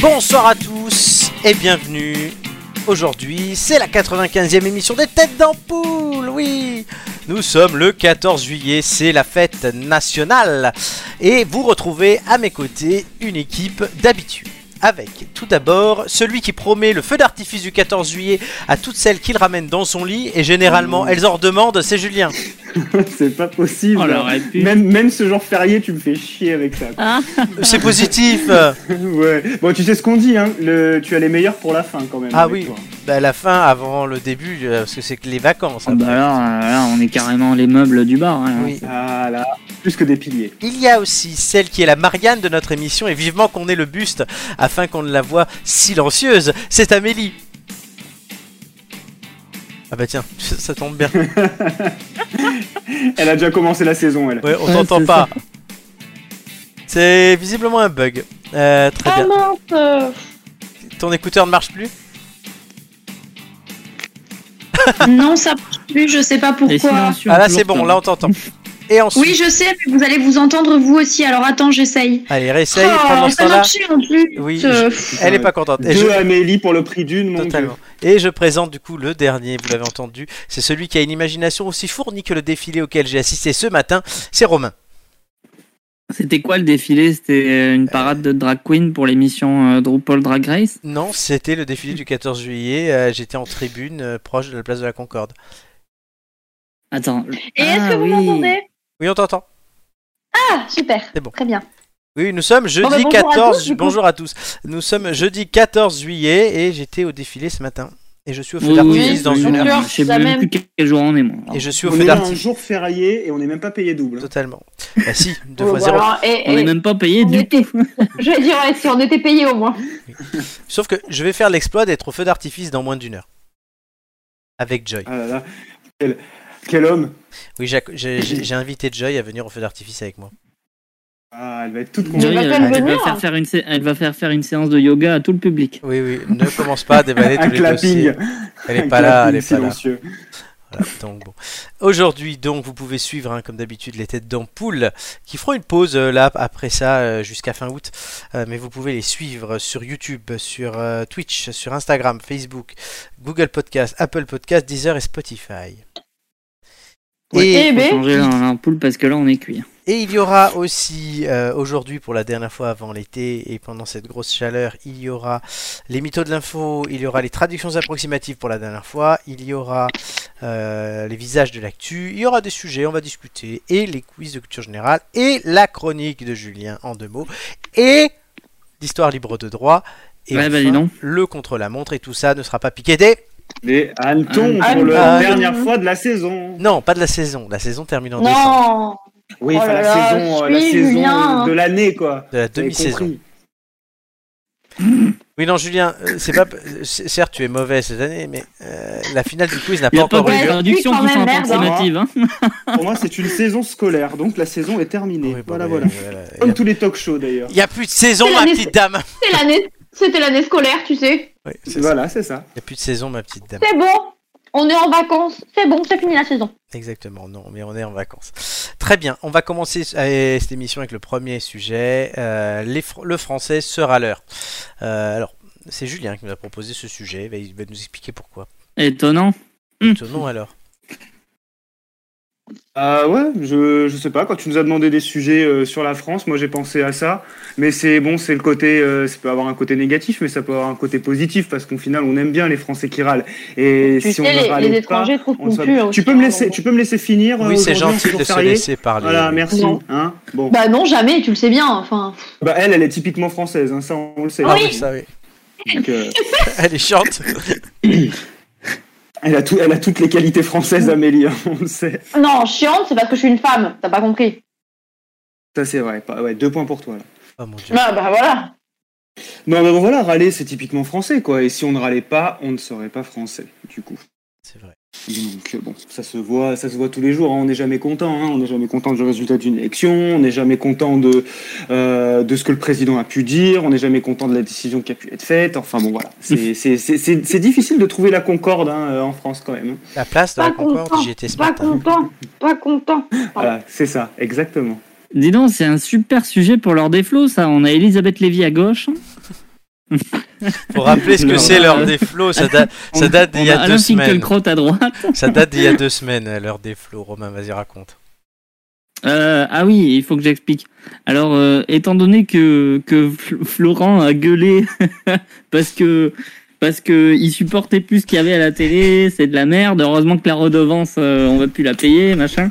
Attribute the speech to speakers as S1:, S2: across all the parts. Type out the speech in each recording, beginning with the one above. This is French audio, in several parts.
S1: Bonsoir à tous et bienvenue. Aujourd'hui, c'est la 95e émission des Têtes d'Ampoule, oui Nous sommes le 14 juillet, c'est la fête nationale et vous retrouvez à mes côtés une équipe d'habitués. Avec tout d'abord celui qui promet le feu d'artifice du 14 juillet à toutes celles qu'il ramène dans son lit et généralement
S2: Mmh.
S1: elles en redemandent, c'est Julien.
S3: c'est pas possible.
S2: Oh, elle aurait pu.
S3: Même, même ce genre férié, tu me fais chier avec ça.
S1: C'est positif.
S3: ouais. Bon, tu sais ce qu'on dit, hein. Le, tu as les meilleurs pour la fin quand même.
S1: Ah
S3: avec
S1: oui.
S3: toi.
S1: Bah, la fin avant le début euh, parce que c'est que les vacances.
S2: Ah bah
S1: après.
S2: alors, euh, là, on est carrément les meubles du bar. hein.
S1: Oui.
S3: Ah là, plus que des piliers.
S1: Il y a aussi celle qui est la Marianne de notre émission et vivement qu'on ait le buste afin qu'on ne la voie silencieuse. C'est Amélie. Ah bah tiens, ça tombe bien.
S3: Elle a déjà commencé la saison, elle.
S1: Ouais, on
S2: Ouais,
S1: t'entend
S2: c'est
S1: pas. C'est visiblement un bug. Euh, très
S4: Ah
S1: bien.
S4: mince euh,
S1: Ton écouteur ne marche plus
S4: Non, ça marche plus, je sais pas
S2: Et
S4: pourquoi.
S2: silencieux,
S1: Ah là
S2: toujours
S1: c'est bon,
S2: temps.
S1: là on t'entend. Et ensuite,
S4: Oui, je sais, mais vous allez vous entendre vous aussi, alors attends, j'essaye.
S1: allez, réessaye
S4: Oh,
S1: pendant ce
S4: ça
S1: temps-là.
S4: marchait en plus.
S1: Oui,
S4: Euh,
S1: Elle est pas contente. Et
S3: Deux
S1: je-
S3: Amélie pour le prix d'une, mon
S1: Totalement. Et je présente du coup le dernier, vous l'avez entendu, c'est celui qui a une imagination aussi fournie que le défilé auquel j'ai assisté ce matin, c'est Romain.
S2: C'était quoi le défilé C'était euh, une parade de drag queen pour l'émission euh, RuPaul Drag Race
S1: Non, c'était le défilé du 14 juillet, euh, j'étais en tribune euh, proche de la place de la Concorde.
S2: Attends.
S4: Et est-ce
S2: Ah
S4: que vous
S2: oui.
S4: m'entendez
S1: Oui, on t'entend.
S4: Ah, super.
S1: C'est bon.
S4: Très bien.
S1: Oui, nous sommes
S4: Bon,
S1: jeudi
S4: bah, bonjour à
S1: 14
S4: tous, du coup.
S1: bonjour à tous. Nous sommes jeudi 14 juillet et j'étais au défilé ce matin. Et je suis au feu
S2: Oui,
S1: d'artifice
S2: oui,
S1: dans
S2: oui,
S1: une
S2: oui,
S1: heure.
S2: oui, Je sais
S4: la
S2: même
S4: même.
S2: plus quel jour on est, moi.
S1: Et je suis au
S3: On
S1: feu
S3: est là un
S1: d'artifice.
S3: jour férié et on n'est même pas payé double.
S1: Totalement. Bah si, deux
S4: Bon,
S1: fois
S4: bah,
S1: zéro.
S4: alors, et-
S2: On
S4: et-
S2: est même pas payé
S4: on
S2: du
S4: était- Je vais dire, ouais, si on était payé au moins.
S1: Sauf que je vais faire l'exploit d'être au feu d'artifice dans moins d'une heure. Avec Joy.
S3: Ah là là. Quel, quel homme.
S1: Oui, j'ac- j'ai j'ai- j'ai invité Joy à venir au feu d'artifice avec moi.
S3: Ah, elle va être toute
S2: Joy,
S3: contente.
S4: va
S2: elle,
S4: pas le
S2: elle va
S4: venir.
S2: faire faire une sé- elle va faire faire une séance de yoga à tout le public.
S1: Oui, oui, ne commence pas à déballer
S3: Un
S1: tous les
S3: clapping.
S1: dossiers. Elle
S3: Un
S1: est pas là, elle
S3: clapping
S1: est pas là.
S3: silencieux.
S1: Voilà, donc bon. Aujourd'hui, donc, vous pouvez suivre, hein, comme d'habitude, les têtes d'ampoule qui feront une pause euh, là après ça euh, jusqu'à fin août. Euh, mais vous pouvez les suivre sur YouTube, sur euh, Twitch, sur Instagram, Facebook, Google Podcast, Apple Podcast, Deezer et Spotify.
S2: Ouais,
S4: Eh
S1: Et-
S2: faut
S4: ben.
S2: changer l'ampoule parce que là on est cuit. hein.
S1: Et il y aura aussi euh, aujourd'hui pour la dernière fois avant l'été et pendant cette grosse chaleur, il y aura les mythos de l'info, il y aura les traductions approximatives pour la dernière fois, il y aura euh, les visages de l'actu, il y aura des sujets, on va discuter, et les quiz de culture générale, et la chronique de Julien en deux mots, et l'histoire libre de droit, et
S2: Ouais, bah, dis
S1: enfin,
S2: donc.
S1: le contre-la-montre, et tout ça ne sera pas piqué des...
S3: Les hannetons
S4: Ah,
S3: pour
S1: ah.
S3: la dernière fois de la saison.
S1: Non, pas de la saison, la saison termine en décembre,
S4: Non
S3: Oui,
S4: Oh
S3: enfin,
S4: là
S3: la,
S4: là,
S3: saison, euh, la
S4: suis
S3: saison
S4: Julien.
S3: de l'année, quoi.
S1: de la
S3: Vous avez
S1: demi-saison.
S3: compris.
S1: Oui, non, Julien, euh, c'est pas. euh, c'est- Certes, tu es mauvais cette année, mais euh, la finale du quiz n'a pas
S2: Il n'y a pas
S1: encore
S2: beaucoup
S1: eu
S4: Ouais,
S2: de
S1: lieu.
S2: traductions
S4: quand
S2: qui sont
S4: même, merde, hein.
S2: approximatives. hein.
S3: Pour moi, c'est une saison scolaire, donc la saison est terminée.
S1: Oui, bon,
S3: voilà,
S1: mais,
S3: voilà.
S1: voilà.
S3: Comme tous les talk shows d'ailleurs.
S1: Il n'y a plus de saison,
S4: C'est
S1: ma
S4: l'année-
S1: petite dame.
S4: C'était l'année- C'était l'année scolaire, tu sais.
S1: Oui, c'est ça.
S3: Voilà, c'est ça.
S1: Il n'y a plus de saison, ma petite dame.
S4: C'est bon, on est en vacances. C'est bon, c'est fini la saison.
S1: Exactement, non, mais on est en vacances. Très bien, on va commencer euh, cette émission avec le premier sujet. euh, les fr- le français sera l'heure. Euh, alors, c'est Julien qui nous a proposé ce sujet. Il va- Il va nous expliquer pourquoi.
S2: Étonnant.
S1: Non, alors.
S3: Ah ouais, je, je sais pas, quand tu nous as demandé des sujets euh, sur la France, moi j'ai pensé à ça. Mais c'est bon, c'est le côté, euh, ça peut avoir un côté négatif, mais ça peut avoir un côté positif, parce qu'au final, on aime bien les Français qui râlent. Et
S4: Tu
S3: si on
S4: sais,
S3: ne
S4: les,
S3: râle
S4: les
S3: pas,
S4: étrangers trouvent
S3: on se-
S4: qu'on pue. hein,
S3: tu,
S4: aussi,
S3: peux me
S4: hein,
S3: laisser,
S4: donc.
S3: tu peux me laisser finir euh,
S1: Oui, c'est
S3: aujourd'hui, en
S1: gentil
S3: jour
S1: de se
S3: férié
S1: laisser parler.
S3: Voilà, merci.
S4: Non.
S3: Hein bon.
S4: Bah non, jamais, tu le sais bien. Enfin,
S3: Bah, elle, elle est typiquement française, hein, ça on le sait.
S1: Ah,
S4: Oui.
S1: mais ça, oui.
S3: Donc, euh,
S1: Elle est chiante.
S3: elle, a tout, elle a toutes les qualités françaises, Amélie, hein, on le sait.
S4: non, chiante, c'est parce que je suis une femme. T'as pas compris.
S3: Ça c'est vrai, Pas- ouais, deux points pour toi. Là.
S1: Oh mon dieu.
S4: Bah, bah voilà.
S3: Non, mais bon, voilà, râler, c'est typiquement français, quoi. Et si on ne râlait pas, on ne serait pas français, du coup.
S1: C'est vrai.
S3: Donc, euh, bon, ça se voit, ça se voit tous les jours. hein. On n'est jamais content. hein. On n'est jamais content du résultat d'une élection. On n'est jamais content de euh, de ce que le président a pu dire. On n'est jamais content de la décision qui a pu être faite. Enfin bon, voilà. C'est c'est- c'est- c'est- c'est difficile de trouver la concorde hein, euh, en France quand même.
S1: La place de
S4: Pas
S1: la Concorde,
S4: content,
S1: j'y étais ce
S4: Pas
S1: matin.
S4: content, pas content.
S3: Voilà, c'est ça, exactement.
S2: Dis donc, c'est un super sujet pour l'heure des flots, ça. On a Elisabeth Lévy à gauche,
S1: Pour rappeler ce que
S2: Non.
S1: c'est l'heure des flots, ça, date-
S2: On-
S1: ça date d'il y
S2: on
S1: a deux
S2: Alain
S1: semaines.
S2: Finkielkraut à droite.
S1: Ça date d'il y a deux semaines, euh, l'heure des flots. Romain, vas-y, raconte.
S2: Euh, ah oui, il faut que j'explique. Alors, euh, étant donné que, que Fl- Florent a gueulé parce que parce que il supportait plus ce qu'il y avait à la télé, c'est de la merde. Heureusement que la redevance, euh, on va plus la payer, machin.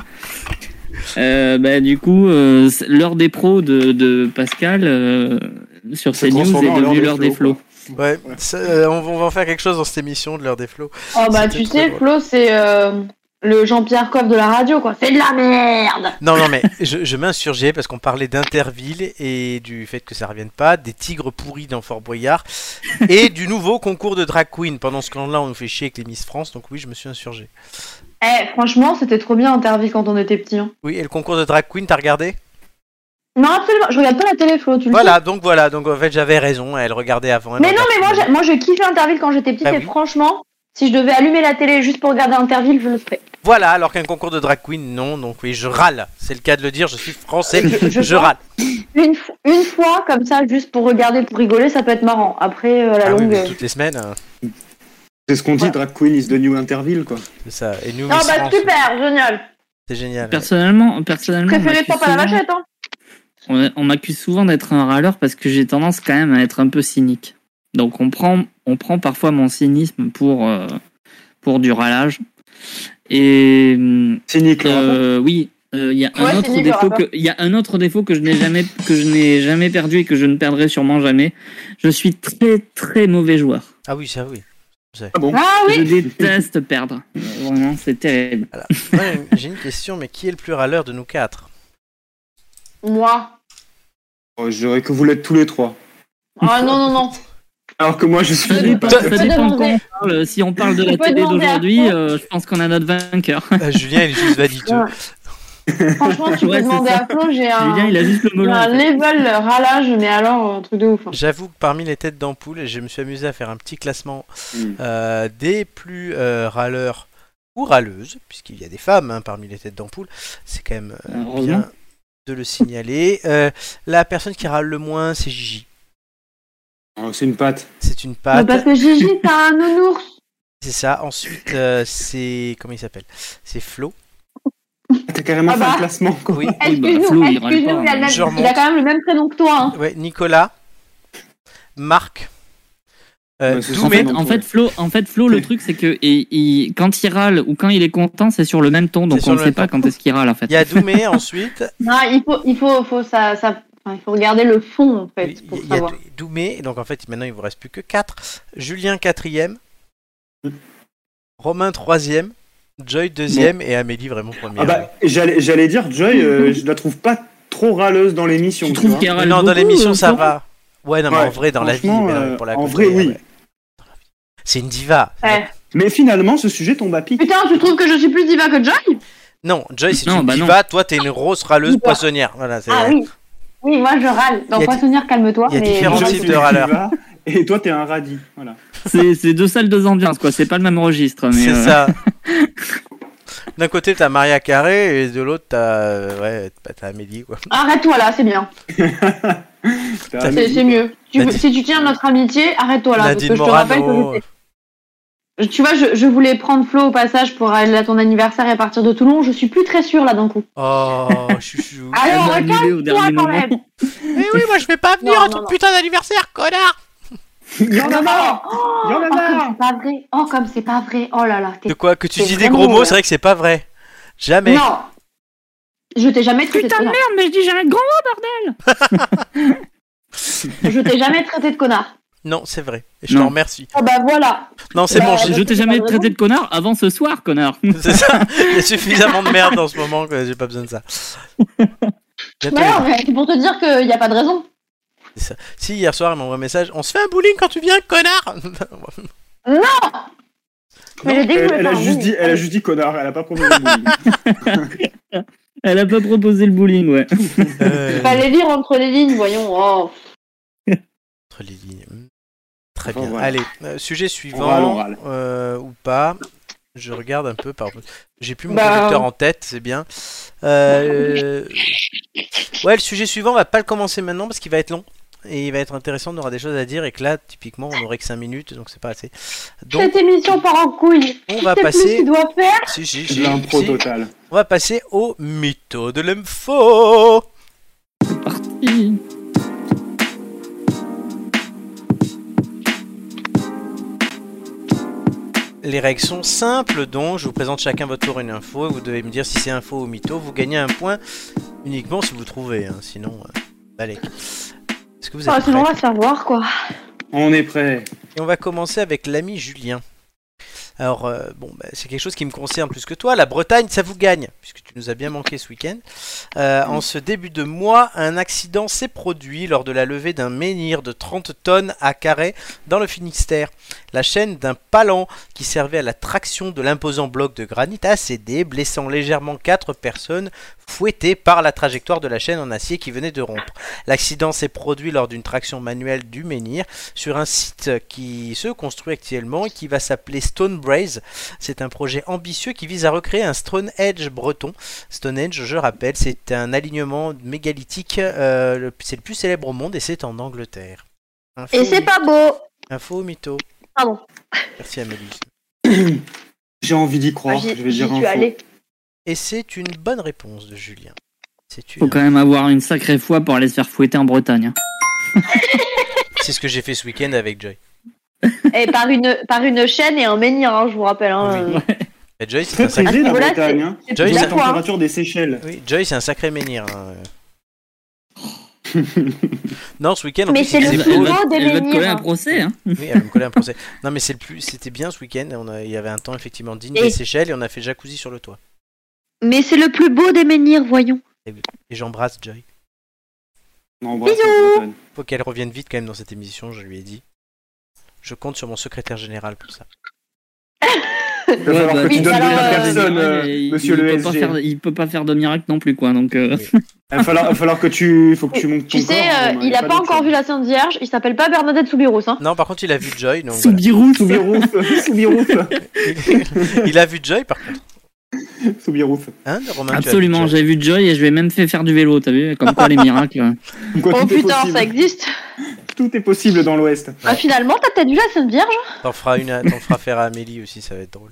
S2: Euh, bah, du coup, euh, c'est- l'heure des pros de, de Pascal euh, sur
S3: Se
S2: CNews est
S3: transformant en
S2: devenue l'heure des flots.
S1: Ouais, ça, euh, on, va- on va en faire quelque chose dans cette émission de l'heure des flots.
S5: Oh bah
S1: C'était
S5: tu
S1: très
S5: sais,
S1: drôle.
S5: Flo, c'est euh, le Jean-Pierre Coff de la radio, quoi. C'est de la merde
S1: Non, non, mais je, je m'insurgeais parce qu'on parlait d'Interville et du fait que ça revienne pas, des tigres pourris dans Fort Boyard et du nouveau concours de drag queen. Pendant ce temps-là, on nous fait chier avec les Miss France, donc oui, je me suis insurgé.
S5: Eh, franchement, c'était trop bien Interville quand on était petits. hein.
S1: Oui, et le concours de drag queen, t'as regardé
S5: Non, absolument, je regarde pas la télé, Flo, tu le sais.
S1: Voilà, donc voilà, donc en fait j'avais raison, elle regardait avant. elle
S5: Mais non,
S1: regardait
S5: mais moi,
S1: maintenant.
S5: j'ai- moi je kiffais Interville quand j'étais petite
S1: Bah
S5: et
S1: oui.
S5: franchement, si je devais allumer la télé juste pour regarder Interville, je le ferais.
S1: Voilà, alors qu'un concours de drag queen, non, donc oui, je râle. C'est le cas de le dire, je suis français, je,
S5: Je pense.
S1: râle.
S5: Une, fo- une fois, comme ça, juste pour regarder, pour rigoler, ça peut être marrant. Après, euh, à la
S1: Ah oui,
S5: longue.
S1: mais
S5: euh,
S1: toutes les semaines, hein,
S3: C'est ce qu'on dit,
S5: Ouais.
S3: Drag Queen is the new Interville, quoi.
S1: c'est ça. Et nous,
S5: Non,
S1: Miss
S5: bah
S1: France,
S5: super, génial.
S1: c'est génial.
S2: Personnellement, personnellement, on
S5: Préférez
S2: m'accuse
S5: pas à la
S2: souvent-
S5: machette, hein.
S2: on, on m'accuse souvent d'être un râleur parce que j'ai tendance quand même à être un peu cynique. Donc on prend, on prend parfois mon cynisme pour, euh, pour du râlage. Et euh,
S3: Cynique, le rapport.
S2: oui, euh, il y a
S5: Ouais,
S2: un autre
S5: cynique, le
S2: défaut
S5: rapport.
S2: que il y a un autre défaut que je n'ai jamais que je n'ai jamais perdu et que je ne perdrai sûrement jamais. Je suis très très mauvais joueur.
S1: Ah oui, ça oui.
S3: Ah bon
S5: Ah oui,
S2: Je déteste perdre. Euh, Vraiment, c'est terrible.
S1: Ouais, j'ai une question, mais qui est le plus râleur de nous quatre
S5: moi.
S3: Oh, Je dirais que vous l'êtes tous les trois.
S5: Ah non, non, non.
S3: Alors que moi, je suis.
S2: Ça dépend,
S5: Toi-
S2: ça
S5: Toi-
S2: dépend
S5: Toi-
S2: quand on parle. Si on parle de la
S5: Tu peux
S2: télé
S5: demander à
S2: d'aujourd'hui,
S5: Flo.
S2: euh, je pense qu'on a notre vainqueur.
S1: Ah, Julien, il est juste vaniteux.
S5: Ah. Franchement, tu
S2: Ouais, c'est
S5: peux demander
S2: ça.
S5: à Flo, j'ai un,
S2: Julien, il a juste le
S5: j'ai
S2: melon.
S5: un
S2: en fait.
S5: level ralage, mais alors, un truc de ouf. hein.
S1: J'avoue que parmi les têtes d'ampoule, je me suis amusé à faire un petit classement
S5: Hmm.
S3: Mm.
S1: euh, des plus euh, râleurs ou râleuses, puisqu'il y a des femmes hein, parmi les têtes d'ampoule. C'est quand même euh,
S2: Heureusement.
S1: bien de le signaler. Euh, la personne qui râle le moins, c'est Gigi.
S3: Oh, c'est une patte.
S1: C'est une
S5: Mais
S1: patte.
S5: parce que Gigi, t'as un nounours.
S1: C'est ça. Ensuite, euh, c'est. Comment il s'appelle C'est Flo.
S3: Ah, T'as carrément
S5: Ah bah.
S3: fait un classement, quoi.
S1: Oui.
S2: Oui, bah,
S5: Excuse-nous,
S2: Flo, il râle
S5: excuse-nous,
S2: pas,
S5: il, a le
S2: hein.
S5: même-
S1: Je remonte.
S5: il a quand même le même prénom que toi. hein.
S1: Ouais, Nicolas. Marc. euh,
S3: Bah, c'est
S1: Doumé.
S2: En fait,
S3: Mais-
S2: en fait, Flo, en fait, Flo, le truc c'est que et- il- quand il râle ou quand il est content, c'est sur le même ton, donc
S1: C'est sur
S2: on ne
S1: le
S2: sait
S1: même
S2: pas quand est-ce qu'il râle en fait.
S1: Il y a Doumé ensuite.
S5: Non, il faut, il faut, faut ça, ça- enfin, il faut regarder le fond en fait
S1: Il
S5: pour
S1: y a
S5: savoir.
S1: Doumé. Donc en fait, maintenant, il vous reste plus que 4. Julien, quatrième.
S3: Mm.
S1: Romain, troisième. Joy, deuxième. Et Amélie, vraiment première.
S3: Ah bah, j'allais j'allais dire, Joy, euh, je la trouve pas trop râleuse dans l'émission.
S2: Tu
S3: tu
S2: trouves
S3: vois.
S2: qu'il
S1: Mais
S2: râle
S1: non, dans
S2: beaucoup,
S1: l'émission,
S2: euh,
S1: ça
S2: Flo
S1: va. Ouais, non, mais en
S3: Ouais,
S1: vrai, dans la vie.
S3: franchement,
S1: mais non, mais
S3: euh,
S1: pour la
S3: en
S1: contrôler,
S3: vrai, oui.
S1: ouais. Dans la vie. C'est une diva.
S5: Ouais.
S3: Mais finalement, ce sujet tombe à pic.
S5: Eh, Putain, tu trouves que je suis plus diva que Joy
S1: Non, Joy, c'est
S2: Non,
S1: une
S2: bah non.
S1: diva. Toi, t'es une grosse râleuse
S5: Diva.
S1: poissonnière. Voilà, c'est-
S5: Ah oui. Oui, moi je râle.
S1: Il
S5: Dans
S1: y a
S5: Poissonnière, calme-toi.
S1: il y a
S5: mais-
S1: différents
S5: mais-
S3: Joy,
S1: types
S3: t'es
S1: de
S3: une
S1: râleur.
S3: diva, Et toi, t'es un radis. Voilà.
S2: C'est c'est deux salles, deux ambiances quoi. C'est pas le même registre, mais
S1: C'est
S2: euh,
S1: ça. D'un côté, t'as Maria Carré et de l'autre, t'as euh, ouais, bah, t'as Amélie. Quoi.
S5: Arrête-toi là, c'est bien.
S3: T'as-
S1: Ça
S5: C'est c'est mieux. Tu veux-
S1: Nadine-
S5: si tu tiens notre amitié, arrête-toi là. Parce
S1: Nadine
S5: que je te rappelle que
S1: Morano. euh,
S5: j'étais- Je- Tu vois, je, je voulais prendre Flo au passage pour aller à ton anniversaire et partir de Toulon. Je suis plus très sûre là d'un coup.
S1: Oh, chouchou.
S2: elle
S5: Alors,
S2: l'a annulé
S5: regarde
S2: au
S5: toi
S2: dernier
S5: quand
S2: moment.
S5: même.
S1: Mais oui, moi, je vais pas venir
S5: Non,
S1: à
S5: non,
S1: ton
S5: non.
S1: putain d'anniversaire, connard.
S3: Il y en a
S5: Non,
S3: marre
S5: non.
S3: Il y en a
S5: Oh, comme
S3: marre
S5: c'est pas vrai. Oh, comme c'est pas vrai. Oh là là. t'es-
S1: De quoi Que tu
S5: C'est
S1: dis des
S5: vraiment
S1: gros mots,
S5: vrai.
S1: c'est vrai que c'est pas vrai. Jamais.
S5: Non. Je t'ai jamais traité
S2: Putain de
S5: de connard.
S2: merde, mais je dis j'ai un grand.
S5: Je t'ai jamais traité de connard.
S1: Non, c'est vrai. Et je
S2: Non.
S1: t'en remercie.
S5: Oh bah voilà.
S1: Non, c'est
S5: Bah,
S1: bon,
S5: ouais.
S1: j'ai-
S2: Je t'ai jamais traité de connard avant ce soir, connard.
S1: c'est ça. Il y a suffisamment de merde en ce moment que j'ai pas besoin de ça. Bientôt,
S5: Voilà, mais c'est pour te dire qu'il n'y a pas de raison.
S1: Si hier soir il m'envoie un message, on se fait un bowling quand tu viens, connard
S5: Mais j'ai dit que je
S3: elle,
S5: voulais
S3: elle a
S5: faire un
S3: juste
S5: bowling.
S3: dit, elle a juste dit connard, elle a pas promis. le bowling.
S2: Elle a pas proposé le bowling, ouais.
S1: Euh,
S5: Fallait lire entre les lignes, voyons. Oh.
S1: entre les lignes. Hmm. Très
S3: Enfin,
S1: bien.
S3: voilà.
S1: Allez, euh, sujet
S3: Oral,
S1: suivant
S3: oral.
S1: euh, ou pas. Je regarde un peu par. J'ai plus mon
S5: Bah,
S1: conducteur en tête, c'est bien. Euh, Ouais, le sujet suivant, on va pas le commencer maintenant parce qu'il va être long. et il va être intéressant, on aura des choses à dire et que là, typiquement, on n'aurait que 5 minutes, donc c'est pas assez. Donc,
S5: Cette émission part en couille.
S1: on va
S5: C'est plus ce
S1: passer.
S5: qu'il doit faire.
S1: Si, si,
S3: De
S1: si,
S3: L'impro
S1: si.
S3: totale.
S1: On va passer au mytho de l'info.
S2: Hi.
S1: Les règles sont simples, donc je vous présente chacun votre tour une info. et Vous devez me dire si c'est info ou mytho. Vous gagnez un point uniquement si vous trouvez, hein, sinon, euh, balèque. Est-ce que vous êtes
S5: Enfin, Ah, sinon, on
S1: prêts
S5: va se faire voir, quoi.
S3: On est prêt.
S1: Et on va commencer avec l'ami Julien. Alors, euh, bon, bah, c'est quelque chose qui me concerne plus que toi. La Bretagne, ça vous gagne, puisque tu nous as bien manqué ce week-end. Euh, en ce début de mois, un accident s'est produit lors de la levée d'un menhir de 30 tonnes à Carré, dans le Finistère. La chaîne d'un palan qui servait à la traction de l'imposant bloc de granit a cédé, blessant légèrement 4 personnes fouettées par la trajectoire de la chaîne en acier qui venait de rompre. L'accident s'est produit lors d'une traction manuelle du menhir sur un site qui se construit actuellement et qui va s'appeler Stonebraze. C'est un projet ambitieux qui vise à recréer un Stonehenge breton. Stonehenge, je rappelle, c'est un alignement mégalithique, euh, le- c'est le plus célèbre au monde et c'est en Angleterre. Info,
S5: Et c'est pas beau.
S1: info mytho.
S5: Pardon.
S1: Merci Amélie.
S3: J'ai envie d'y croire.
S5: Ah, j'y
S3: Oh, je vais
S5: j'y
S3: dire
S5: suis
S3: info.
S5: allée.
S1: Et c'est une bonne réponse de Julien. C'est une-
S2: Faut quand même avoir une sacrée foi pour aller se faire fouetter en Bretagne. hein.
S1: C'est ce que j'ai fait ce week-end avec Joy.
S5: Et Eh, par une, par une chaîne et un menhir, hein, je vous rappelle. Hein.
S1: Oui. Et Joy, c'est
S3: Très
S1: un sacré,
S3: prisé la
S5: Voilà,
S3: Bretagne. Hein.
S5: C'est
S1: Joy,
S5: plus
S3: Dans
S1: ça-
S3: la
S5: la foi, hein.
S3: température des Seychelles.
S1: oui, Joy, c'est un sacré menhir. hein. non, ce week-end, en
S5: Mais
S1: plus,
S5: c'est
S1: il
S5: le
S1: faisait
S5: plus
S1: beau.
S5: gros des
S2: elle va te
S5: menhirs,
S2: coller un
S5: hein.
S2: procès. Hein.
S1: Oui, elle va me coller un procès. Non, mais c'est le plus, c'était bien ce week-end. On a- il y avait un temps effectivement digne
S5: Et-
S1: des Seychelles et on a fait jacuzzi sur le toit.
S5: Mais c'est le plus beau des menhirs, voyons.
S1: Et j'embrasse Joy.
S3: Non, bref,
S5: Bisous.
S3: la Bretagne.
S1: Faut qu'elle revienne vite quand même dans cette émission. Je lui ai dit. Je compte sur mon secrétaire général pour ça.
S3: Il va
S2: Ouais,
S3: falloir
S2: bah,
S3: que tu
S5: oui,
S3: donnes de
S5: alors,
S3: la
S5: euh,
S3: personne, euh,
S2: il- il-
S3: monsieur
S2: il
S3: le
S2: peut pas
S3: SG.
S2: faire- Il peut pas faire de miracle non plus, quoi. Donc, euh,
S1: Oui.
S3: Il va falloir, il va falloir que tu, faut que tu montes
S5: Tu
S3: ton
S5: sais,
S3: corps,
S5: euh,
S3: hein,
S5: il a pas,
S3: d'autre
S5: encore vu la Sainte Vierge. Il s'appelle pas Bernadette Soubirous. Hein.
S1: Non, par contre, il a vu Joy. Donc voilà.
S2: Soubirous.
S3: Soubirouf, Soubirouf,
S1: il a vu Joy par contre.
S3: Soubirouf.
S1: Hein, Romain, tu as vu
S2: Absolument,
S1: Joy
S2: j'ai vu Joy et je vais même fait faire du vélo, t'as vu Comme quoi les miracles. hein.
S3: Comme quoi,
S5: Oh
S3: tout est
S5: putain,
S3: possible.
S5: ça existe.
S3: Tout est possible dans l'Ouest.
S5: Bah, finalement, t'as peut-être vu la Sainte Vierge.
S1: T'en feras une, à- t'en feras faire à Amélie aussi, ça va être drôle.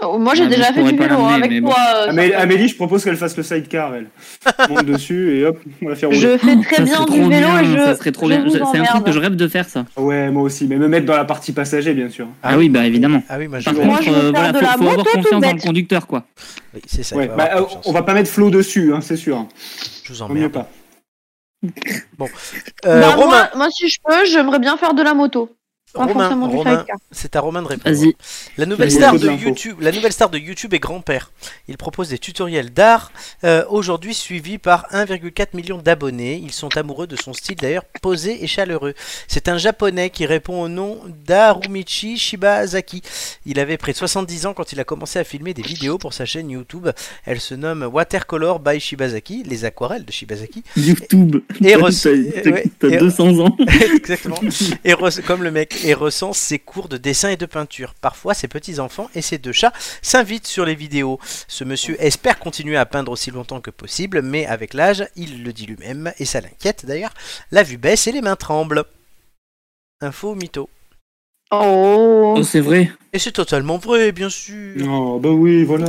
S5: Oh, moi,
S2: Ouais,
S5: j'ai
S2: Ah, mais
S5: déjà
S2: je
S5: fait du
S2: pourrais pas
S5: vélo hein,
S2: l'amener, mais
S5: avec
S2: bon.
S5: toi. euh, ça
S3: Amé-
S5: va.
S3: Amélie, je propose qu'elle fasse le sidecar, elle. Monte dessus et hop, on la fait rouler.
S5: Je fais très
S2: Ça
S5: bien
S2: serait
S5: du
S2: trop
S5: vélo
S2: bien,
S5: et je.
S2: ça serait trop
S5: je
S2: bien.
S5: vous
S2: C'est un truc
S5: emmerde.
S2: que je rêve de faire, ça.
S3: Ouais, moi aussi, mais me mettre dans la partie passager, bien sûr.
S1: Ah
S2: Ah, oui, bah évidemment.
S1: Ah oui, moi je
S2: Par
S5: Moi,
S1: vois.
S5: je
S2: contre,
S5: vais
S2: euh,
S5: faire
S2: voilà,
S5: de
S2: faut,
S5: la
S2: faut
S5: moto
S2: avoir
S5: toute
S2: confiance dans le
S5: bête.
S2: conducteur, quoi.
S1: Oui, c'est ça. Oh,
S3: Ouais,
S1: faut
S3: bah,
S1: avoir
S3: euh,
S1: confiance.
S3: on va pas mettre Flo dessus, hein, c'est sûr.
S1: Je vous
S3: Vaut mieux
S1: emmerde.
S3: pas.
S1: Euh,
S5: Bah,
S1: Romain,
S5: moi, moi, si je peux, j'aimerais bien faire de la moto. Pas
S1: Romain,
S5: forcément du hein.
S1: Romain,
S5: sidecar.
S1: c'est à Romain de répondre.
S2: Vas-y.
S1: La nouvelle
S3: Vas-y,
S1: star
S3: Claude
S1: de
S3: Linfo.
S1: YouTube, la nouvelle star de YouTube est grand-père. Il propose des tutoriels d'art, euh, aujourd'hui suivis par 1,4 million d'abonnés. Ils sont amoureux de son style d'ailleurs posé et chaleureux. C'est un japonais qui répond au nom d'Arumichi Shibazaki. Il avait près de 70 ans quand il a commencé à filmer des vidéos pour sa chaîne YouTube. Elle se nomme Watercolor by Shibazaki, les aquarelles de Shibazaki.
S2: YouTube.
S1: Et
S2: T'as-
S1: reço-
S2: t'as-
S1: ouais,
S2: T'as
S1: et-
S2: 200 ans.
S1: Exactement. Et rece- comme le mec, et recense ses cours de dessin et de peinture. Parfois, ses petits-enfants et ses deux chats s'invitent sur les vidéos. Ce monsieur espère continuer à peindre aussi longtemps que possible, mais avec l'âge, il le dit lui-même, et ça l'inquiète d'ailleurs, la vue baisse et les mains tremblent. Info mytho.
S5: Oh.
S2: Oh, c'est vrai.
S1: Et c'est totalement vrai, bien sûr.
S3: Non, bah oui, voilà.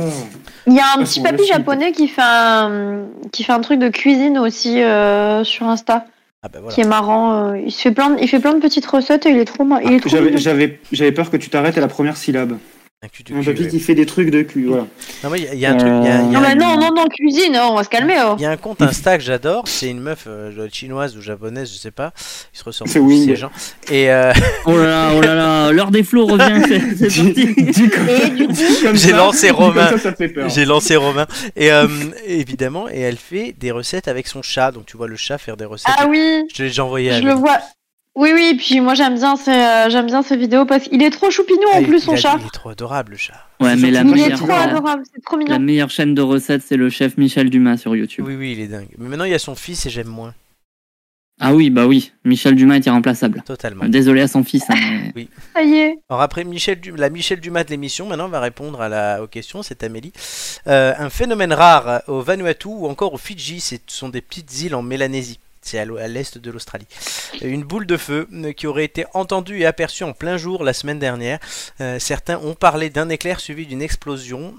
S5: Il y a un
S3: Ah,
S5: petit
S3: c'est bon,
S5: papy
S3: merci.
S5: japonais qui fait un, qui fait un truc de cuisine aussi euh, sur Insta,
S1: Ah bah voilà.
S5: qui est marrant. euh, Il se fait plein, de, il fait plein de petites recettes et il est trop, ma-
S1: Ah,
S5: il est trop.
S3: J'avais-
S5: mignon.
S3: J'avais j'avais peur que tu t'arrêtes à la première syllabe.
S1: Un cul de
S3: Un
S1: cul,
S3: papy
S1: ouais.
S3: qui fait des trucs de cul, voilà.
S1: Non, mais il y a- il y a un truc. il y a- il y a
S5: Euh, Non
S1: un-
S5: mais non, non, non, cuisine, oh, on va se calmer. oh.
S1: Il y a un compte Insta que j'adore, c'est une meuf euh, je dois être chinoise ou japonaise, je sais pas, ils se ressemblent
S3: C'est
S1: tous,
S3: Wing.
S1: ces gens. Et euh,
S2: Oh là là, oh là là. L'heure des flots revient. c'est- C'est parti.
S5: Et du coup,
S3: Comme
S1: J'ai
S3: ça,
S1: lancé
S3: dit comme
S1: Romain.
S3: Ça, ça fait peur.
S1: J'ai lancé Romain. Et euh, évidemment, et elle fait des recettes avec son chat. Donc tu vois le chat faire des recettes.
S5: ah oui,
S1: Je te l'ai déjà envoyé à
S5: je le
S1: Amélie.
S5: vois. Oui, oui, puis moi j'aime bien, ces, euh, j'aime bien ces vidéos parce qu'il est trop choupinou
S1: Ah,
S5: en
S1: il-
S5: plus
S1: il
S5: son
S1: a-
S5: chat.
S1: Il est trop adorable le chat.
S2: Ouais, mais la
S3: Il est
S5: Il est
S2: meilleure,
S5: trop adorable, c'est trop
S2: la
S5: mignon.
S2: meilleure chaîne de recettes, c'est le chef Michel Dumas sur YouTube.
S1: Oui, oui, il est dingue. Mais maintenant, il y a son fils et j'aime moins.
S2: Ah oui, bah oui. Michel Dumas est irremplaçable.
S1: Totalement.
S2: Désolé à son fils. hein, mais-
S5: Ça y est.
S1: Alors après, Michel Dum- la Michel Dumas de l'émission, maintenant, va répondre à la... aux questions. C'est Amélie. Euh, un phénomène rare au Vanuatu ou encore au Fidji. Ce sont des petites îles en Mélanésie. c'est à l'o- à l'est de l'Australie. Une boule de feu euh, qui aurait été entendue et aperçue en plein jour la semaine dernière. Euh, certains ont parlé d'un éclair suivi d'une explosion,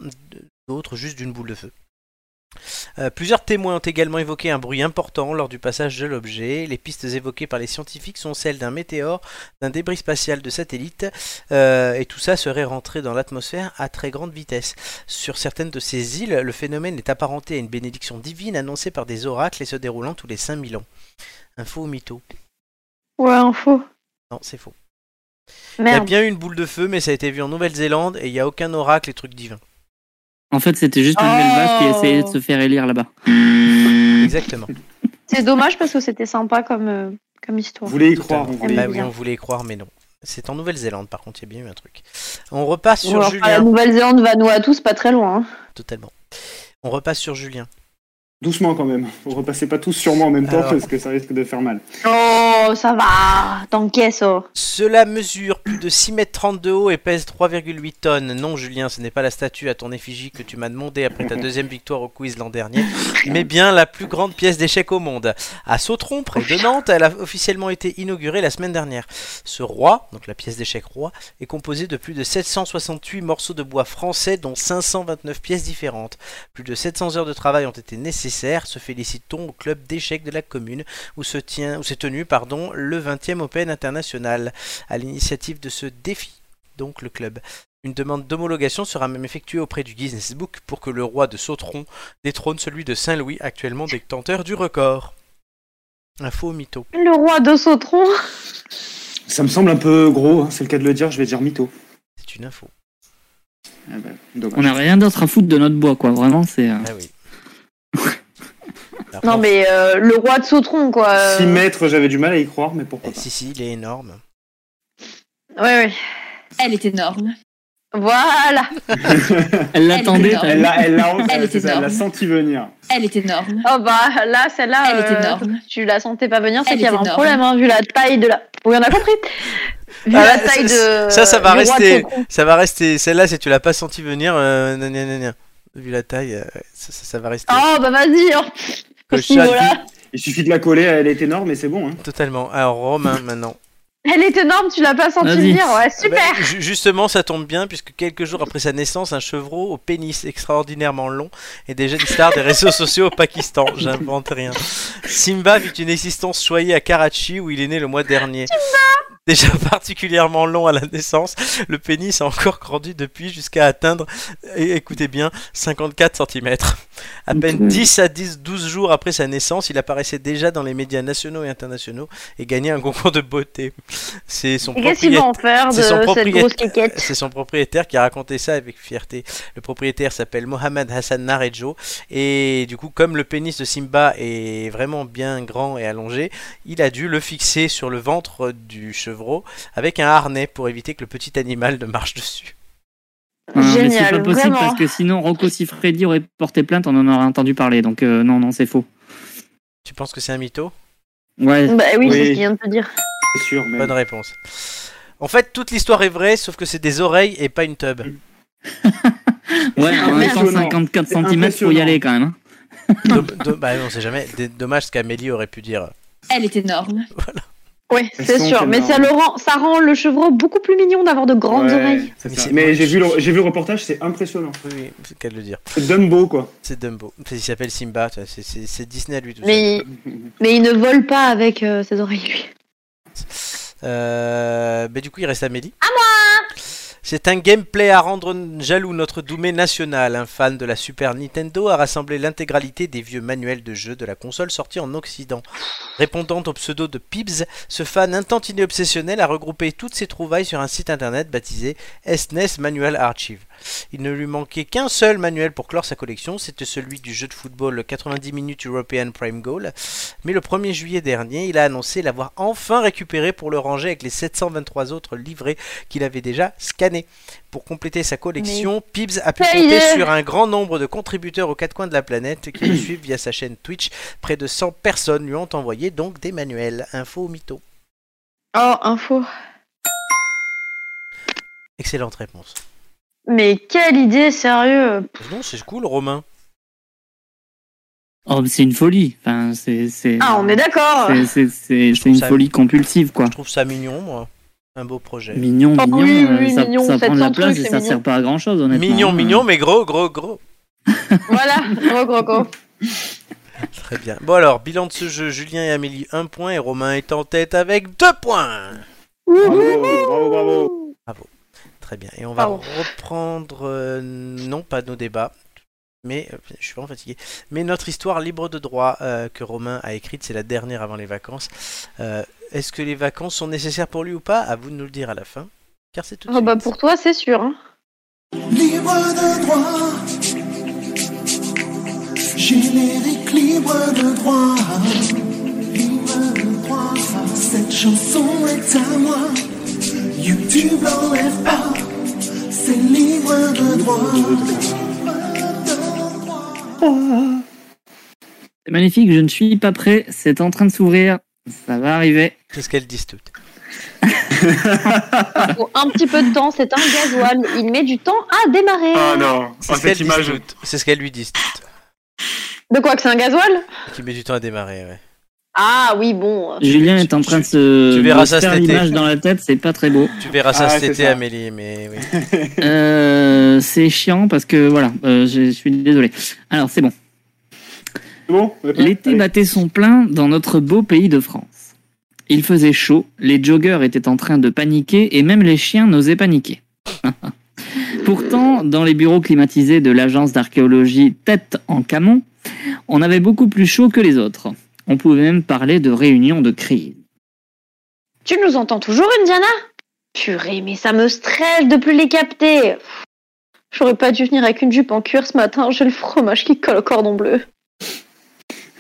S1: d'autres juste d'une boule de feu. Euh, plusieurs témoins ont également évoqué un bruit important lors du passage de l'objet. Les pistes évoquées par les scientifiques sont celles d'un météore, d'un débris spatial de satellite, euh, et tout ça serait rentré dans l'atmosphère à très grande vitesse. Sur certaines de ces îles, le phénomène est apparenté à une bénédiction divine annoncée par des oracles et se déroulant tous les 5000 ans. Info ou mytho
S5: Ouais, info.
S1: Non, c'est faux. Il y a
S5: Merde.
S1: bien eu une boule de feu, mais ça a été vu en Nouvelle-Zélande et il n'y a aucun oracle et truc divin.
S2: En fait, c'était juste Manuel
S5: Oh.
S2: Valls qui essayait de se faire élire là-bas.
S1: Exactement.
S5: C'est dommage parce que c'était sympa comme, euh, comme
S3: On
S5: histoire.
S3: voulait y
S1: Tout à
S3: croire, on
S1: fait.
S3: voulait y
S1: Bah
S5: Oui.
S1: oui, on voulait y croire, mais non. C'est en Nouvelle-Zélande, par contre, il y a bien eu un truc. On repasse
S5: Ouais,
S1: sur
S5: enfin, la
S1: Julien.
S5: Nouvelle-Zélande va nous à tous, pas très loin. hein.
S1: Totalement. On repasse sur Julien.
S3: Doucement quand même. Vous repassez pas tous sur moi en même temps
S1: Alors.
S3: parce que ça risque de faire mal.
S5: Oh, ça va, t'encaisses. Oh.
S1: Cela mesure plus de 6 mètres 30 de haut et pèse 3,8 tonnes. Non, Julien, ce n'est pas la statue à ton effigie que tu m'as demandé après ta deuxième victoire au quiz l'an dernier, mais bien la plus grande pièce d'échec au monde. À Sautron, près de Nantes, elle a officiellement été inaugurée la semaine dernière. Ce roi, donc la pièce d'échec roi, est composée de plus de 768 morceaux de bois français, dont 529 pièces différentes. Plus de 700 heures de travail ont été nécessaires, se félicitons au club d'échecs de la commune où se tient, où s'est tenu pardon, le 20e Open international à l'initiative de ce défi, donc le club. Une demande d'homologation sera même effectuée auprès du Guinness Book pour que le roi de Sautron détrône celui de Saint-Louis, actuellement détenteur du record. Info ou mytho.
S5: Le roi de Sautron.
S3: Ça me semble un peu gros, hein, c'est le cas de le dire, je vais dire mytho.
S1: C'est une info.
S3: Ah bah, dommage.
S2: On n'a rien d'autre à foutre de notre bois, quoi. Vraiment, c'est. euh,
S1: Ah oui. Par
S5: Non,
S1: contre,
S5: mais euh, le roi de Sautron, quoi. euh.
S3: 6 mètres, j'avais du mal à y croire, mais pourquoi
S1: eh,
S3: pas.
S1: Si, si, il est énorme.
S5: Ouais, ouais.
S6: Elle est énorme.
S5: Voilà.
S2: Elle l'attendait.
S6: Elle est
S3: Elle l'a, elle l'a,
S6: Elle est
S3: c'est ça, elle l'a
S6: énorme.
S3: senti venir.
S6: Elle est énorme.
S5: Oh, bah là, celle-là.
S6: Elle est
S5: euh,
S6: énorme.
S5: Tu la sentais pas venir, c'est
S6: Elle
S5: qu'il y avait
S6: est
S5: un
S6: énorme.
S5: problème, hein, vu la taille de la. Oui, on a compris. Vu
S1: Ah,
S5: la
S1: ça,
S5: taille de.
S1: ça, ça va
S5: du roi de
S1: rester.
S5: Sautron.
S1: Ça va rester. Celle-là, si tu l'as pas senti venir, euh, nan, nan, nan, nan. vu la taille, euh, ça, ça- ça va rester.
S5: Oh, bah vas-y. hein.
S1: Que
S5: à ce niveau-là.
S3: Il suffit de la coller, elle est énorme et c'est bon. Hein.
S1: Totalement. Alors Romain maintenant.
S5: Elle est énorme, tu l'as pas senti
S2: Vas-y.
S5: venir. Ouais, super.
S1: Bah, ju- justement, ça tombe bien puisque quelques jours après sa naissance, un chevreau au pénis extraordinairement long est déjà une star des réseaux sociaux au Pakistan. J'invente rien. Simba vit une existence choyée à Karachi où il est né le mois dernier. Déjà particulièrement long à la naissance, le pénis a encore grandi depuis jusqu'à atteindre, et écoutez bien, 54 cm. À
S5: Mhm.
S1: peine 10 à 10, 12 jours après sa naissance, il apparaissait déjà dans les médias nationaux et internationaux et gagnait un concours de beauté. C'est son
S5: Et qu'est-ce qu'ils
S1: propriétaire-
S5: vont en faire de
S1: c'est son
S5: cette
S1: propriétaire-
S5: grosse quéquette
S1: c'est son propriétaire qui a raconté ça avec fierté. Le propriétaire s'appelle Mohamed Hassan Narejo. Et du coup, comme le pénis de Simba est vraiment bien grand et allongé, il a dû le fixer sur le ventre du chevreau avec un harnais pour éviter que le petit animal ne marche dessus.
S2: euh, mais c'est
S5: Génial,
S2: pas possible
S5: vraiment.
S2: parce que sinon, Rocco Siffredi aurait porté plainte, on en aurait entendu parler. Donc, euh, non, non, c'est faux.
S1: Tu penses que c'est un mytho
S2: Ouais.
S5: Bah oui,
S3: Oui.
S5: c'est ce qu'il vient de te dire.
S3: C'est sûr, mais.
S1: Bonne réponse. En fait, toute l'histoire est vraie, sauf que c'est des oreilles et pas une tube.
S2: Ouais, en même temps,
S3: impressionnant.
S2: 54
S3: C'est
S2: cm pour y
S3: impressionnant.
S2: aller quand même. hein.
S1: Dom- dom- bah, on sait jamais. D- Dommage ce qu'Amélie aurait pu dire.
S6: Elle est énorme.
S5: Oui,
S3: Elles
S5: c'est
S3: sont
S5: sûr. Mais ça,
S3: énormes.
S5: le rend, ça rend le chevreau beaucoup plus mignon d'avoir de grandes
S3: Ouais,
S5: oreilles.
S3: c'est
S1: Mais
S3: ça.
S1: c'est-
S3: Mais j'ai vu, le, j'ai vu le reportage, c'est impressionnant.
S1: Oui, oui, c'est le cas de le dire.
S3: C'est Dumbo, quoi.
S1: C'est Dumbo. Il s'appelle Simba. tu vois, c'est- C'est c'est Disney à lui tout seul.
S5: Mais, il- mais il ne vole pas avec euh, ses oreilles, lui.
S1: Euh, bah, du coup, il reste Amélie. À moi C'est un gameplay à rendre jaloux notre Doumé national. Un fan de la Super Nintendo a rassemblé l'intégralité des vieux manuels de jeu de la console sortie en Occident. Répondant au pseudo de Pibbs, ce fan intentiné obsessionnel a regroupé toutes ses trouvailles sur un site internet baptisé SNES Manual Archive. Il ne lui manquait qu'un seul manuel pour clore sa collection, c'était celui du jeu de football 90 minutes European Prime Goal, mais le 1er juillet dernier, il a annoncé l'avoir enfin récupéré pour le ranger avec les 723 autres livrets qu'il avait déjà scannés. Pour compléter sa collection, Pibbs a pu
S5: Ça y
S1: compter
S5: est.
S1: sur un grand nombre de contributeurs aux quatre coins de la planète qui le suivent via sa chaîne Twitch. Près de 100 personnes lui ont envoyé donc des manuels. Info ou mytho
S5: Oh, info.
S1: Excellente réponse.
S5: Mais quelle idée, sérieux.
S1: Non, c'est cool, Romain.
S2: Oh, mais c'est une folie. Enfin, c'est, c'est,
S5: Ah, on est d'accord.
S2: c'est, c'est, c'est- c'est
S1: trouve
S2: une
S1: ça-
S2: folie compulsive, quoi.
S1: Je trouve ça mignon, moi. Un beau projet.
S2: Mignon,
S5: Oh,
S2: mignon,
S5: oui,
S2: euh,
S5: oui,
S2: ça,
S5: mignon,
S2: ça prend de la place
S5: 700 trucs,
S2: et
S5: c'est
S2: ça
S5: mignon.
S2: sert pas à grand chose, honnêtement.
S1: Mignon,
S2: hein.
S1: mignon, mais gros, gros, gros.
S5: Voilà, gros gros gros.
S1: Très bien. Bon alors, bilan de ce jeu, Julien et Amélie, un point, et Romain est en tête avec deux points.
S3: Bravo, bravo, bravo.
S1: Très bien. Et on va
S5: Pardon.
S1: reprendre, euh, non pas nos débats, mais euh, je suis vraiment fatigué, mais notre histoire libre de droit euh, que Romain a écrite, c'est la dernière avant les vacances. Euh, Est-ce que les vacances sont nécessaires pour lui ou pas À vous de nous le dire à la fin, car c'est tout de
S5: Ah bah
S1: suite.
S5: pour toi, c'est sûr. hein.
S7: Libre de droit. Générique libre de droit. Libre de droit. Cette chanson est à moi. YouTube l'enlève pas. C'est libre de droit. Libre de droit.
S2: C'est magnifique, je ne suis pas prêt, c'est en train de s'ouvrir. Ça va arriver.
S1: Qu'est-ce qu'elles disent toutes
S5: Faut un petit peu de temps, c'est un gasoil. Il met du temps à démarrer.
S3: Ah non,
S1: C'est
S3: ah,
S1: ce qu'elles
S3: cette
S1: disent
S3: image.
S1: toutes. C'est ce qu'elles lui disent toutes.
S5: De quoi que c'est un gasoil
S1: Qui met du temps à démarrer, ouais.
S5: Ah oui, bon.
S2: Julien est en train de se
S1: tu verras
S2: de
S1: ça
S2: se faire
S1: cet été.
S2: l'image dans la tête, c'est pas très beau.
S1: Tu verras ça
S3: Ah,
S1: cet
S3: c'est
S1: été,
S3: ça.
S1: Amélie, mais oui.
S2: Euh, c'est chiant parce que voilà, euh, je, je suis désolé. Alors c'est bon.
S3: C'est bon on est prêt
S2: L'été
S3: Allez.
S2: battait son plein dans notre beau pays de France. Il faisait chaud, les joggeurs étaient en train de paniquer et même les chiens n'osaient paniquer. Pourtant, dans les bureaux climatisés de l'agence d'archéologie Tête en Camon, on avait beaucoup plus chaud que les autres. On pouvait même parler de réunion de crise.
S5: Tu nous entends toujours, Indiana Purée, mais ça me stresse de plus les capter. Pff, J'aurais pas dû venir avec une jupe en cuir ce matin, j'ai le fromage qui colle au cordon bleu.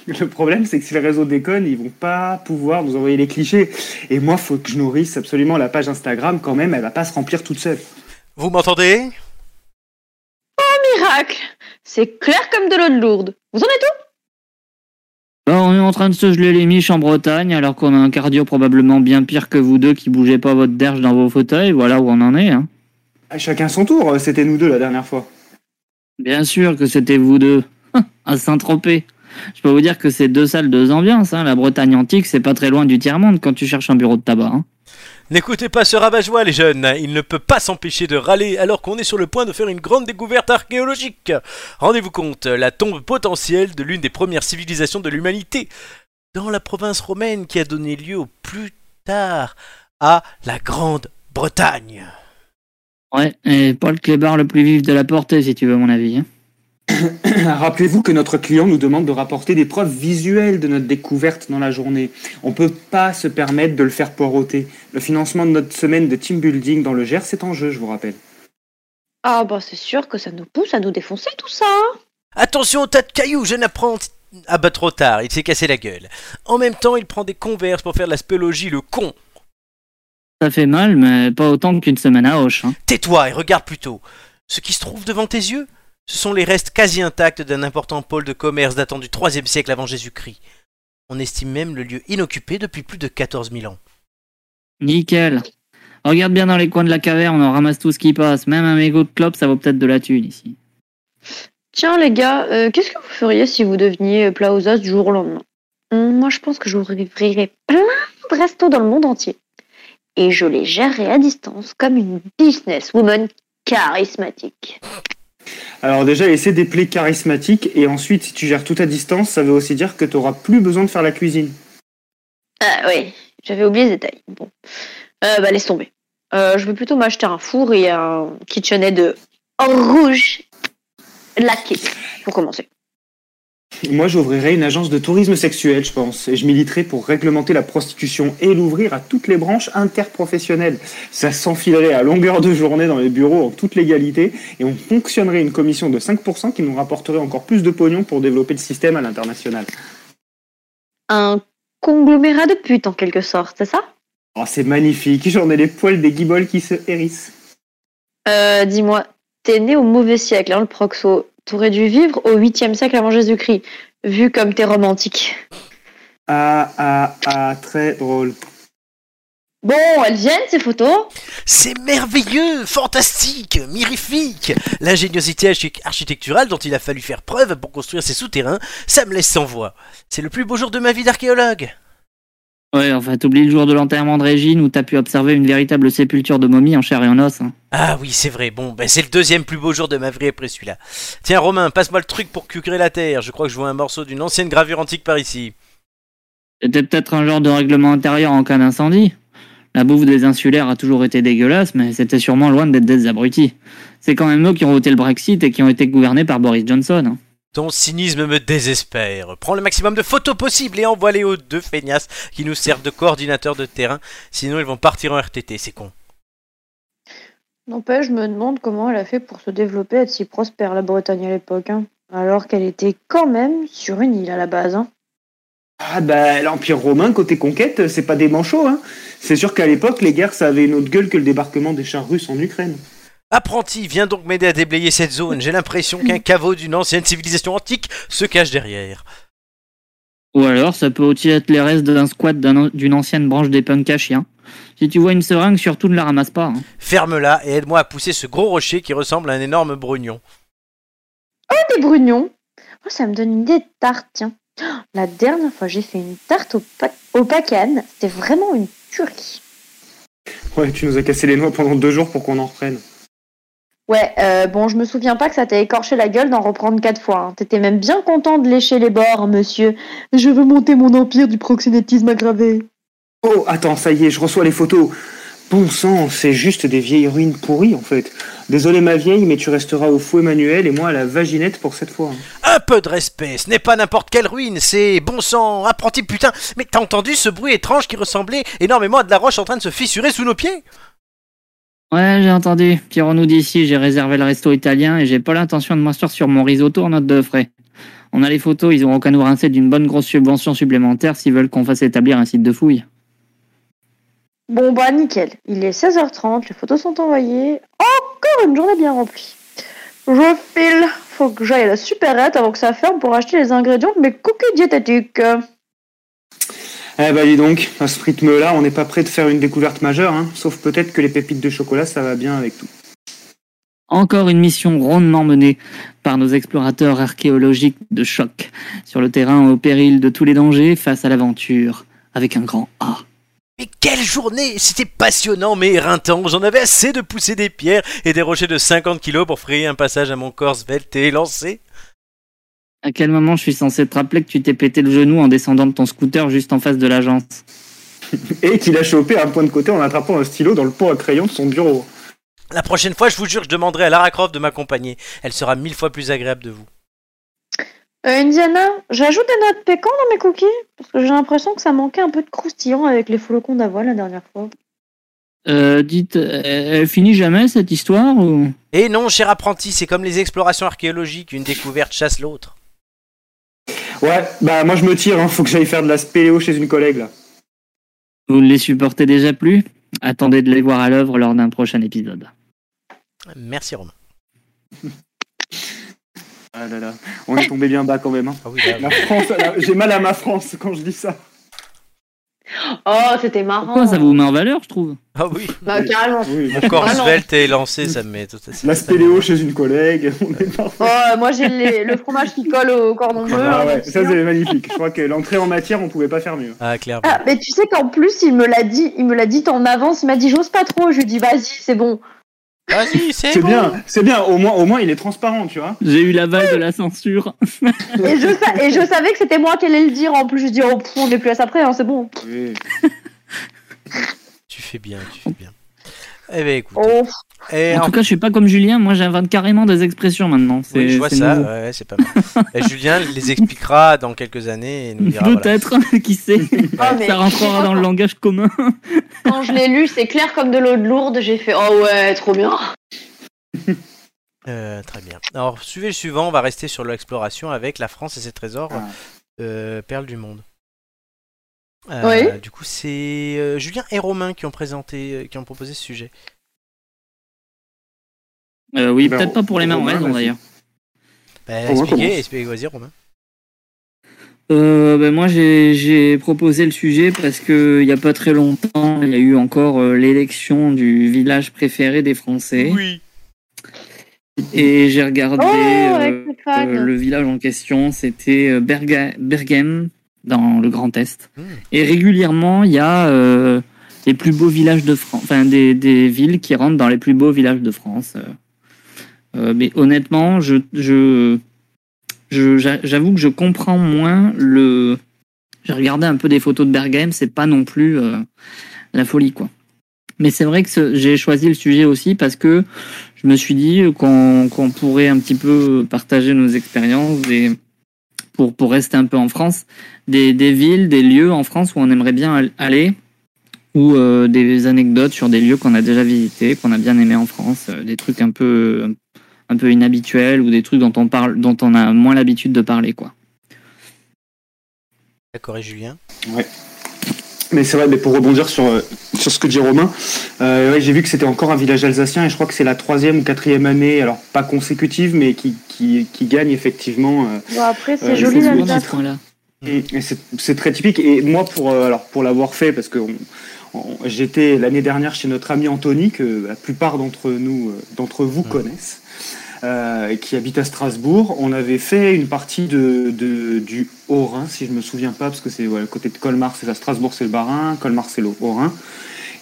S3: Le problème, c'est que si le réseau déconne, ils vont pas pouvoir nous envoyer les clichés. Et moi, faut que je nourrisse absolument la page Instagram quand même, elle va pas se remplir toute seule.
S1: Vous m'entendez
S5: Miracle C'est clair comme de l'eau de lourde. Vous en êtes
S2: Bon, Bah, on est en train de se geler les miches en Bretagne, alors qu'on a un cardio probablement bien pire que vous deux qui bougez pas votre derge dans vos fauteuils. Voilà où on en est. Hein.
S3: À chacun son tour, euh, c'était nous deux la dernière fois.
S2: Bien sûr que c'était vous deux. à Saint-Tropez. Je peux vous dire que c'est deux salles, deux ambiances. Hein. La Bretagne antique, c'est pas très loin du tiers-monde quand tu cherches un bureau de tabac. Hein.
S1: N'écoutez pas ce rabat-joie, les jeunes. Il ne peut pas s'empêcher de râler alors qu'on est sur le point de faire une grande découverte archéologique. Rendez-vous compte, la tombe potentielle de l'une des premières civilisations de l'humanité, dans la province romaine qui a donné lieu au plus tard à la Grande-Bretagne.
S2: Ouais, et pas le clébard le plus vif de la portée, si tu veux mon avis. hein.
S3: Ah, Rappelez-vous que notre client nous demande de rapporter des preuves visuelles de notre découverte dans la journée. On peut pas se permettre de le faire poireauter. Le financement de notre semaine de team building dans le Gers c'est en jeu, je vous rappelle.
S5: Ah bah c'est sûr que ça nous pousse à nous défoncer tout ça.
S1: Attention au tas de cailloux, jeune apprenti Ah bah trop tard, il s'est cassé la gueule. En même temps, il prend des converses pour faire de la spéologie, le con.
S2: Ça fait mal, mais pas autant qu'une semaine à Hoche. Hein.
S1: Tais-toi et regarde plutôt. Ce qui se trouve devant tes yeux, ce sont les restes quasi intacts d'un important pôle de commerce datant du IIIe siècle avant Jésus-Christ. On estime même le lieu inoccupé depuis plus de 14 000 ans.
S2: Nickel. Regarde bien dans les coins de la caverne, on en ramasse tout ce qui passe. Même un mégot de clope, ça vaut peut-être de la thune ici.
S5: Tiens les gars, euh, qu'est-ce que vous feriez si vous deveniez Plaza du jour au lendemain Hum, Moi je pense que j'ouvrirais plein de restos dans le monde entier. Et je les gérerais à distance comme une businesswoman charismatique.
S3: Alors déjà, essaie des plaies charismatiques et ensuite, si tu gères tout à distance, ça veut aussi dire que t'auras plus besoin de faire la cuisine.
S5: Ah oui, j'avais oublié les détails. Bon, Euh, bah laisse tomber. Euh, je vais plutôt m'acheter un four et un KitchenAid en rouge laqué pour commencer.
S3: Moi, j'ouvrirai une agence de tourisme sexuel, je pense, et je militerai pour réglementer la prostitution et l'ouvrir à toutes les branches interprofessionnelles. Ça s'enfilerait à longueur de journée dans les bureaux en toute légalité, et on fonctionnerait une commission de 5% qui nous rapporterait encore plus de pognon pour développer le système à l'international.
S5: Un conglomérat de putes en quelque sorte, c'est ça
S3: Oh, c'est magnifique, j'en ai les poils des guiboles qui se hérissent.
S5: Euh, dis-moi, t'es né au mauvais siècle, hein, le proxo. T'aurais dû vivre au 8e siècle avant Jésus-Christ, vu comme t'es romantique.
S3: Ah, ah, ah, très drôle.
S5: Bon, elles viennent ces photos.
S1: C'est merveilleux, fantastique, mirifique L'ingéniosité archi- architecturale dont il a fallu faire preuve pour construire ces souterrains, ça me laisse sans voix. C'est le plus beau jour de ma vie d'archéologue
S2: Ouais, enfin, t'oublies le jour de l'enterrement de Régine où t'as pu observer une véritable sépulture de momies en chair et en os. hein.
S1: Ah oui, c'est vrai, bon, ben c'est le deuxième plus beau jour de ma vie après celui-là. Tiens Romain, passe-moi le truc pour cucrer la terre, je crois que je vois un morceau d'une ancienne gravure antique par ici.
S2: C'était peut-être un genre de règlement intérieur en cas d'incendie. La bouffe des insulaires a toujours été dégueulasse, mais c'était sûrement loin d'être des abrutis. C'est quand même eux qui ont voté le Brexit et qui ont été gouvernés par Boris Johnson. hein.
S1: Ton cynisme me désespère. Prends le maximum de photos possibles et envoie-les aux deux feignasses qui nous servent de coordinateurs de terrain, sinon ils vont partir en RTT, c'est con.
S5: N'empêche, je me demande comment elle a fait pour se développer, être si prospère la Bretagne à l'époque, hein. alors qu'elle était quand même sur une île à la base. hein.
S3: Ah bah l'Empire romain côté conquête, c'est pas des manchots. Hein. C'est sûr qu'à l'époque, les guerres, ça avait une autre gueule que le débarquement des chars russes en Ukraine.
S1: Apprenti, viens donc m'aider à déblayer cette zone. J'ai l'impression qu'un caveau d'une ancienne civilisation antique se cache derrière.
S2: Ou alors, ça peut aussi être les restes d'un squat d'un an- d'une ancienne branche des punks à chiens. Si tu vois une seringue, surtout ne la ramasse pas. hein.
S1: Ferme-la et aide-moi à pousser ce gros rocher qui ressemble à un énorme brugnon.
S5: Ah, des brugnons Oh, Ça me donne une idée de tarte, tiens. Oh, La dernière fois, j'ai fait une tarte au, pa- au pacane. C'était vraiment une tuerie.
S3: Ouais, tu nous as cassé les noix pendant deux jours pour qu'on en reprenne.
S5: Ouais, euh, bon, je me souviens pas que ça t'a écorché la gueule d'en reprendre quatre fois. hein. T'étais même bien content de lécher les bords, monsieur. Je veux monter mon empire du proxénétisme aggravé.
S3: Oh, attends, ça y est, je reçois les photos. Bon sang, c'est juste des vieilles ruines pourries en fait. Désolé ma vieille, mais tu resteras au fouet manuel et moi à la vaginette pour cette fois. hein.
S1: Un peu de respect, ce n'est pas n'importe quelle ruine, c'est bon sang, apprenti putain. Mais t'as entendu ce bruit étrange qui ressemblait énormément à de la roche en train de se fissurer sous nos pieds
S2: Ouais, j'ai entendu. Tirons-nous d'ici, j'ai réservé le resto italien et j'ai pas l'intention de m'asseoir sur mon risotto en note de frais. On a les photos, ils auront qu'à nous rincer d'une bonne grosse subvention supplémentaire s'ils veulent qu'on fasse établir un site de fouille.
S5: Bon, bah, nickel. Il est 16h30, les photos sont envoyées. Encore une journée bien remplie. Je file. Faut que j'aille à la supérette avant que ça ferme pour acheter les ingrédients de mes cookies diététiques.
S3: Eh bah dis donc, à ce rythme-là, on n'est pas prêt de faire une découverte majeure, hein. sauf peut-être que les pépites de chocolat, ça va bien avec tout.
S2: Encore une mission rondement menée par nos explorateurs archéologiques de choc, sur le terrain au péril de tous les dangers face à l'aventure, avec un grand A.
S1: Mais quelle journée C'était passionnant mais éreintant, j'en avais assez de pousser des pierres et des rochers de 50 kilos pour frayer un passage à mon corps svelte et lancé.
S2: À quel moment je suis censé te rappeler que tu t'es pété le genou en descendant de ton scooter juste en face de l'agence
S3: Et qu'il a chopé un point de côté en attrapant un stylo dans le pot à crayon de son bureau.
S1: La prochaine fois, je vous jure, je demanderai à Lara Croft de m'accompagner. Elle sera mille fois plus agréable de vous.
S5: Euh, Indiana, j'ajoute des noix de pécan dans mes cookies Parce que j'ai l'impression que ça manquait un peu de croustillant avec les flocons d'avoine la dernière fois.
S2: Euh, dites, euh, elle finit jamais cette histoire ou
S1: Et non, cher apprenti, c'est comme les explorations archéologiques, une découverte chasse l'autre.
S3: Ouais, bah moi je me tire, hein. faut que j'aille faire de la spéléo chez une collègue là.
S2: vous ne les supportez déjà plus Attendez de les voir à l'œuvre lors d'un prochain épisode.
S1: Merci Romain.
S3: Ah là là, on est tombé bien bas quand même. hein.
S1: Ah oui, là,
S3: La France, la- j'ai mal à ma France quand je dis ça.
S5: Oh, c'était marrant.
S2: Pourquoi ça vous met en valeur, je trouve
S1: ah oui.
S5: Bah, carrément.
S3: Oui,
S1: Mon corps
S5: Ah non.
S1: svelte et lancé, ça me met tout à
S3: la spéléo chez une collègue, on est parti.
S5: Oh, euh, moi, j'ai les- le fromage qui colle au cordon bleu.
S3: Ah
S5: hein,
S3: ouais,
S5: donc
S3: ça c'est magnifique. Je crois que l'entrée en matière, on pouvait pas faire mieux.
S1: Ah, clairement.
S5: Ah, mais tu sais qu'en plus, il me l'a dit, il me l'a dit en avance, il m'a dit j'ose pas trop, je lui ai dit vas-y, c'est bon.
S1: Vas-y, Ah, c'est
S3: C'est
S1: bon.
S3: bien, c'est bien. Au moins, au moins, il est transparent, tu vois.
S2: J'ai eu la vague de la censure.
S5: Et je, sa- et je savais que c'était moi qui allais le dire en plus, je lui ai dit oh, pff, on est plus à ça près, hein, c'est bon.
S1: Tu fais bien, tu fais bien. Eh ben écoute.
S5: Oh,
S1: Et
S2: En
S1: en-
S2: tout cas, je suis pas comme Julien, moi j'invente carrément des expressions maintenant. C'est
S1: oui, je vois
S2: c'est
S1: ça,
S2: nouveau.
S1: ouais, ouais, c'est pas mal. Et Julien les expliquera dans quelques années et nous dira. voilà.
S2: Peut-être, qui sait
S5: Ah, mais-
S2: Ça rentrera dans le langage commun.
S5: Quand je l'ai lu, c'est clair comme de l'eau de lourde, j'ai fait oh ouais, trop bien.
S1: Euh, très bien. Alors, suivez le suivant, on va rester sur l'exploration avec la France et ses trésors
S3: Ah.
S1: euh, perles du monde. Euh, Du coup, c'est euh, Julien et Romain qui ont présenté, euh, qui ont proposé ce sujet.
S2: Euh, oui,
S3: Ben,
S2: peut-être pas pour les mêmes
S3: Romain,
S2: raisons
S3: vas-y.
S2: d'ailleurs.
S1: Bah,
S3: Romain
S1: expliquez,
S3: commence.
S1: expliquez, vas-y Romain.
S2: Euh, ben moi, j'ai- j'ai proposé le sujet parce que il y a pas très longtemps, il y a eu encore euh, l'élection du village préféré des Français.
S1: Oui.
S2: Et j'ai regardé
S5: Oh,
S2: euh,
S5: avec le crâne.
S2: euh, le village en question, c'était euh, Berga- Berghem, dans le Grand Est.
S1: Hmm.
S2: Et régulièrement, il y a euh, les plus beaux villages de France, enfin des, des villes qui rentrent dans les plus beaux villages de France. euh. Euh, mais honnêtement, je, je, je- j'a- j'avoue que je comprends moins le. J'ai regardé un peu des photos de Berghem, c'est pas non plus euh, la folie, quoi. Mais c'est vrai que ce- j'ai choisi le sujet aussi parce que je me suis dit qu'on qu'on pourrait un petit peu partager nos expériences et pour, pour rester un peu en France, des, des villes, des lieux en France où on aimerait bien al- aller, ou euh, des anecdotes sur des lieux qu'on a déjà visités, qu'on a bien aimé en France, euh, des trucs un peu un peu inhabituels ou des trucs dont on parle, dont on a moins l'habitude de parler quoi.
S1: D'accord, et Julien
S3: Mais c'est vrai, mais pour rebondir sur, euh, sur ce que dit Romain, euh, ouais, j'ai vu que c'était encore un village alsacien et je crois que c'est la troisième ou quatrième année, alors pas consécutive, mais qui, qui, qui gagne effectivement. euh,
S5: Bon, après, c'est
S3: Euh,
S5: joli
S3: c'est
S2: Souvent,
S5: l'Alsace.
S2: ce point-là.
S3: Et c'est- c'est très typique. Et moi, pour, euh, alors, pour l'avoir fait, parce que on- on- j'étais l'année dernière chez notre ami Anthony, que la plupart d'entre nous, euh, d'entre vous connaissent, euh, qui habite à Strasbourg, on avait fait une partie de, de- du Haut-Rhin, si je me souviens pas, parce que c'est voilà, à côté de Colmar, c'est à Strasbourg, c'est le Bas-Rhin, Colmar, c'est le Haut-Rhin.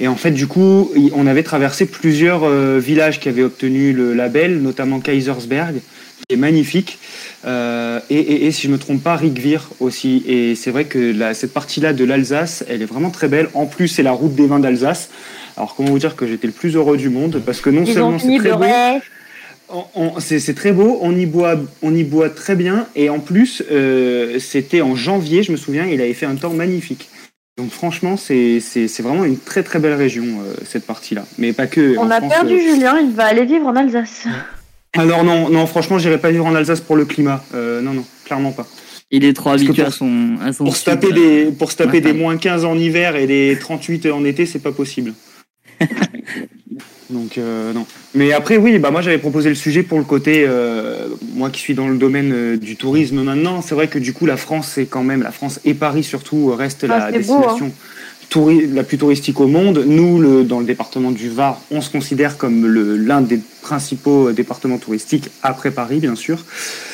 S3: Et en fait, du coup, y- on avait traversé plusieurs euh, villages qui avaient obtenu le label, notamment Kaisersberg, qui est magnifique. Euh, et, et- et si je me trompe pas, Rigvir aussi. Et c'est vrai que la- cette partie-là de l'Alsace, elle est vraiment très belle. En plus, c'est la route des vins d'Alsace. Alors comment vous dire que j'étais le plus heureux du monde parce que non
S5: Ils ont
S3: seulement c'est
S5: fini
S3: très
S5: de
S3: beau,
S5: rêve.
S3: on- on- c'est c'est très beau, on y boit, on y boit très bien et en plus euh, c'était en janvier, je me souviens, il avait fait un temps magnifique. Donc franchement, c'est c'est- c'est vraiment une très très belle région euh, cette partie-là, mais pas que.
S5: On
S3: en
S5: a
S3: France,
S5: perdu
S3: euh,
S5: Julien, il va aller vivre en Alsace.
S3: Alors non, non, franchement, j'irai pas vivre en Alsace pour le climat. Euh, non, non, clairement pas.
S2: Il est trop
S3: Parce que
S2: habitué
S3: pour-
S2: à son à son
S3: Pour se
S2: sud,
S3: taper
S2: euh,
S3: des, pour se taper
S2: ouais.
S3: des moins 15 en hiver et des 38 en été, c'est pas possible. Donc euh, non. Mais après oui, bah moi j'avais proposé le sujet pour le côté euh, moi qui suis dans le domaine euh, du tourisme maintenant, c'est vrai que du coup la France c'est quand même la France et Paris surtout euh, reste
S5: Ah,
S3: la
S5: c'est beau, hein.
S3: destination touri- la plus touristique au monde. Nous le, dans le département du Var, on se considère comme le- l'un des principaux euh, départements touristiques après Paris bien sûr.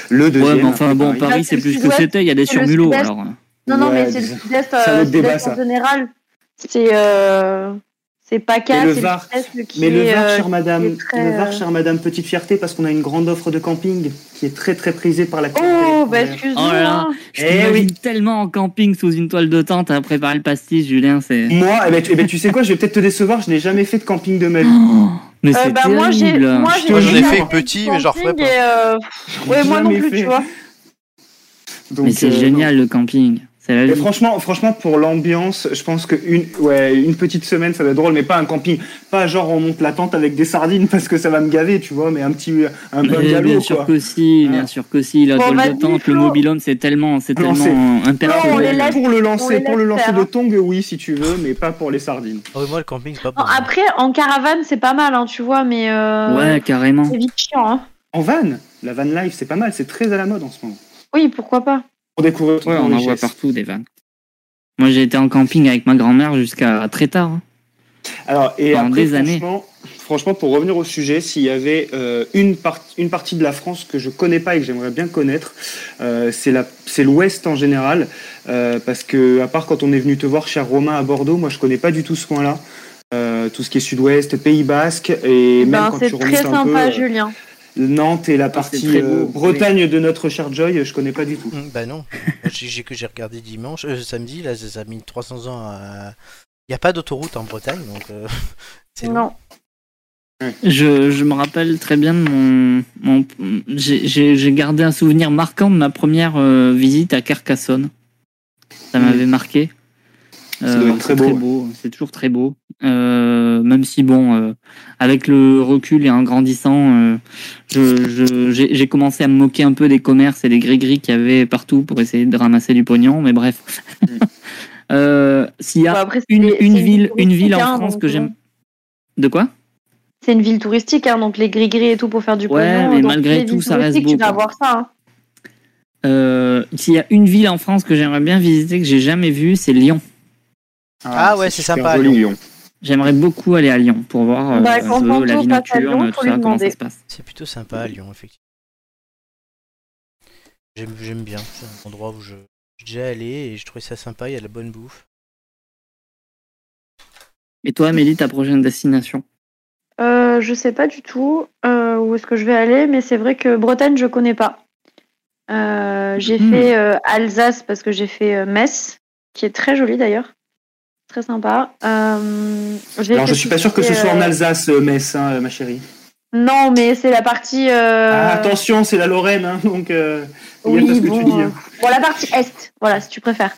S3: Le deuxième.
S2: Ouais, mais enfin
S3: après
S2: bon,
S3: Paris.
S2: Paris c'est
S5: c'est
S2: plus
S5: le
S2: que
S5: sud-ouest,
S2: c'était, il y a des
S5: c'est le
S2: surmulots
S5: sud-est.
S2: alors.
S5: Non, non,
S3: Ouais,
S5: mais c'est le
S3: dis-
S5: sud-est
S3: c'est un
S5: euh,
S3: autre débat,
S5: sud-est en
S3: ça.
S5: général. C'est euh, c'est PACA,
S3: Et le
S5: c'est
S3: Var.
S5: sud-est qui
S3: Mais le
S5: est,
S3: Var,
S5: euh,
S3: chère madame,
S5: est très,
S3: le Var,
S5: euh,
S3: chère madame, petite fierté parce qu'on a une grande offre de camping qui est très très prisée par la
S5: Oh,
S3: clientèle.
S5: bah
S2: Oh là là.
S5: excuse-moi.
S2: Je
S3: Eh
S2: t'imagine
S3: oui.
S2: tellement en camping sous une toile de tente à préparer le pastis, Julien, c'est...
S3: Moi, eh ben, tu, eh ben, tu sais quoi, je vais peut-être te décevoir, je n'ai jamais fait de camping de ma vie.
S2: Oh, mais
S5: Euh,
S2: c'est
S5: bah,
S2: terrible.
S5: moi, j'ai- moi, j'ai
S3: Moi, j'en ai
S5: déjà
S3: fait
S5: du
S1: petit, mais j'en referai
S5: camping
S1: pas.
S5: et, euh, Ouais, moi non
S3: Jamais
S5: plus,
S3: fait.
S5: tu vois.
S3: Donc,
S2: mais c'est
S3: euh,
S2: génial le camping. C'est la
S3: Et
S2: vie.
S3: franchement, franchement, pour l'ambiance, je pense que une, ouais, une petite semaine, ça va être drôle, mais pas un camping. Pas genre on monte la tente avec des sardines parce que ça va me gaver, tu vois, mais un petit, un
S2: Mais
S3: bon
S2: bien
S3: galop,
S2: sûr
S3: quoi.
S2: que si, bien
S3: Ah.
S2: sûr que si. La
S5: Bon,
S2: toile
S5: vas-y,
S2: de tente, le
S5: Flo.
S2: mobilhome, c'est tellement, c'est
S3: Non,
S2: tellement euh,
S5: Non, on les
S2: impersonnel.
S5: laisse.
S3: Pour le
S5: On
S3: lancer,
S5: les
S3: pour le
S5: laisse
S3: lancer
S5: faire,
S3: de
S5: hein.
S3: tong, oui, si tu veux, mais pas pour les sardines.
S1: Ah oui, moi, le camping, c'est pas
S5: Bon,
S1: pour moi.
S5: après, en caravane, c'est pas mal, hein, tu vois, mais euh,
S2: Ouais, carrément.
S5: c'est vite chiant. Hein.
S3: En van, la van life, c'est pas mal, c'est très à la mode en ce moment.
S5: Oui, pourquoi pas.
S3: pour découvrir ton
S2: Ouais, on en voit
S3: richesse.
S2: partout des vannes. Moi, j'ai été en camping avec ma grand-mère jusqu'à très tard. hein.
S3: Alors, et
S2: Pendant
S3: après,
S2: des années.
S3: franchement, franchement, pour revenir au sujet, s'il y avait euh, une, part- une partie de la France que je connais pas et que j'aimerais bien connaître, euh, c'est la- c'est l'Ouest en général. euh, parce que, à part quand on est venu te voir, cher Romain, à Bordeaux, moi, je connais pas du tout ce coin-là. Euh, tout ce qui est sud-ouest, Pays basque, et même
S5: Ben,
S3: quand
S5: c'est
S3: tu remontes
S5: très
S3: un peu
S5: sympa,
S3: euh,
S5: Julien.
S3: Nantes et la
S2: Ah, c'est
S3: partie
S2: très beau,
S3: euh,
S2: oui.
S3: Bretagne de notre cher Joy, je connais pas du tout.
S1: Hum, Bah non, Moi, j'ai j'ai- que j'ai regardé dimanche, euh, samedi, là, ça ça a mis 300 ans à... Il n'y a pas d'autoroute en Bretagne, donc... euh, c'est long.
S5: Non.
S2: Je, je me rappelle très bien de mon. mon j'ai- j'ai j'ai gardé un souvenir marquant de ma première euh, visite à Carcassonne. Ça
S3: Mm.
S2: m'avait marqué.
S3: Ça doit être très
S2: c'est
S3: beau, ouais.
S2: C'est toujours très beau. Euh, même si, bon, euh, avec le recul et en grandissant, euh, je- je- j'ai j'ai commencé à me moquer un peu des commerces et des gris-gris qu'il y avait partout pour essayer de ramasser du pognon, mais bref.
S3: Mm.
S2: Euh, S'il y
S5: Bon,
S2: a
S5: après, Bah, c'est-
S2: une,
S5: c'est
S2: une ville, une ville
S5: touristique,
S2: en
S5: hein,
S2: France
S5: donc,
S2: que
S5: euh,
S2: j'aime. De quoi
S5: C'est une ville touristique, hein, donc les gris-gris et tout pour faire du
S2: Ouais,
S5: pognon.
S2: mais
S5: dans
S2: malgré
S5: toutes les
S2: tout,
S5: villes
S2: ça reste
S5: touristiques,
S2: beau,
S5: Tu vas
S2: quoi.
S5: avoir ça. hein.
S2: Euh, S'il y a une ville en France que j'aimerais bien visiter, que j'ai jamais vue, c'est Lyon.
S1: Ah ouais, c'est
S3: super
S1: sympa,
S3: joli,
S1: Lyon.
S3: Lyon.
S2: J'aimerais beaucoup aller à Lyon pour voir euh,
S5: Bah,
S2: un
S5: quand
S2: peu
S5: Panto
S2: la vie
S5: passe à Lyon,
S2: nocturne,
S5: faut
S2: tout
S5: lui
S2: ça, comment
S5: demander.
S2: ça se passe.
S1: C'est plutôt sympa à Lyon, effectivement. J'aime, j'aime bien. C'est un endroit où je je suis déjà allé et je trouvais ça sympa. Il y a de la bonne bouffe.
S2: Et toi, Amélie, ta prochaine destination
S5: Euh, je sais pas du tout euh, où est-ce que je vais aller, mais c'est vrai que Bretagne, je connais pas. Euh, j'ai
S3: Hmm.
S2: Mhm.
S5: fait euh, Alsace parce que j'ai fait euh, Metz, qui est très joli d'ailleurs. Très sympa. Euh, j'ai
S3: Alors,
S5: fait
S3: je suis
S5: tout
S3: pas
S5: ce
S3: sûr que
S5: qui
S3: ce
S5: est,
S3: soit en
S5: euh,
S3: Alsace, euh, Metz, hein, ma chérie.
S5: Non, mais c'est la partie. euh,
S3: Ah, attention, c'est la Lorraine, hein, donc euh,
S5: Oui,
S3: regarde pas ce que
S5: bon,
S3: tu dis.
S5: euh,
S3: hein.
S5: bon, la partie est, voilà, si tu préfères.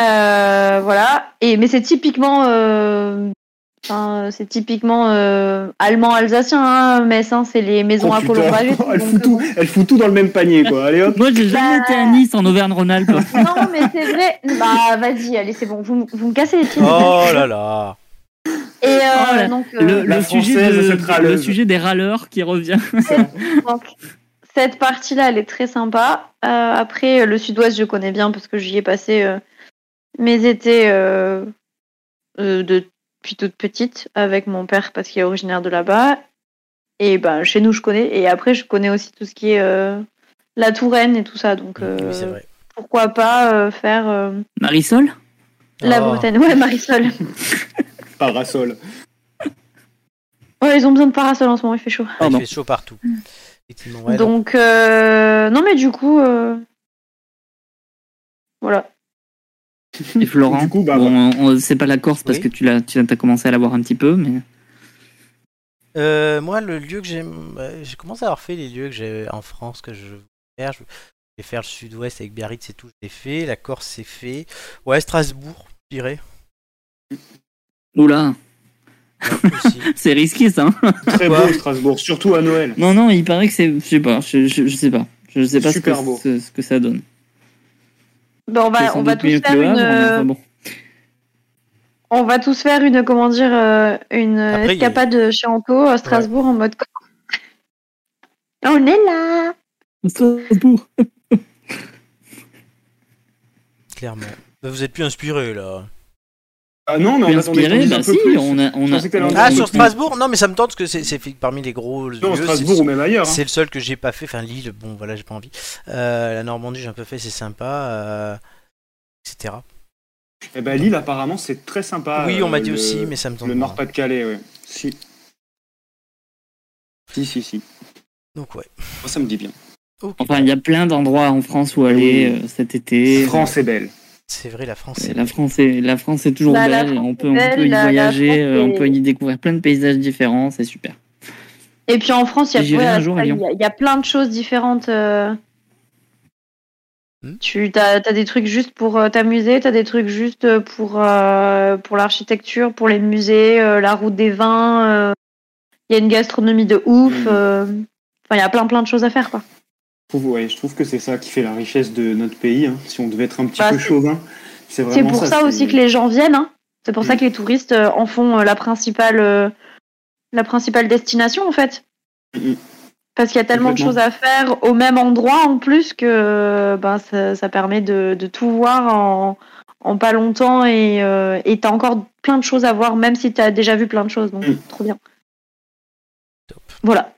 S5: Euh, voilà. Et mais c'est typiquement, euh, enfin, c'est typiquement euh, allemand alsacien, hein, Metz, hein, c'est les maisons
S3: Oh,
S5: à
S3: putain,
S5: colombages. et tout,
S3: elle,
S5: donc, euh,
S3: fout tout, elle fout tout dans le même panier, quoi. Allez hop.
S2: Moi, j'ai jamais
S5: Bah.
S2: été à Nice en Auvergne-Rhône-Alpes.
S5: euh, Non, mais c'est vrai. Bah, vas-y, allez, c'est bon. Vous, m- vous me cassez les pieds.
S3: Ah.
S1: Oh là là.
S5: Et euh,
S2: Oh là,
S5: donc, euh,
S2: le,
S3: La
S2: le sujet
S3: française,
S2: de-
S3: cette
S2: le
S3: râleuse.
S2: sujet des râleurs qui revient.
S5: Donc, cette partie-là, elle est très sympa. Euh, après, euh, le sud-ouest, je connais bien parce que j'y ai passé euh, mes étés euh, euh, de- depuis toute petite avec mon père parce qu'il est originaire de là-bas. Et ben, chez nous, je connais. Et après, je connais aussi tout ce qui est euh, la Touraine et tout ça. Donc, euh,
S1: Oui, c'est vrai.
S5: pourquoi pas euh, faire euh,
S2: Marisol
S5: la
S1: Oh.
S5: Bretagne Ouais, Marisol.
S3: Ah, Parasol.
S5: Ouais, ils ont besoin de parasol en ce moment, il fait chaud.
S1: Ah, il
S2: Pardon.
S1: fait chaud partout. Effectivement, ouais, non.
S5: Mm. Donc, euh, non, mais du coup, euh, voilà.
S2: et Florent.
S3: Du coup, bah,
S2: Bon, on- on- c'est pas la Corse parce
S1: Oui.
S2: que tu l'as, tu as commencé à la voir un petit peu, mais
S1: Euh, moi, le lieu que j'aime, euh, j'ai commencé à avoir fait les lieux que j'ai en France que je voulais faire. Je voulais faire le Sud-Ouest avec Biarritz et tout, je l'ai fait. La Corse, c'est fait. Ouais, Strasbourg, je dirais.
S2: oula,
S1: Ouais, aussi.
S2: c'est risqué ça. hein.
S3: Très
S1: Quoi
S3: beau Strasbourg, surtout à Noël.
S2: non, non, il paraît que c'est, je sais pas, je, je, je sais pas, je sais pas ce que,
S3: Super beau.
S2: ce- ce que ça donne.
S5: Ben, on
S2: C'est
S5: va,
S2: sans
S5: on va
S2: doute
S5: tous
S2: mieux que
S5: faire
S2: le Havre,
S5: une,
S2: mais enfin bon.
S5: on va tous faire une, comment dire, euh, une
S1: Après, il y a-
S5: escapade chez Anto à Strasbourg en mode. On est là.
S2: Strasbourg.
S1: Clairement. Euh, Vous êtes plus inspiré là.
S3: Ah non, mais on attendait qu'on
S2: inspiré,
S3: dise
S2: bah
S3: un peu
S2: si,
S3: plus.
S2: on a, on
S3: Je
S2: a.
S3: pensais que t'allais en
S2: on-
S3: dire.
S1: Ah,
S2: on-
S1: sur Strasbourg Non, mais ça me tente parce que c'est c'est fait parmi les gros
S3: Non,
S1: lieux. c'est-
S3: Strasbourg ou même ailleurs. hein.
S1: C'est le seul que j'ai pas fait. Enfin, Lille, bon, voilà, j'ai pas envie. Euh, la Normandie, j'ai un peu fait, c'est sympa. euh, etc.
S3: Eh ben, Lille, apparemment, c'est très sympa.
S1: oui, on
S3: euh,
S1: m'a dit
S3: le-
S1: aussi, mais ça me tente
S3: Le
S1: pas.
S3: Nord-Pas-de-Calais, ouais. Si. Si, si, si.
S1: Donc, ouais.
S3: Moi, ça me dit bien.
S1: Ok.
S2: Enfin, il y a plein d'endroits en France où aller euh, cet été.
S3: France est belle.
S1: C'est vrai, la France.
S2: Et
S1: c'est-
S2: La France est, la France est toujours
S5: Bah, la
S2: belle.
S5: France
S2: On peut,
S5: est
S2: on
S5: belle,
S2: peut y
S5: la- la
S2: voyager,
S5: France
S2: euh, on
S5: est-
S2: peut y découvrir plein de paysages différents. C'est super.
S5: Et puis en France, il y a-
S2: J'irai
S5: ouais,
S2: un jour à
S5: il y,
S2: Lyon.
S5: a- il y a plein de choses différentes. euh.
S1: Hmm.
S5: Tu as, des trucs juste pour euh, t'amuser, t'as des trucs juste euh, pour, euh, pour l'architecture, pour les musées, euh, la route des vins. euh. Il y a une gastronomie de ouf.
S3: Hmm.
S5: euh. Enfin, il y a plein plein de choses à faire quoi.
S3: Je trouve, ouais, je trouve que c'est ça qui fait la richesse de notre pays. hein. Si on devait être un petit
S5: Bah,
S3: peu
S5: c'est-
S3: chauvin, c'est
S5: C'est
S3: vraiment
S5: pour ça,
S3: c'est-
S5: aussi que les gens viennent. hein. C'est pour ça
S3: Mm.
S5: que les touristes euh, en font euh, la principale, euh, la principale destination en fait.
S3: Mm.
S5: Parce qu'il y a tellement de
S3: Complètement.
S5: choses à faire au même endroit en plus que euh, ben, ça, ça permet de, de tout voir en, en pas longtemps et euh, et t'as encore plein de choses à voir même si t'as déjà vu plein de choses. Donc
S3: Mm.
S5: trop bien.
S1: Top.
S5: Voilà.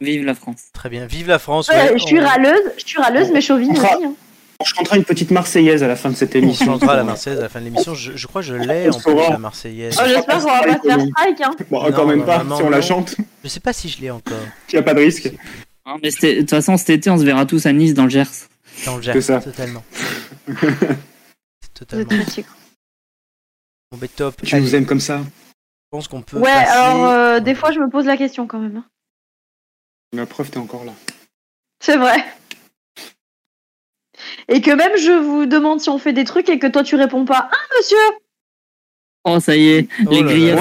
S2: Vive la France.
S1: Très bien. Vive la France.
S5: Euh,
S1: ouais,
S5: je suis
S1: on-
S5: râleuse, je suis râleuse, mais chauvine
S3: On
S5: aussi.
S3: fera-
S5: hein.
S3: Je chantera une petite Marseillaise à la fin de cette
S1: On
S3: émission.
S1: chantera la Marseillaise à la fin de l'émission. Je, je crois que je l'ai en plus,
S3: saura. Ah,
S1: la Marseillaise.
S5: Oh, J'espère qu'on va pas se faire strike. hein.
S3: Bon,
S1: Non,
S3: quand même pas,
S1: vraiment,
S3: si on la
S1: non.
S3: chante,
S1: Je sais pas si je l'ai encore.
S3: il n'y a pas de risque.
S2: Hein, mais c'était- de toute façon, cet été, on se verra tous à Nice dans le Gers.
S1: Dans le
S3: C'est
S1: Gers,
S3: ça.
S1: totalement. C'est
S5: Vous êtes
S1: totalement.
S5: fatigués.
S1: Bon, ben, top.
S3: Je
S1: Allez,
S3: vous aime comme ça.
S1: je pense qu'on peut.
S5: Ouais,
S1: passer-
S5: alors euh, des fois je me pose la question quand même. hein.
S3: La preuve, t'es encore là.
S5: C'est vrai. Et que même je vous demande si on fait des trucs et que toi tu réponds pas. Ah monsieur
S2: Oh, ça y est,
S1: Oh
S2: les
S1: là là
S2: griefs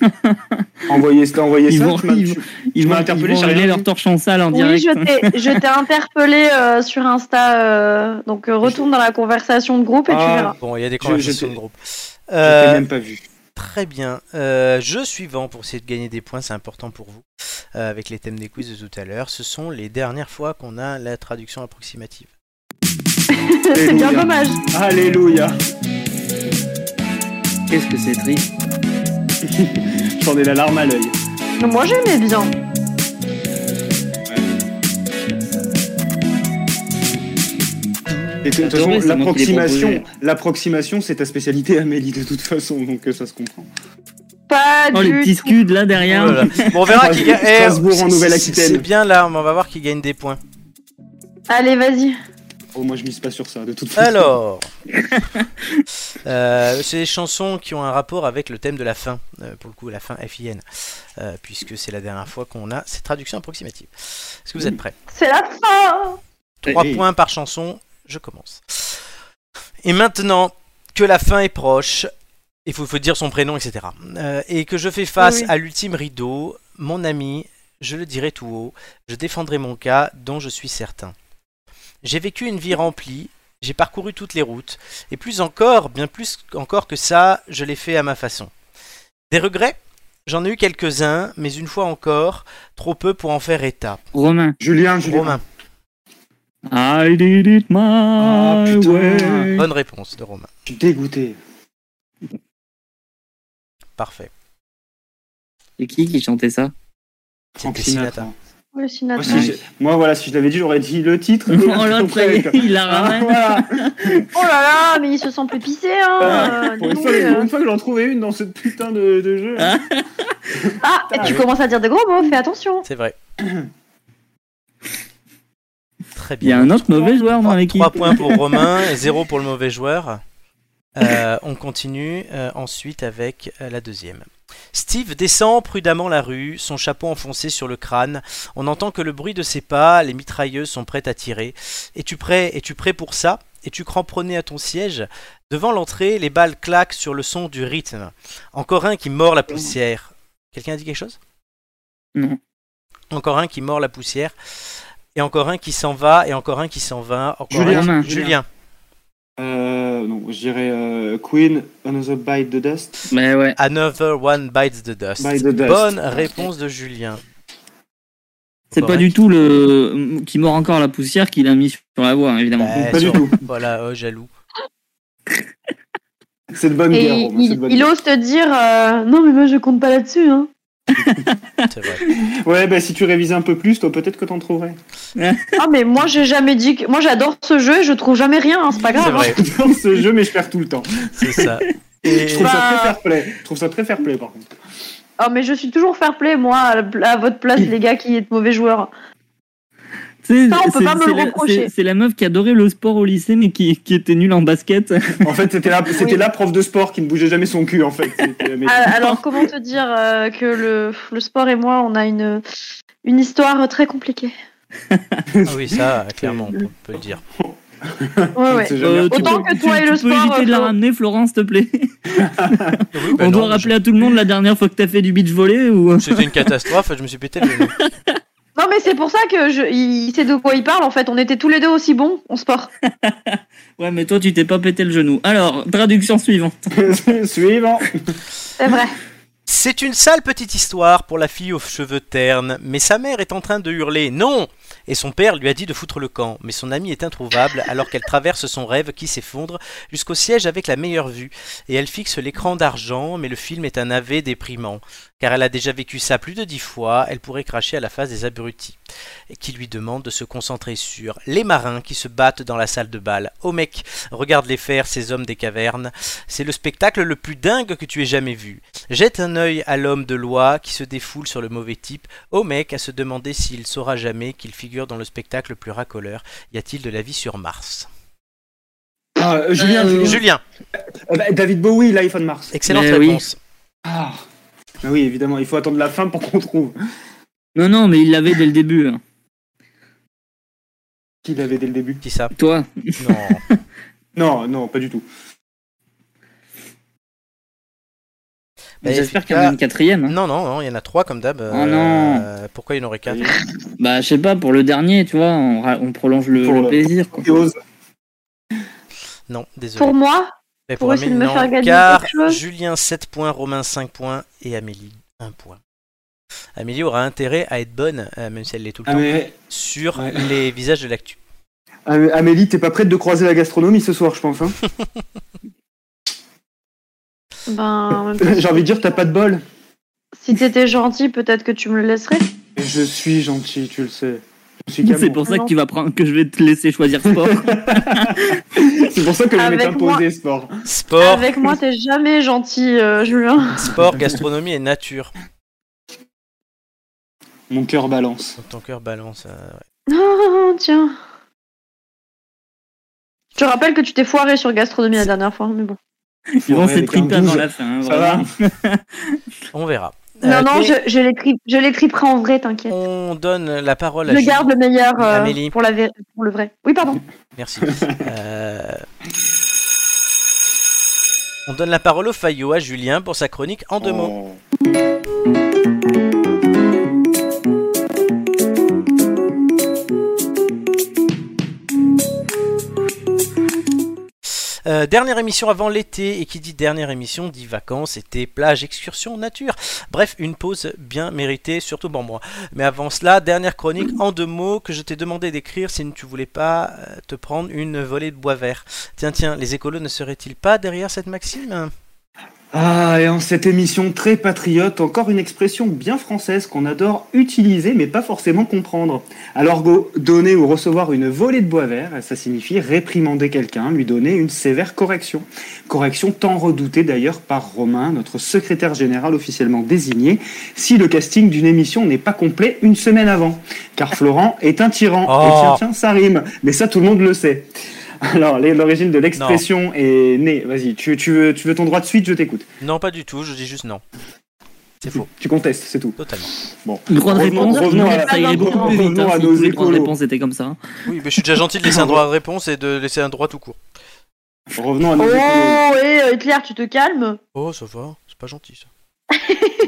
S1: là
S2: arrivent.
S3: Envoyez ça, envoyez
S2: Ils
S3: ça.
S2: vont-
S3: tu m'as-
S2: ils
S3: tu-
S2: Ils
S3: m'as
S2: vont, ils
S3: interpellé,
S2: vont
S3: j'ai
S2: régler
S3: rien
S2: leur
S3: dit.
S2: torchon sale en
S5: Oui,
S2: direct.
S5: je t'ai, je t'ai interpellé euh, sur Insta. euh, donc euh, retourne dans la conversation de groupe et tu
S3: Ah.
S5: verras.
S1: Bon, il y a des
S3: Je- je
S1: conversations
S3: t'ai-
S1: de groupe.
S3: Je t'ai
S1: Euh,
S3: même pas vu.
S1: Très bien. Euh, jeu suivant pour essayer de gagner des points, c'est important pour vous. Euh, avec les thèmes des quiz de tout à l'heure, ce sont les dernières fois qu'on a la traduction approximative.
S5: C'est bien dommage.
S3: Alléluia.
S2: Qu'est-ce que c'est triste
S3: J'en ai la larme à l'œil.
S5: Moi j'aimais bien.
S3: Et de toute
S2: Adoré,
S3: façon,
S2: c'est moi qui l'ai
S3: l'approximation,
S2: proposé.
S3: l'approximation, c'est ta spécialité, Amélie, de toute façon, donc euh, ça se comprend.
S5: Pas
S2: Oh, les
S5: du
S2: petits
S5: tout.
S2: scuds là derrière.
S3: Oh
S1: Voilà. Oh Bon, on verra qui gagne. Eh,
S3: Strasbourg en
S1: c'est-
S3: Nouvelle-Aquitaine.
S1: c'est- C'est bien là, mais on va voir qui gagne des points.
S5: Allez, vas-y.
S3: Oh, moi, je mise pas sur ça, de toute façon.
S1: Alors, euh, c'est des chansons qui ont un rapport avec le thème de la fin, euh, pour le coup, la fin FIN, euh, puisque c'est la dernière fois qu'on a cette traduction approximative. Est-ce que vous êtes prêts
S5: C'est la fin.
S1: 3
S3: Eh, eh.
S1: points par chanson, je commence. Et maintenant que la fin est proche, il faut, faut dire son prénom, etc. euh, et que je fais face
S5: Oui, oui.
S1: à l'ultime rideau, mon ami, je le dirai tout haut, je défendrai mon cas dont je suis certain. J'ai vécu une vie remplie, j'ai parcouru toutes les routes, et plus encore, bien plus encore que ça, je l'ai fait à ma façon. Des regrets J'en ai eu quelques-uns, mais une fois encore, trop peu pour en faire état.
S2: Romain.
S3: Julien, Julien.
S1: Romain,
S2: I did it my
S3: Ah, putain.
S2: way.
S1: bonne réponse de Romain.
S3: Je suis dégoûté.
S1: Parfait.
S2: C'est qui qui chantait ça
S1: C'était
S3: Frank
S1: Sinatra.
S3: Sinatra.
S5: Le
S3: Moi,
S5: Sinatra.
S3: si je- moi, voilà, si je l'avais dit, j'aurais dit le titre.
S2: Oh l'autre, ça y est, il la
S3: Ah,
S2: ramène.
S3: voilà.
S5: Oh là là, mais il se sent plus pissé, hein.
S3: Pour
S5: euh, dis
S3: une
S5: donc,
S3: fois, pour
S5: euh.
S3: une fois que j'en trouvais une dans ce putain de, de jeu.
S2: Ah.
S5: Ah, et tu commences à dire des gros mots, fais attention.
S1: C'est vrai. Très
S2: Il y a
S1: bien.
S2: un autre mauvais joueur dans
S1: 3,
S2: l'équipe.
S1: points pour Romain et 0 pour le mauvais joueur. Euh, on continue euh, ensuite avec euh, la deuxième. Steve descend prudemment la rue, son chapeau enfoncé sur le crâne. On entend que le bruit de ses pas, les mitrailleuses sont prêtes à tirer. Es-tu prêt Es-tu prêt pour ça Es-tu cramponné à ton siège Devant l'entrée, les balles claquent sur le son du rythme. Encore un qui mord la
S3: Oh.
S1: poussière. Quelqu'un a dit quelque chose
S2: Non.
S1: Encore un qui mord la poussière. Et encore un qui s'en va, et encore un qui s'en va. Encore un
S3: Julien.
S2: Romain.
S1: Julien,
S3: Euh, non, je dirais euh, Queen, Another Bite the Dust.
S2: Mais ouais.
S1: Another One Bites the Dust.
S3: Bites the Dust.
S1: Bonne réponse de Julien.
S2: C'est pas
S1: Correct.
S2: du tout le qui mord encore la poussière qu'il a mis sur la voie, hein, évidemment.
S1: Bah,
S3: pas
S1: sur-
S3: du tout.
S1: Voilà, oh, jaloux.
S3: C'est de bonne
S5: Et
S3: guerre, Romain, c'est de
S5: il,
S3: bonne
S5: il
S3: guerre.
S5: ose te dire euh, Non, mais moi je compte pas là-dessus. Hein.
S1: C'est vrai.
S3: Ouais, bah si tu révisais un peu plus, toi, peut-être que t'en trouverais.
S5: Ah, mais moi j'ai jamais dit que. Moi j'adore ce jeu, je trouve jamais rien, hein, c'est pas
S1: C'est
S5: grave.
S1: vrai,
S3: Dans ce jeu, mais je perds tout le temps.
S1: c'est ça.
S3: Je
S1: Et
S3: trouve ça
S5: Bah.
S3: très fair play. Je trouve ça très fair play, par contre.
S5: hein. Oh, mais je suis toujours fair play, moi, à, la- à votre place, les gars qui êtes mauvais joueurs.
S2: C'est-
S5: Ça, on peut
S2: c'est-
S5: pas me
S2: c'est
S5: le
S2: la-
S5: reprocher.
S2: c'est- C'est la meuf qui adorait le sport au lycée, mais qui, qui était nulle en basket.
S3: En fait, c'était la, c'était la prof de sport qui ne bougeait jamais son cul, en fait. C'était- mais-
S5: Ah, Alors, comment te dire euh, que le, le sport et moi, on a une, une histoire très compliquée
S1: Ah oui, ça, clairement, on peut le dire.
S5: Ouais,
S3: On ne
S5: ouais.
S3: sait jamais.
S2: Euh, tu
S5: Autant
S2: peux-
S5: que toi
S2: tu-
S5: et le
S2: tu peux
S5: sport,
S2: éviter de la
S5: Flo.
S2: ramener, Florent, s'il te plaît.
S1: Oui, bah
S2: On
S1: non,
S2: doit rappeler à tout le monde la dernière fois que t'as fait du beach volley ou.
S1: je- C'était une catastrophe, je me suis pété le nez.
S5: Non, mais c'est pour ça que je, il sait de quoi il parle en fait. On était tous les deux aussi bons en sport.
S2: Ouais, mais toi, tu t'es pas pété le genou. Alors, traduction suivante.
S5: Ah.
S3: Suivant.
S5: C'est vrai.
S1: C'est une sale petite histoire pour la fille aux cheveux ternes, mais sa mère est en train de hurler non Et son père lui a dit de foutre le camp, mais son amie est introuvable alors qu'elle traverse son rêve qui s'effondre jusqu'au siège avec la meilleure vue, et elle fixe l'écran d'argent, mais le film est un navet déprimant, car elle a déjà vécu ça plus de dix fois, elle pourrait cracher à la face des abrutis, et qui lui demandent de se concentrer sur les marins qui se battent dans la salle de bal. Oh mec, regarde les faire, ces hommes des cavernes, c'est le spectacle le plus dingue que tu aies jamais vu. Jette un œil à l'homme de loi qui se défoule sur le mauvais type, au mec à se demander s'il saura jamais qu'il figure dans le spectacle plus racoleur. Y a-t-il de la vie sur Mars
S3: Ah, euh, Julien,
S2: Euh,
S3: Julien.
S1: Julien,
S3: Euh, bah, David Bowie, l'iPhone Mars.
S1: excellente
S2: Mais oui.
S1: réponse.
S3: Ah. Bah oui, évidemment, il faut attendre la fin pour qu'on trouve.
S2: Non, non, mais il l'avait dès le début. hein.
S3: Qui l'avait dès le début
S1: Qui ça
S2: Toi.
S1: Non.
S3: Non, non, pas du tout.
S1: Bah,
S2: J'espère qu'il y en a une quatrième. hein.
S1: Non, non, non, il y en a trois comme d'hab.
S5: Oh
S1: euh,
S2: non.
S1: Pourquoi il y en aurait quatre
S2: Bah, je sais pas, pour le dernier, tu vois, on, ra- on prolonge le,
S3: Pour
S2: le
S3: le-
S2: plaisir. Quoi.
S3: Qui ose
S1: Non, désolé.
S5: Pour moi,
S1: Et
S5: Pour essayer de me
S1: Amélie,
S5: faire
S1: non,
S5: gagner
S1: car
S5: quelque chose.
S1: Julien 7 points, Romain 5 points et Amélie 1 point. Amélie aura intérêt à être bonne, euh, même si elle l'est tout le
S3: Ah,
S1: temps,
S3: mais-
S1: sur
S3: Ouais.
S1: les visages de l'actu.
S3: Ah, mais Amélie, t'es pas prête de croiser la gastronomie ce soir, je pense. Hein
S5: Ben, en même temps,
S3: J'ai envie de dire, t'as pas de bol.
S5: si t'étais gentil, peut-être que tu me le laisserais.
S3: Je suis gentil, tu le sais. Je suis
S2: C'est
S3: camion.
S2: pour ça que tu vas prendre, que je vais te laisser choisir sport.
S3: C'est pour ça que je vais
S5: Avec
S3: t'imposer sport.
S1: Sport,
S5: Avec moi, t'es jamais gentil, euh, Julien.
S1: sport, gastronomie et nature.
S3: Mon cœur balance.
S1: Donc ton cœur balance. euh, ouais.
S5: Oh, tiens. Je te rappelle que tu t'es foiré sur gastronomie la dernière fois, mais bon.
S2: Ils vont
S3: Ouais,
S2: s'être
S3: avec un
S2: pris pas dans
S3: 12,
S2: la fin. hein,
S3: Ça
S2: vraiment.
S3: va
S1: On verra. Euh,
S5: Non, non,
S1: et
S5: je, je les tri- je les triperai en vrai, t'inquiète.
S1: On donne la
S3: Oh
S1: parole à
S5: Je
S1: Julien.
S5: garde le meilleur euh,
S1: Amélie.
S5: pour, la vé- pour le vrai. Oui, pardon.
S1: Merci. Euh, On donne la parole au Fayot, à Julien, pour sa chronique en deux mots.
S3: Oh.
S1: Euh, dernière émission avant l'été, et qui dit dernière émission dit vacances, été, plage, excursion, nature. Bref, une pause bien méritée, surtout pour moi. Mais avant cela, dernière chronique en deux mots que je t'ai demandé d'écrire si tu voulais pas euh, te prendre une volée de bois vert. Tiens, tiens, les écolos ne seraient-ils pas derrière cette maxime
S3: Ah, et en cette émission très patriote, encore une expression bien française qu'on adore utiliser mais pas forcément comprendre. Alors, go, donner ou recevoir une volée de bois vert, ça signifie réprimander quelqu'un, lui donner une sévère correction. Correction tant redoutée d'ailleurs par Romain, notre secrétaire général officiellement désigné, si le casting d'une émission n'est pas complet une semaine avant. Car Florent est un tyran.
S1: Oh.
S3: Et tiens, tiens, ça rime. Mais ça, tout le monde le sait. Alors, les- l'origine de l'expression est née. Vas-y, tu, tu veux, tu veux ton droit de suite, je t'écoute.
S1: Non, pas du tout, je dis juste non. C'est faux,
S3: Tu contestes, c'est tout.
S1: totalement.
S3: Bon.
S2: Droit de
S3: Revenons-
S2: réponse,
S3: revenons
S2: non,
S3: à-
S2: ça irait beaucoup plus vite.
S3: revenons
S2: hein,
S3: à
S2: si
S3: nos
S2: tous les droits
S3: écolos.
S2: de réponse étaient comme ça. hein.
S1: Oui, mais je suis déjà gentil de laisser un droit à réponse et de laisser un droit tout court.
S3: Revenons à
S5: Oh,
S3: nos écolos.
S5: et euh, Hitler, tu te calmes
S1: Oh, ça va, c'est pas gentil ça.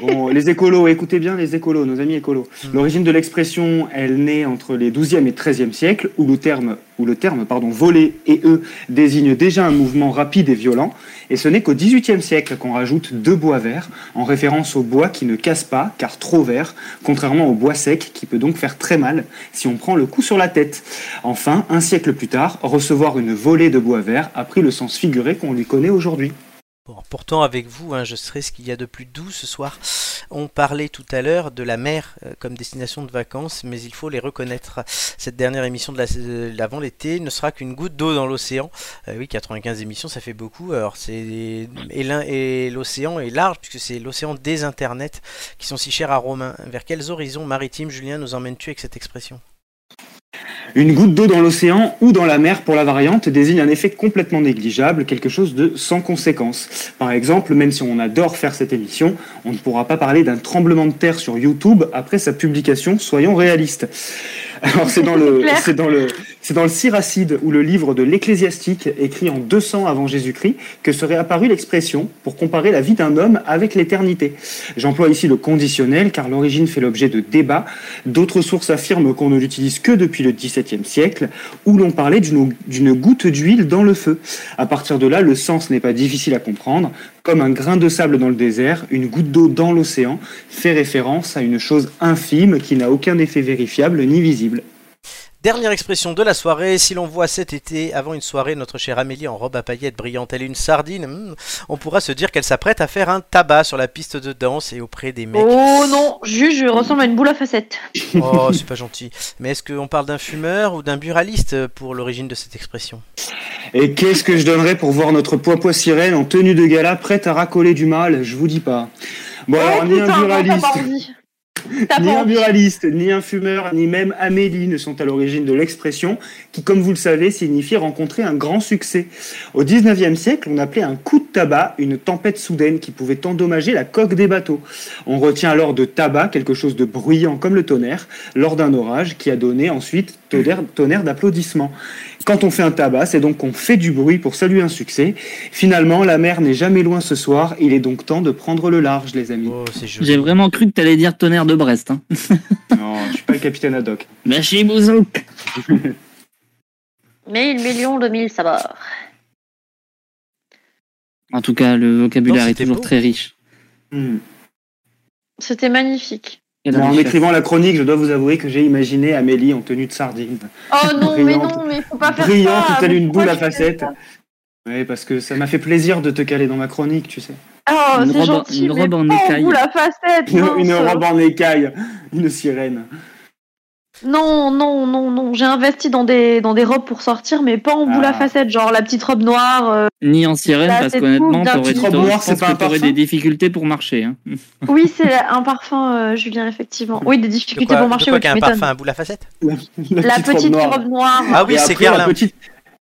S3: Bon, les écolos, écoutez bien les écolos, nos amis écolos.
S1: Mm.
S3: L'origine de l'expression, elle naît entre les 12e et 13e siècles, où le terme, où le terme pardon, voler et eux désigne déjà un mouvement rapide et violent, et ce n'est qu'au 18e siècle qu'on rajoute deux bois verts, en référence au bois qui ne casse pas, car trop vert, contrairement au bois sec, qui peut donc faire très mal si on prend le coup sur la tête. Enfin, un siècle plus tard, recevoir une volée de bois vert a pris le sens figuré qu'on lui connaît aujourd'hui.
S1: Bon, pourtant, avec vous, hein, je serai ce qu'il y a de plus doux ce soir. On parlait tout à l'heure de la mer euh, comme destination de vacances, mais il faut les reconnaître. Cette dernière émission de la- euh, de l'avant l'été ne sera qu'une goutte d'eau dans l'océan. Euh, oui, 95 émissions, ça fait beaucoup. Alors, c'est et l'un- et l'océan est large puisque c'est l'océan des internets qui sont si chers à Romain. Vers quels horizons maritimes, Julien, nous emmènes-tu avec cette expression
S3: Une goutte d'eau dans l'océan ou dans la mer pour la variante désigne un effet complètement négligeable, quelque chose de sans conséquence. Par exemple, même si on adore faire cette émission, on ne pourra pas parler d'un tremblement de terre sur YouTube après sa publication, soyons réalistes. Alors c'est dans le
S5: C'est clair.
S3: c'est dans le c'est dans le Siracide ou le livre de l'Ecclésiastique écrit en 200 avant Jésus-Christ que serait apparue l'expression pour comparer la vie d'un homme avec l'éternité. J'emploie ici le conditionnel car l'origine fait l'objet de débats. D'autres sources affirment qu'on ne l'utilise que depuis le XVIIe siècle où l'on parlait d'une d'une goutte d'huile dans le feu. À partir de là, le sens n'est pas difficile à comprendre. Comme un grain de sable dans le désert, une goutte d'eau dans l'océan fait référence à une chose infime qui n'a aucun effet vérifiable ni visible.
S1: Dernière expression de la soirée, si l'on voit cet été, avant une soirée, notre chère Amélie en robe à paillettes brillante, elle est une sardine, hmm, on pourra se dire qu'elle s'apprête à faire un tabac sur la piste de danse et auprès des mecs.
S5: Oh non, juge, je ressemble à une boule à facettes.
S1: Oh, c'est pas gentil. Mais est-ce qu'on parle d'un fumeur ou d'un buraliste euh, pour l'origine de cette expression
S3: Et qu'est-ce que je donnerais pour voir notre poids sirène en tenue de gala prête à racoler du mal, je vous dis pas. Bon alors,
S5: Oh,
S3: ni un
S5: putain, non, t'as
S3: buraliste,
S5: pas envie. T'as
S3: ni
S5: pas
S3: un
S5: envie.
S3: buraliste, ni un fumeur, ni même Amélie ne sont à l'origine de l'expression qui, comme vous le savez, signifie rencontrer un grand succès. Au 19e siècle, on appelait un coup de tabac une tempête soudaine qui pouvait endommager la coque des bateaux. On retient alors de tabac quelque chose de bruyant comme le tonnerre lors d'un orage qui a donné ensuite tonnerre, tonnerre d'applaudissements. Quand on fait un tabac, c'est donc qu'on fait du bruit pour saluer un succès. Finalement, la mer n'est jamais loin ce soir, il est donc temps de prendre le large, les amis.
S1: Oh, c'est joli.
S2: J'ai vraiment cru que t'allais dire tonnerre de Brest. Hein.
S3: Non, je suis pas le capitaine Haddock.
S2: Bah, chez Bouzou.
S5: Mille millions de mille sabords.
S2: En tout cas, le vocabulaire
S1: Non,
S2: est
S1: c'était
S2: toujours
S1: beau.
S2: très riche.
S3: Hmm.
S5: C'était magnifique.
S2: Quelle
S3: Bon, en
S2: richesse.
S3: écrivant la chronique, je dois vous avouer que j'ai imaginé Amélie en tenue de sardine.
S5: Oh non, mais
S3: Brillante.
S5: non, mais faut pas faire
S3: Brillante,
S5: ça.
S3: telle
S5: mais
S3: une
S5: pourquoi
S3: boule à
S5: tu fais
S3: facettes.
S5: ça
S3: Oui, parce que ça m'a fait plaisir de te caler dans ma chronique, tu sais.
S5: Oh,
S2: Une robe
S5: c'est
S2: en-
S5: gentil.
S2: une
S5: mais
S2: robe en
S5: pas
S2: écaille.
S5: boule à facettes.
S3: Une,
S5: mince.
S3: une robe en écaille, une sirène.
S5: Non, non, non, non. J'ai investi dans des, dans des robes pour sortir, mais pas en boule
S3: Ah.
S5: à facettes. Genre la petite robe noire. euh,
S2: Ni en sirène,
S5: Là,
S2: parce
S5: c'est
S2: qu'honnêtement,
S5: tout d'un
S2: t'aurais-
S5: petit
S2: t'aurais-
S3: trottoir,
S2: je
S3: c'est
S2: pense
S3: pas
S2: que
S3: un
S2: t'aurais
S3: parfum
S2: des difficultés pour marcher. hein.
S5: Oui, c'est un parfum, euh, Julien, effectivement. Oui, des
S1: De
S5: difficultés
S1: quoi,
S5: pour
S1: de
S5: marcher,
S1: quoi
S5: oui, tu
S1: qu'un
S5: m'étonnes.
S1: parfum à boule à facettes
S3: La,
S5: La petite robe noire.
S1: Ah oui,
S3: Et
S1: c'est
S3: après, la
S1: Gerlin.
S3: petite,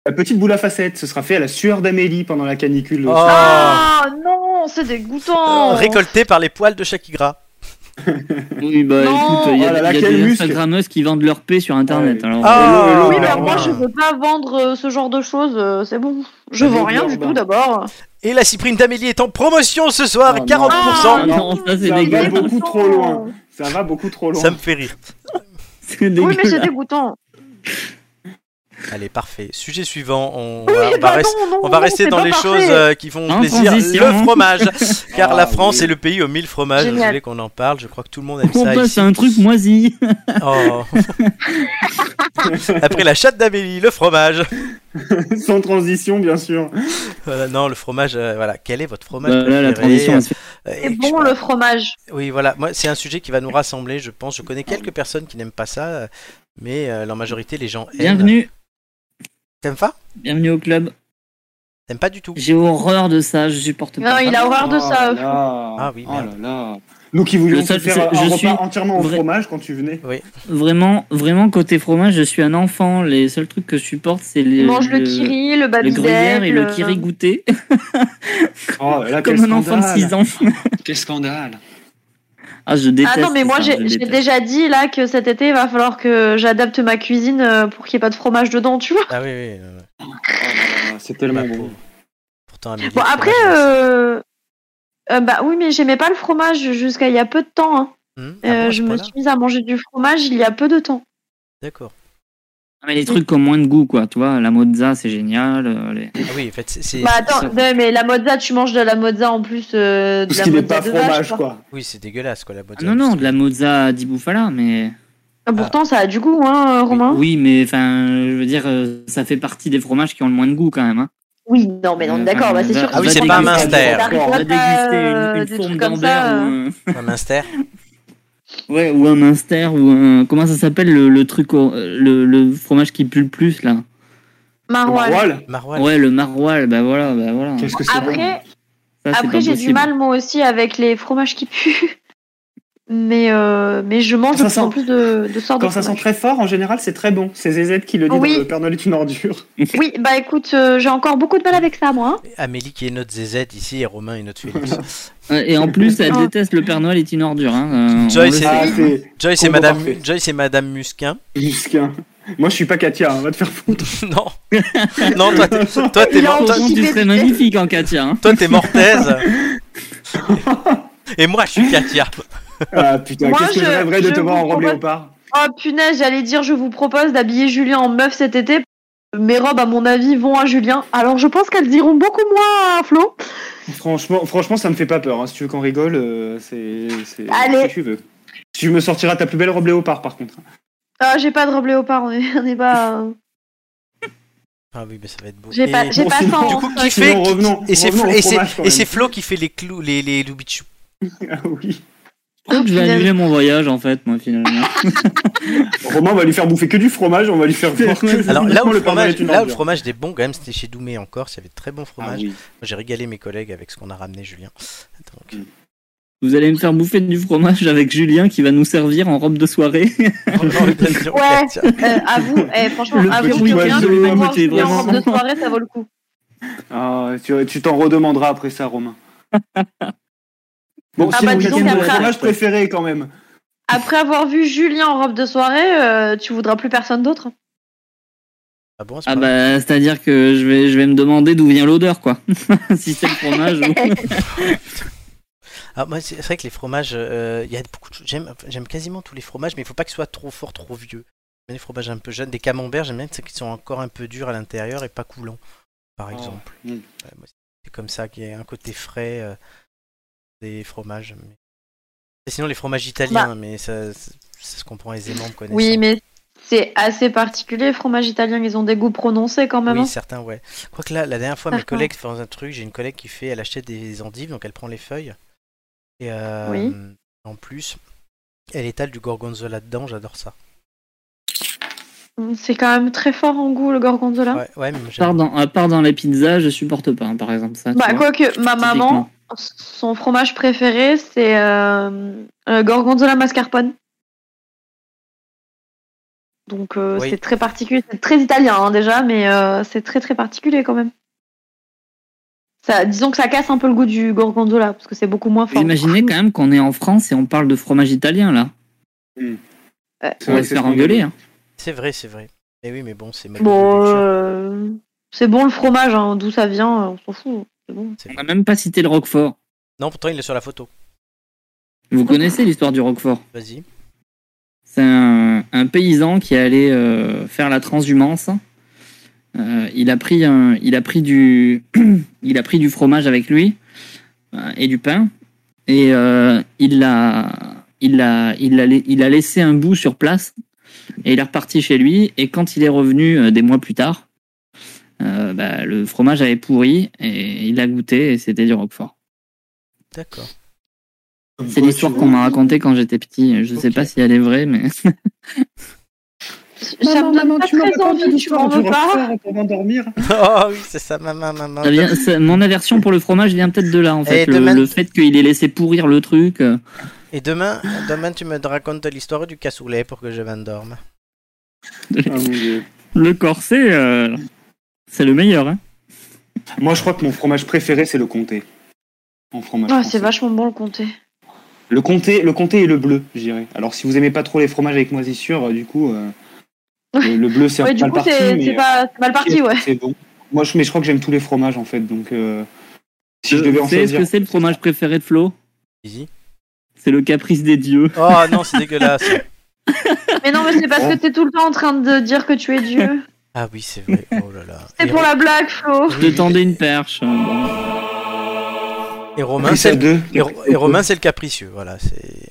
S3: la petite boule à facettes, ce sera fait à la sueur d'Amélie pendant la canicule.
S1: Oh,
S5: Ah non, c'est
S1: Euh,
S5: dégoûtant. Eh ben,
S1: Récolté par les poils de Chakira.
S2: Oui, bah
S5: Non.
S2: écoute, il y a,
S3: Oh là là,
S2: il y a
S3: quel
S2: des
S3: muscle.
S2: Instagrammeuses qui vendent leur paix sur Internet.
S3: Ouais.
S2: alors,
S1: Ah.
S3: Et l'eau- et l'eau
S5: Oui, mais
S1: Alors,
S3: urbaine.
S5: moi je veux pas vendre euh, ce genre de choses, euh, c'est bon. Je
S3: Le
S5: vends
S3: logo
S5: rien du
S3: urbain.
S5: tout d'abord.
S1: Et la cyprine d'Amélie est en promotion ce soir, à
S2: Oh,
S1: 40%.
S2: Ah, non, ça, c'est
S3: Ça va
S2: dégueulasse.
S3: beaucoup trop loin. Ça va beaucoup trop loin.
S1: Ça me fait rire.
S2: c'est
S5: Oui, mais c'est
S2: dégueulasse.
S5: dégoûtant.
S1: Allez, parfait. Sujet suivant. Ah, On
S5: Oui,
S1: va, on va
S5: bah
S1: rester-
S5: non, non,
S1: On va
S5: non,
S1: rester
S5: c'est
S1: dans
S5: pas
S1: les
S5: parfait.
S1: choses euh, qui font
S2: En
S1: plaisir,
S2: Hein, transition.
S1: le fromage, car
S3: Ah,
S1: la France
S3: oui.
S1: est le pays aux mille fromages. Je
S5: Génial.
S1: voulais qu'on en parle, je crois que tout le monde aime
S2: On
S1: ça
S2: passe
S1: ici.
S2: à bah, un truc moisi.
S1: Oh. Après la chatte d'Amélie, le fromage.
S3: Sans transition, bien sûr.
S1: Voilà, non, le fromage, euh, voilà. Quel est votre fromage
S2: Bah, là, la
S1: préféré
S2: transition, elle se fait.
S1: Euh, et
S5: C'est
S1: que
S5: bon
S1: je-
S5: le fromage.
S1: Oui, voilà. Moi, c'est un sujet qui va nous rassembler, je pense. Je connais quelques personnes qui n'aiment pas ça, euh, mais euh, la majorité, les gens aiment.
S2: Bienvenue,
S1: T'aimes pas
S2: bienvenue au club.
S1: T'aimes pas du tout
S2: J'ai horreur de ça, je supporte
S5: Non,
S2: pas.
S5: Ah, il a horreur de ça. euh,
S3: Ah
S1: Ah oui,
S3: oui, oh là
S1: merde.
S3: là. Nous qui voulions
S2: Le seul-
S3: te faire
S2: je-
S3: un
S2: je
S3: repas
S2: suis
S3: entièrement au
S2: vrai-
S3: fromage quand tu venais.
S2: Vraiment, vraiment côté fromage, je suis un enfant. Les seuls trucs que je supporte, c'est les-
S5: il mange le,
S2: le-
S5: kiri, le
S2: le
S5: babizette,
S2: gruyère et le kiri goûté,
S3: Oh là là,
S2: comme
S3: quel
S2: un enfant de
S3: scandale.
S2: 6 ans.
S3: Quel scandale.
S2: Ah, je déteste.
S5: Ah non, mais moi
S2: ça,
S5: j'ai
S2: je
S5: j'ai
S2: déteste.
S5: déjà dit là que cet été il va falloir que j'adapte ma cuisine euh, pour qu'il n'y ait pas de fromage dedans, tu vois.
S1: Ah oui, oui. euh,
S3: Oh là là, C'est tellement
S1: bah,
S3: bon.
S1: pauvre. Pourtant, Amélie.
S5: Bon
S1: le
S5: après,
S1: fromage,
S5: euh, euh, bah oui, mais j'aimais pas le fromage jusqu'à il y a peu de temps. hein.
S1: hmm, ah
S5: Euh,
S1: bon, à ce
S5: je me
S1: point-là
S5: suis mise à manger du fromage il y a peu de temps.
S1: D'accord.
S2: Ah, mais les trucs qui ont moins de goût, quoi. Tu vois, la mozza, c'est génial. euh, les-
S1: Ah oui, en fait, c'est- c'est
S5: Bah attends,
S2: ça-
S5: non, mais la mozza, tu manges de la mozza en plus euh,
S3: Tout
S5: de
S3: ce
S5: la
S3: qui n'est
S5: mozza
S3: pas
S5: de vache,
S3: fromage,
S5: quoi.
S3: quoi.
S1: oui, c'est dégueulasse quoi la mozza.
S2: Ah non, non, de la mozza di bufala, mais.
S5: Ah, Pourtant, ça a du goût, hein, euh, Romain.
S2: Oui, mais enfin, je veux dire, euh, ça fait partie des fromages qui ont le moins de goût, quand même. Hein.
S5: Oui, non, mais non,
S2: Euh,
S5: d'accord,
S2: enfin,
S5: bah, c'est
S2: va-
S5: sûr. que
S1: Ah oui,
S5: tu
S1: c'est
S5: prends
S1: pas
S5: des-
S1: un
S5: des
S1: minster.
S5: haricots,
S2: On va déguster une,
S5: euh,
S2: une
S5: des
S2: fourme
S5: trucs comme
S2: d'ambert
S5: ça,
S2: ou
S5: euh.
S2: un...
S1: Un minster.
S2: euh, Ouais, ou un minster, ou un... Comment ça s'appelle le, le truc, au- le, le fromage qui pue le plus, là
S5: Maroilles.
S3: Voile.
S1: Maroilles.
S2: Ouais, le maroilles, bah voilà, bah voilà.
S3: Qu'est-ce que c'est bon.
S5: Après,
S2: Ça, Ah, c'est pas
S5: après j'ai du
S2: possible.
S5: mal, moi aussi, avec les fromages qui puent. Mais, euh, mais je mange
S3: Quand
S5: de
S3: ça
S5: plus en
S3: sent-
S5: plus de, de sortes de
S3: Quand ça sent
S5: fromages.
S3: très fort, en général, c'est très bon. C'est Zezette qui le dit
S5: Oui.
S3: dans Le Père Noël est une ordure.
S5: Oui, bah écoute, euh, j'ai encore beaucoup de mal avec ça, moi. hein.
S1: Amélie qui est notre ZZ ici et Romain est notre Félix.
S2: Ouais, Et en plus, elle
S5: Ah.
S2: déteste le Père Noël est une ordure. Hein. euh,
S1: Joyce
S2: on le
S1: et-
S2: sait.
S3: Ah, c'est
S1: Joyce et
S2: Oh,
S3: Combo
S1: Madame
S3: parfait.
S1: Joyce et Madame Musquin.
S3: jusqu'à. Moi, je suis pas Katia, hein, on va te faire foutre.
S1: non. non, toi t'es toi t'es
S5: Il a
S1: mor- toi-
S2: Pourtant,
S5: envie.
S2: tu serais magnifique en Katia. Hein.
S1: toi, t'es mortaise. Et moi je suis Katia.
S3: Ah putain,
S5: Moi,
S3: qu'est-ce que je
S5: je-
S3: rêverais de
S5: je
S3: te voir en
S5: vous
S3: robe
S5: propose-
S3: léopard.
S5: Oh punaise, j'allais dire, je vous propose d'habiller Julien en meuf cet été. Mes robes, à mon avis, vont à Julien. Alors je pense qu'elles iront beaucoup moins à Flo.
S3: Franchement, franchement, ça me fait pas peur. hein. Si tu veux qu'on rigole, euh, c'est c'est
S5: Allez.
S3: ce que tu veux. Tu me sortiras ta plus belle robe léopard, par contre. hein.
S5: Ah, j'ai pas de robe léopard, on est, on est pas. euh,
S1: Ah oui, mais ça va être beau.
S5: J'ai pas,
S1: Et-
S5: j'ai
S3: bon,
S5: pas
S3: sinon,
S5: ça
S1: Du
S5: en
S1: coup,
S5: stock.
S1: qui fait
S3: Sinon, revenons-
S1: et c'est
S3: revenons
S1: Flo-
S3: au
S1: et c'est-
S3: fromage, quand
S1: et c'est
S3: même.
S1: Flo qui fait les clous les les loubichous.
S3: Ah oui.
S2: Je crois que je vais
S5: Oh, punaise.
S2: annuler mon voyage en fait, moi finalement.
S3: Romain, on va lui faire bouffer que du fromage, on va lui faire voir que
S1: Alors là où le
S3: Père Noël est
S1: fromage
S3: une
S1: là où le
S3: ordure.
S1: fromage était bon quand même, c'était chez Doumé en Corse, il y avait de très bon
S3: Ah
S1: fromage.
S3: oui.
S1: J'ai régalé mes collègues avec ce qu'on a ramené Julien. Donc,
S2: Vous allez me faire bouffer du fromage avec Julien qui va nous servir en robe de soirée.
S1: vraiment, une occasion,
S5: Ouais.
S1: Katia.
S5: Euh, à vous, eh, franchement,
S2: Le
S5: à vous,
S2: petit
S5: Julien,
S2: oiseau,
S5: de voir
S2: écoutez,
S5: Julien en robe
S2: vraiment.
S5: de soirée, ça vaut le coup.
S3: Ah, tu tu t'en redemanderas après ça, Romain. Bon,
S5: Ah
S3: sinon,
S5: bah, disons
S3: quel est ton
S5: qu'après-
S3: fromage préféré quand même
S5: Après avoir vu Julien en robe de soirée, euh, tu voudras plus personne d'autre.
S1: Ah bon, à ce
S2: Ah
S1: point-là
S2: bah c'est à dire que je vais je vais me demander d'où vient l'odeur quoi. si c'est le fromage. ou-
S1: Ah, moi, c'est c'est vrai que les fromages, euh, il y a beaucoup de choses. J'aime, enfin, j'aime quasiment tous les fromages, mais il faut pas qu'ils soient trop forts, trop vieux. J'aime les fromages un peu jeunes, des camemberts, j'aime bien ceux qui sont encore un peu durs à l'intérieur et pas coulants, par
S3: Oh,
S1: exemple.
S3: mm.
S1: Ouais, moi, C'est comme ça qu'il y a un côté frais euh, des fromages. mais- Et sinon, les fromages italiens,
S2: Bah.
S1: mais ça, ça- ça se comprend aisément, me connaissant.
S5: Oui, mais c'est assez particulier. Fromage italien, ils ont des goûts prononcés quand même.
S1: Oui,
S5: hein.
S1: certains, ouais. Je crois que là, la dernière fois,
S5: Par
S1: mes collègues faisaient un truc. J'ai une collègue qui fait, elle achète des endives, donc elle prend les feuilles. Et euh,
S5: Oui.
S1: en plus, elle étale du gorgonzola dedans, j'adore ça.
S5: hein. C'est quand même très fort en goût le gorgonzola.
S1: Ouais, ouais, mais
S2: À part
S1: j'aime.
S2: dans, à part dans les pizzas, je supporte pas, hein, par exemple, ça. tu
S5: Bah,
S2: vois,
S5: quoique ma maman,
S2: typiquement.
S5: son fromage préféré, c'est euh, euh, gorgonzola mascarpone. Donc euh,
S1: Oui.
S5: c'est très particulier, c'est très italien hein, déjà, mais euh, c'est très très particulier quand même. Ça, disons que ça casse un peu le goût du gorgonzola parce que c'est beaucoup moins fort.
S2: Imaginez quand même qu'on est en France et on parle de fromage italien, là. On va se faire engueuler, hein.
S1: C'est vrai, c'est vrai. Et oui, mais bon, c'est mal.
S5: Bon, euh, c'est bon le fromage, hein, d'où ça vient, on s'en fout. C'est bon.
S2: On n'a même pas cité le Roquefort.
S1: Non, pourtant, il est sur la photo.
S2: Vous connaissez l'histoire du Roquefort
S1: Vas-y.
S2: C'est un, un paysan qui est allé euh, faire la transhumance. Euh, il a pris un- il a pris du, il a pris du fromage avec lui euh, et du pain et euh, il l'a, il l'a, il l'a, lai- il a laissé un bout sur place et il est reparti chez lui et quand il est revenu euh, des mois plus tard, euh, bah, le fromage avait pourri et il a goûté et c'était du roquefort.
S1: D'accord.
S2: C'est l'histoire qu'on m'a racontée quand j'étais petit. Je ne sais
S1: Ok.
S2: pas si elle est vraie, mais
S5: Ça me donne pas très envie, tu m'en veux pas.
S3: Pour m'endormir.
S1: oh oui, c'est ça, maman, maman.
S2: Ça vient- ça- mon aversion pour le fromage vient peut-être de là, en fait.
S1: Et
S2: Le,
S1: demain-
S2: le fait qu'il ait laissé pourrir le truc. euh,
S1: Et demain, demain, tu me racontes l'histoire du cassoulet pour que je m'endorme.
S3: Ah, mon Dieu.
S2: Le corset, euh, c'est le meilleur. Hein.
S3: Moi, je crois que mon fromage préféré, c'est le comté. En fromage.
S5: Ah,
S3: français.
S5: c'est vachement bon le comté.
S3: Le comté, le comté et le bleu, je dirais. Alors, si vous aimez pas trop les fromages avec moisissure, euh, du coup, euh, le, le bleu, c'est un
S5: Ouais,
S3: peu
S5: du
S3: mal
S5: coup,
S3: parti.
S5: c'est
S3: mais,
S5: c'est pas c'est mal parti,
S3: euh,
S5: ouais.
S3: C'est bon. Moi, je, mais je crois que j'aime tous les fromages, en fait. Donc, euh, si je
S2: Le-
S3: devais en
S2: c'est ce
S3: choisir.
S2: que c'est le fromage préféré de Flo
S1: Easy.
S2: C'est le caprice des dieux.
S1: Oh non, c'est dégueulasse.
S5: Mais non, mais c'est parce que t'es tout le temps en train de dire que tu es Dieu.
S1: Ah oui, c'est vrai. Oh là là.
S5: C'est
S1: Et-
S5: pour la blague, Flo.
S2: Je te tendais une perche. euh, bon.
S1: Et Romain,
S3: Caprice à
S1: c'est le...
S3: deux.
S1: et Ro- et Romain, c'est le capricieux. Voilà, c'est.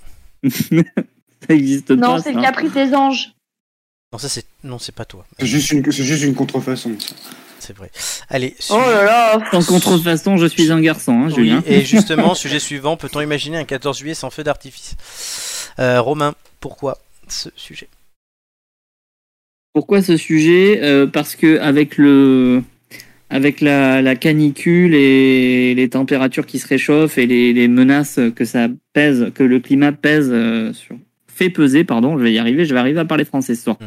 S2: ça existe
S5: Non,
S2: pas.
S5: c'est
S2: ça.
S5: le caprice des anges.
S1: Non, ça c'est. Non, c'est pas toi.
S3: C'est juste une, c'est juste une contrefaçon.
S1: C'est vrai. Allez. su-
S5: Oh là là.
S2: En contrefaçon, je suis un garçon, hein,
S1: Oui,
S2: Julien.
S1: et justement, sujet suivant, peut-on imaginer un 14 juillet sans feu d'artifice Euh, Romain, pourquoi ce sujet
S2: Pourquoi ce sujet Euh, Parce que avec le avec la, la canicule et les températures qui se réchauffent et les, les menaces que ça pèse, que le climat pèse euh, sur fait peser, pardon, je vais y arriver, je vais arriver à parler français ce soir.
S1: Mm.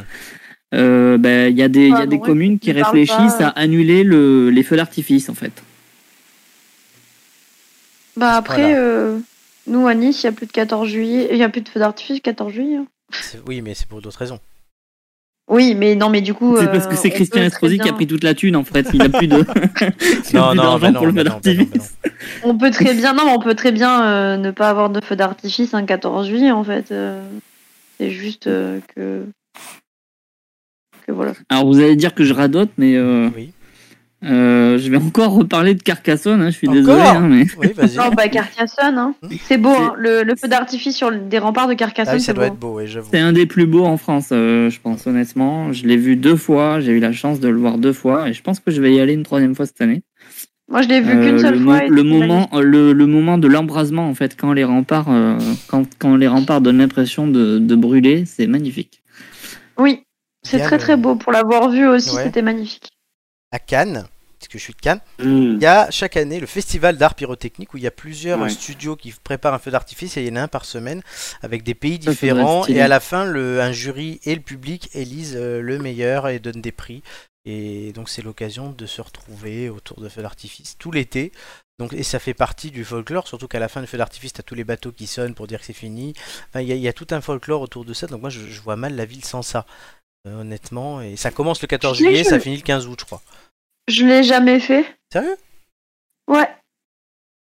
S2: Euh, ben, il y a des, il y a
S5: Ah,
S2: des
S5: bon,
S2: communes qui
S5: tu parles pas,
S2: réfléchissent à annuler le, les feux d'artifice en fait.
S5: Bah après,
S1: Voilà.
S5: euh, nous à Nice, il y a plus de 14 juillet, il y a plus de feu d'artifice le 14 juillet. hein.
S1: C'est- Oui, mais c'est pour d'autres raisons.
S5: Oui, mais non, mais du coup.
S2: C'est
S5: euh,
S2: parce que
S5: on
S2: c'est
S5: peut
S2: Christian
S5: très
S2: Estrosi qui a
S5: bien-
S2: pris toute la thune en fait. Il a plus de, il a
S1: Non,
S2: plus
S1: non,
S2: d'argent
S1: ben non,
S2: pour le
S1: ben
S2: feu
S1: non, ben non, ben non.
S2: d'artifice.
S5: On peut très bien, non, mais on peut très bien euh, ne pas avoir de feu d'artifice un 14 juillet en fait. euh, c'est juste euh, que que voilà.
S2: Alors vous allez dire que je radote, mais euh,
S1: Oui,
S2: Euh, je vais encore reparler de Carcassonne, hein, je suis
S1: Encore
S2: désolé. hein, mais...
S1: oui, vas-y.
S5: Non, bah Carcassonne, hein. c'est beau, hein. le, le feu d'artifice sur le- des remparts de
S1: Ah
S5: Carcassonne,
S1: oui, ça
S5: c'est beau.
S1: doit être beau, oui, j'avoue.
S2: C'est un des plus beaux en France, euh, je pense honnêtement. Je l'ai vu deux fois, j'ai eu la chance de le voir deux fois et je pense que je vais y aller une troisième fois cette année.
S5: Moi, je l'ai vu
S2: Euh,
S5: qu'une seule
S2: le, mo-
S5: fois. et
S2: le
S5: c'était magnifique.
S2: moment, euh, le, le moment de l'embrasement en fait, quand les remparts, euh, quand, quand les remparts donnent l'impression de, de brûler, c'est magnifique.
S5: Oui, c'est
S1: Il y a
S5: très
S1: le-
S5: très beau. Pour l'avoir vu aussi,
S1: Ouais.
S5: c'était magnifique.
S1: À Cannes, parce que je suis de Cannes, il y a chaque année le festival d'art pyrotechnique où il y a plusieurs
S3: Ouais.
S1: euh, studios qui préparent un feu d'artifice et il y en a un par semaine avec des pays
S2: Ça, ça doit être
S1: différents
S2: stylé.
S1: et à la fin le, un jury et le public élisent euh, le meilleur et donnent des prix et donc c'est l'occasion de se retrouver autour de feux d'artifice tout l'été donc et ça fait partie du folklore surtout qu'à la fin du feu d'artifice t'as tous les bateaux qui sonnent pour dire que c'est fini Enfin, il y, a- il y a tout un folklore autour de ça donc moi je, je vois mal la ville sans ça euh, honnêtement et ça commence le 14
S5: Je sais que
S1: juillet
S5: je-
S1: ça finit le 15 août je crois
S5: Je l'ai jamais fait.
S1: sérieux
S5: Ouais,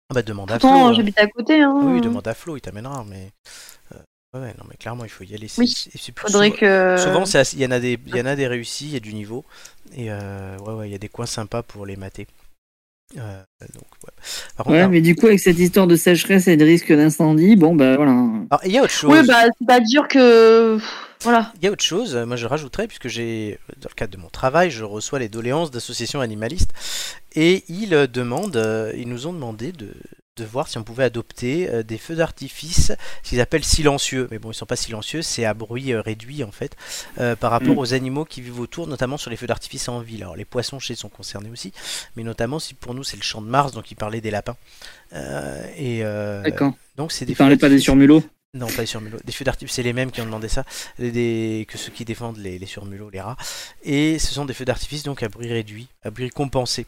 S1: ah bah demande à Flo,
S5: pourtant
S1: hein.
S5: j'habite à côté. Hein.
S1: Oui, demande à Flo, il t'amènera, mais. euh, ouais, non, mais clairement, il faut y aller. c'est-
S5: Oui,
S1: c'est- c'est plus
S5: Faudrait
S1: souvent-
S5: que. Ah.
S1: Souvent, c'est assez- il y en a des, il y en a des réussis, il y a du niveau, et euh, ouais, ouais, il y a des coins sympas pour les mater. Euh, donc, ouais. Par contre,
S2: Ouais,
S1: alors-
S2: mais du coup, avec cette histoire de sécheresse et de risque d'incendie, bon, bah voilà.
S3: Euh,
S1: alors, il y a autre chose.
S5: Oui, bah, c'est pas dire que. Voilà.
S1: Il y a autre chose, euh, moi je rajouterais, puisque j'ai, dans le cadre de mon travail, je reçois les doléances d'associations animalistes, et ils, euh, demandent, euh, ils nous ont demandé de, de voir si on pouvait adopter euh, des feux d'artifice, ce qu'ils appellent silencieux, mais bon, ils sont pas silencieux, c'est à bruit euh, réduit en fait, euh, par rapport
S2: Mm.
S1: aux animaux qui vivent autour, notamment sur les feux d'artifice en ville. Alors les poissons chez sont concernés aussi, mais notamment si pour nous c'est le champ de Mars, donc ils parlaient des lapins. Euh, et euh,
S2: D'accord.
S1: donc c'est des
S2: Il parlait
S1: feux
S2: pas des
S1: d'artifice-
S2: surmulots.
S1: non, pas les surmulots. Des feux d'artifice, c'est les mêmes qui ont demandé ça, les- des- que ceux qui défendent les, les surmulots, les rats. Et ce sont des feux d'artifice donc à bruit réduit, à bruit compensé.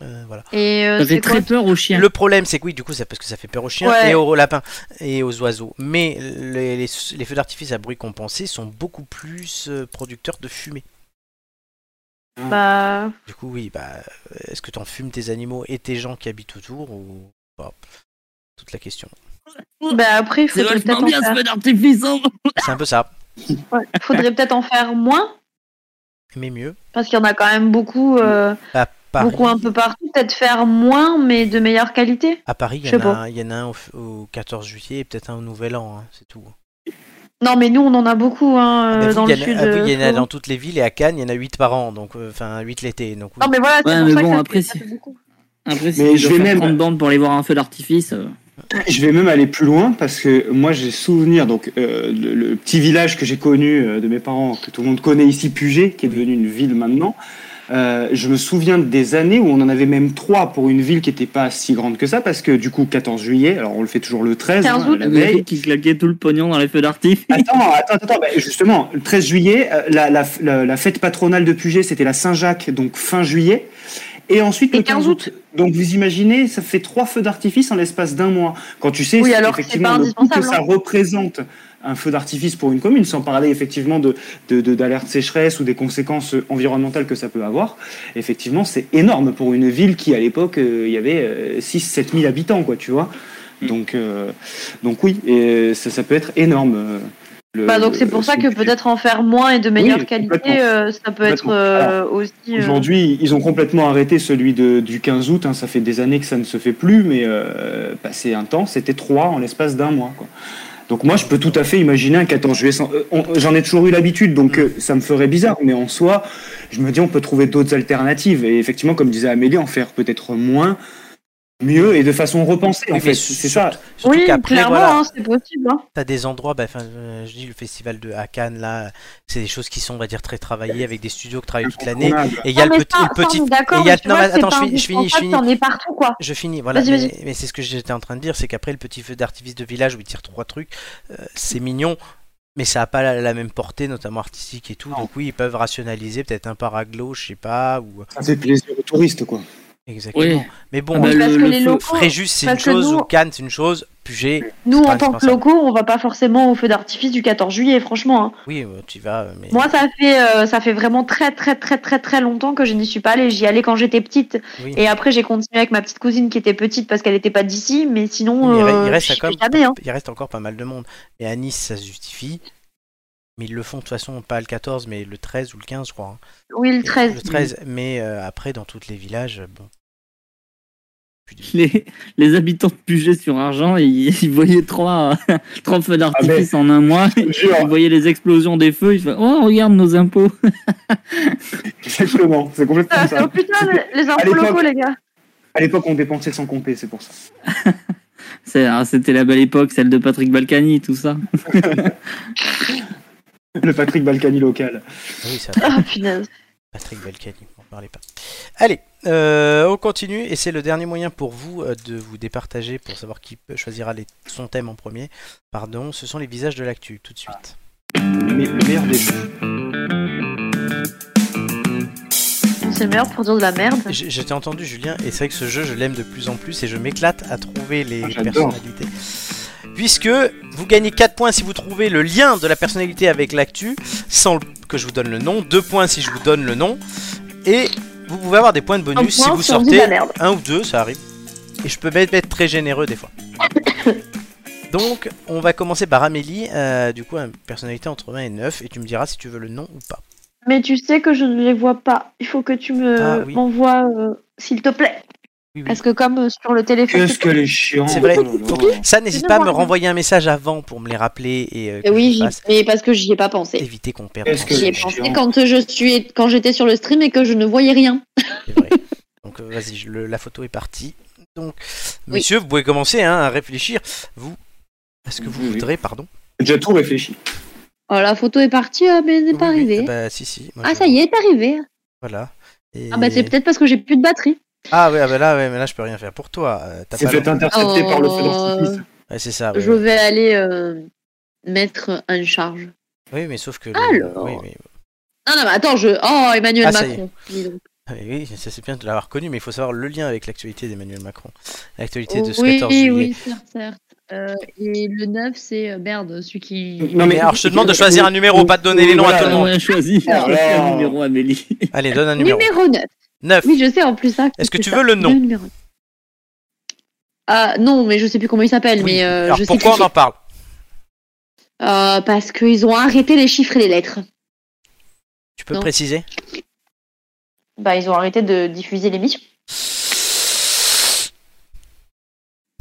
S1: Euh, voilà.
S5: Et euh,
S2: Ça fait
S5: c'est quoi
S2: très peur aux chiens.
S1: Le problème, c'est que oui, du coup, ça parce que ça fait peur aux chiens
S5: Ouais.
S1: et aux lapins et aux oiseaux. Mais les, les- les feux d'artifice à bruit compensé sont beaucoup plus euh, producteurs de fumée.
S5: Bah,
S1: Du coup, oui, bah, euh, est-ce que t'en fumes tes animaux et tes gens qui habitent autour ou pas Toute la question.
S5: bah après, il
S2: C'est
S5: faudrait peut-être
S2: vachement
S5: en,
S2: bien ce
S5: faire...
S2: feu d'artifice. hein.
S1: C'est un peu ça,
S5: ouais, faudrait peut-être en faire moins,
S1: mais mieux.
S5: parce qu'il y en a quand même beaucoup, euh,
S1: À Paris,
S5: beaucoup un peu partout. Peut-être faire moins, mais de meilleure qualité.
S1: à Paris, il y,
S5: Je
S1: en
S5: sais
S1: a
S5: pas.
S1: un- il y en a un au, au 14 juillet et peut-être un au Nouvel An, hein, c'est tout.
S5: Non, mais nous, on en a beaucoup hein,
S1: Mais
S5: euh,
S1: vous,
S5: dans
S1: il y
S5: le
S1: en a-
S5: sud.
S1: ah oui, il y en a
S5: euh,
S1: dans toutes les villes et à Cannes, il y en a 8 par an, donc euh, enfin 8 l'été. Donc, oui.
S5: Non, mais voilà, c'est
S2: Ouais,
S5: pour
S2: mais
S5: ça
S2: bon,
S5: que ça
S2: après,
S5: fait- ça fait beaucoup.
S2: Après, si
S3: Mais
S2: tu
S3: je
S2: dois
S3: vais
S2: faire
S3: même-
S2: 30 bandes pour aller voir un feu d'artifice. euh,
S3: Je vais même aller plus loin parce que moi j'ai souvenir donc euh, le, le petit village que j'ai connu euh, de mes parents que tout le monde connaît ici Puget qui est devenu une ville maintenant. Euh, je me souviens des années où on en avait même trois pour une ville qui n'était pas si grande que ça parce que du coup 14 juillet alors on le fait toujours le 13
S5: 15 août.
S3: la
S2: Le mec
S3: veille.
S2: qui claquait tout le pognon dans les feux d'artifice.
S3: Attends, attends, attends, bah, justement, le 13 juillet, euh, la, la, la- la fête patronale de Puget, c'était la Saint-Jacques, donc fin juillet. Et ensuite,
S5: Et
S3: le 15 août. Donc, vous imaginez, ça fait trois feux d'artifice en l'espace d'un mois. Quand tu sais,
S5: Oui,
S3: c'est
S5: alors que
S3: effectivement,
S5: c'est pas
S3: le coût que
S5: indispensable, hein.
S3: ça représente un feu d'artifice pour une commune, sans parler effectivement de de- de- d'alerte sécheresse ou des conséquences environnementales que ça peut avoir. Effectivement, c'est énorme pour une ville qui, à l'époque, euh, il y avait 6-7 000 habitants, quoi, tu vois. Donc, euh, donc oui, et ça, ça peut être énorme. euh, le-
S5: Bah, donc,
S3: le-
S5: c'est pour ça
S3: ce
S5: que
S3: budget.
S5: peut-être en faire moins et de meilleure
S3: Euh, Oui,
S5: qualité,
S3: complètement.
S5: euh, ça peut être
S3: Complètement.
S5: euh, aussi. euh,
S3: Aujourd'hui, ils ont complètement arrêté celui de, du 15 août. hein, ça fait des années que ça ne se fait plus, mais euh, passé un temps, c'était trois en l'espace d'un mois. Quoi. Donc moi, je peux tout à fait imaginer un 14 juillet. sans- euh, on- J'en ai toujours eu l'habitude, donc euh, ça me ferait bizarre. Mais en soi, je me dis, on peut trouver d'autres alternatives. Et effectivement, comme disait Amélie, en faire peut-être moins, mieux et de façon repensée. En
S1: Oui,
S3: fait,
S1: mais
S3: c'est ça.
S1: Surtout
S5: Oui,
S1: qu'après,
S5: clairement,
S1: voilà,
S5: hein, c'est possible. hein.
S1: t'as des endroits, bah, enfin, euh, je dis le festival de à Cannes, là, c'est des choses qui sont, on va dire, très travaillées avec des studios qui travaillent toute l'année. Et il y a
S5: Non,
S1: le
S5: mais
S1: petit,
S5: ça-
S1: le petit-
S5: ça, on est d'accord,
S1: et il y a-
S5: mais tu
S1: non,
S5: vois,
S1: mais
S5: c'est
S1: attends,
S5: pas
S1: je finis, je finis, je
S5: indispensable,
S1: finis.
S5: T'en es partout, quoi.
S1: Je finis, voilà.
S5: Vas-y,
S1: Mais,
S5: vas-y.
S1: mais c'est ce que j'étais en train de dire, c'est qu'après le petit feu d'artifice de village où il tire trois trucs, euh, c'est mignon, mais ça n'a pas la, la même portée, notamment artistique et tout.
S3: Non.
S1: Donc oui, ils peuvent rationaliser peut-être un paraglo, je sais pas, ou
S3: Ça fait plaisir aux touristes, quoi.
S1: exactement.
S2: Oui.
S1: Mais bon,
S2: Ah bah,
S5: Parce
S1: euh,
S5: que
S2: le- le
S5: les
S2: feu-
S5: locaux,
S1: Fréjus c'est une
S5: parce que
S1: chose,
S5: nous-
S1: ou Cannes c'est une chose, Puget,
S5: nous,
S1: pas
S5: en tant que
S1: indispensable.
S5: locaux, on va pas forcément au feu d'artifice du 14 juillet, franchement. hein.
S1: oui, euh, tu y vas, euh, mais
S5: Moi, ça fait, euh, ça fait vraiment très, très, très, très, très longtemps que je n'y suis pas allée. J'y allais quand j'étais petite.
S1: Oui.
S5: Et après, j'ai continué avec ma petite cousine qui était petite parce qu'elle n'était pas d'ici. Mais sinon,
S1: Mais il re-
S5: euh,
S1: il reste
S5: j'y
S1: quand
S5: vais
S1: même-
S5: jamais. hein.
S1: il reste encore pas mal de monde. Et à Nice, ça se justifie. Mais ils le font de toute façon, pas le 14, mais le 13 ou le 15, je crois. hein.
S5: Oui, le 13.
S1: Le 13, mais euh, après, dans tous les villages, euh, bon. Puis des-
S2: Les, les habitants de Puget sur Argent, ils, ils voyaient trois, trois feux
S3: Ah,
S2: d'artifice en un mois.
S3: Je te jure.
S2: Ils voyaient les explosions des feux. Ils faisaient Oh, regarde nos impôts.
S3: Exactement. C'est complètement
S5: Ah, oh
S3: ça.
S5: putain, le- les
S3: À
S5: infos
S3: l'époque-
S5: locaux, les gars.
S3: À l'époque, on dépensait sans compter, c'est pour ça.
S2: C'est- ah, C'était la belle époque, celle de Patrick Balkany, tout ça.
S3: Le Patrick Balkany local.
S1: Ah Oui, ça,
S5: Ah punaise.
S1: Patrick Balkany, on parlait pas. Allez, euh, on continue, et c'est le dernier moyen pour vous euh, de vous départager pour savoir qui peut- choisira les- son thème en premier. Pardon, ce sont les visages de l'actu, tout de suite.
S3: Mais le meilleur des jeux.
S5: C'est le meilleur pour dire de la merde.
S1: J- J'étais entendu Julien et c'est vrai que ce jeu je l'aime de plus en plus et je m'éclate à trouver les
S3: Ah, j'adore.
S1: personnalités. Puisque vous gagnez 4 points si vous trouvez le lien de la personnalité avec l'actu sans le- que je vous donne le nom, 2 points si je vous donne le nom et vous pouvez avoir des points de
S5: Un
S1: bonus si
S5: point
S1: vous
S5: sur dit de
S1: sortez
S5: la merde.
S1: un ou deux, ça arrive. Et je peux même être très généreux des fois. Donc on va commencer par Amélie, euh, du coup une personnalité entre 20 et 9 et tu me diras si tu veux le nom ou pas.
S5: Mais tu sais que je ne les vois pas. Il faut que tu me
S1: Ah, oui.
S5: m'envoies, euh, s'il te plaît.
S1: Oui, oui.
S5: Parce que comme euh, sur le téléphone.
S3: Qu'est-ce qu'elle est chiante.
S1: C'est vrai.
S3: oh là là.
S1: Ça, n'hésite pas à me renvoyer un message avant pour me les rappeler et euh, que
S5: Eh
S1: je
S5: oui, j'y-
S1: fasse
S5: mais parce que j'y ai pas pensé.
S1: éviter qu'on perde.
S3: Qu'est-ce que
S5: J'y ai
S3: les
S5: pensé
S3: chiants.
S5: quand euh, je suis quand j'étais sur le stream et que je ne voyais rien.
S1: C'est vrai. Donc euh, vas-y, je- le- la photo est partie. Donc, messieurs, vous pouvez commencer hein, à réfléchir, vous, à ce que vous
S3: Oui, oui.
S1: voudrez, pardon.
S3: J'ai déjà tout réfléchi.
S5: Oh, la photo est partie, ah, mais elle n'est pas
S1: Oui, oui.
S5: arrivée.
S1: Ah bah, si, si. Moi,
S5: Ah
S1: je-
S5: ça y est, elle est arrivée.
S1: Voilà. Et-
S5: Ah bah c'est peut-être parce que j'ai plus de batterie.
S1: Ah ouais, ah bah là, ouais, mais là, je peux rien faire pour toi. Euh, t'as
S3: C'est
S1: pas le-
S3: fait intercepter par
S1: Oh.
S3: le feu d'artifice.
S1: Ouais, c'est ça. Ah ouais,
S5: Je
S1: ouais.
S5: vais aller euh, mettre une charge.
S1: Oui, mais sauf que. le-
S5: Alors.
S1: Oui, mais-
S5: Non, non, mais attends, je. Oh, Emmanuel
S1: Ah, ça y est.
S5: Macron. dis donc.
S1: Ah Oui, ça c'est bien de l'avoir connu, mais il faut savoir le lien avec l'actualité d'Emmanuel Macron. L'actualité de ce
S5: Oui,
S1: 14 juillet.
S5: oui, certes, certes. Euh, et le 9, c'est. euh, Merde, celui qui.
S3: Non,
S1: Mais alors, je te demande de choisir un numéro, pas de donner les noms à
S3: Voilà.
S1: tout le
S2: Alors,
S1: monde.
S2: ouais, choisis.
S3: Alors.
S2: choisis un numéro, Amélie.
S1: Allez, donne un numéro.
S5: Numéro, Euh, 9.
S1: 9.
S5: Oui, je sais en plus ça.
S1: Est-ce que
S5: c'est
S1: tu
S5: ça,
S1: veux le nom
S5: le numéro. Ah, non, mais je sais plus comment il s'appelle, mais euh,
S1: Alors,
S5: je sais
S1: pourquoi
S5: qui
S1: on en parle
S5: c'est. Euh, Parce qu'ils ont arrêté les chiffres et les lettres.
S1: Tu peux
S5: Non.
S1: préciser
S5: Bah, ils ont arrêté de diffuser l'émission.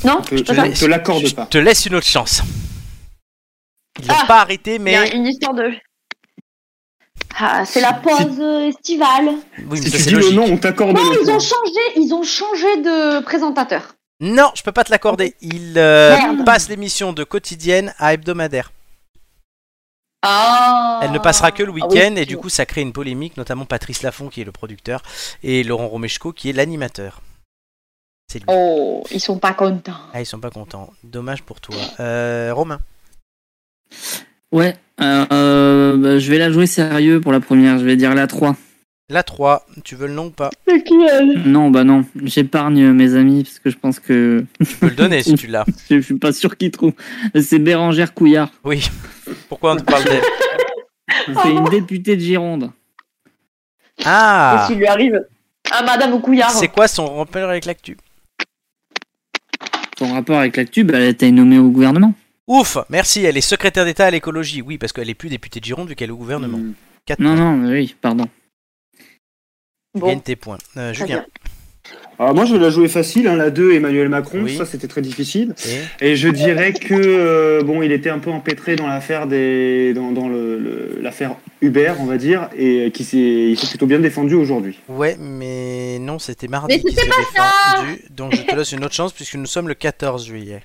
S5: Non,
S3: Je
S5: je
S3: te
S5: peux pas.
S3: laisse. l'accorde pas.
S1: Je te laisse une autre chance. Ils l'ont
S5: Ah
S1: pas arrêté,
S5: Il y a
S1: mais.
S5: une histoire de. Ah, c'est la pause euh, estivale.
S1: Oui, mais
S3: Si
S1: ça,
S3: tu
S1: c'est
S3: dis le
S1: logique.
S3: nom, on t'accorde
S5: Non,
S3: le
S5: ils ont
S3: nom.
S5: changé, ils ont changé de présentateur.
S1: Non, je peux pas te l'accorder. Il euh,
S5: Merde.
S1: passe l'émission de quotidienne à hebdomadaire.
S5: Ah.
S1: Elle ne passera que le week-end
S5: Ah oui,
S1: et du coup ça crée une polémique, notamment Patrice Laffont qui est le producteur et Laurent Romeshko qui est l'animateur. C'est lui.
S5: Oh, ils sont pas contents.
S1: Ah, ils sont pas contents. Dommage pour toi. Euh, Romain.
S2: Ouais, euh, euh, bah, je vais la jouer sérieux pour la première, je vais dire la 3.
S1: La 3, tu veux le nom ou pas
S2: Non, bah non, j'épargne mes amis parce que je pense que
S1: Je peux le donner si tu l'as.
S2: je suis pas sûr qu'ils trouvent. C'est Bérangère Couillard.
S1: Oui. Pourquoi on te parle d'elle
S2: C'est une députée de Gironde.
S1: Ah
S5: Qu'est-ce qui lui arrive Ah, Madame Couillard.
S1: C'est quoi son rappel avec l'actu
S2: Son rapport avec l'actu, bah, elle a été nommée au gouvernement.
S1: Ouf Merci, elle est secrétaire d'État à l'écologie. Oui, parce qu'elle est plus députée de Gironde vu qu'elle est au gouvernement.
S3: Mm.
S1: 4
S2: Non, non, mais oui, pardon.
S5: Bon,
S1: tes points. Euh,
S5: très
S1: Julien.
S5: bien.
S3: Ah, moi, je vais la jouer facile, hein, la 2, Emmanuel Macron.
S1: Oui.
S3: Ça, c'était très difficile.
S1: Et
S3: Et je dirais que, euh, bon, il était un peu empêtré dans l'affaire des. dans, dans le- le- l'affaire Uber, on va dire, et qui s'est il s'est plutôt bien défendu aujourd'hui.
S1: Ouais, mais non, c'était mardi
S5: Mais
S1: qui
S5: c'était
S1: s'est défendu. Donc je te laisse une autre chance puisque nous sommes le 14 juillet.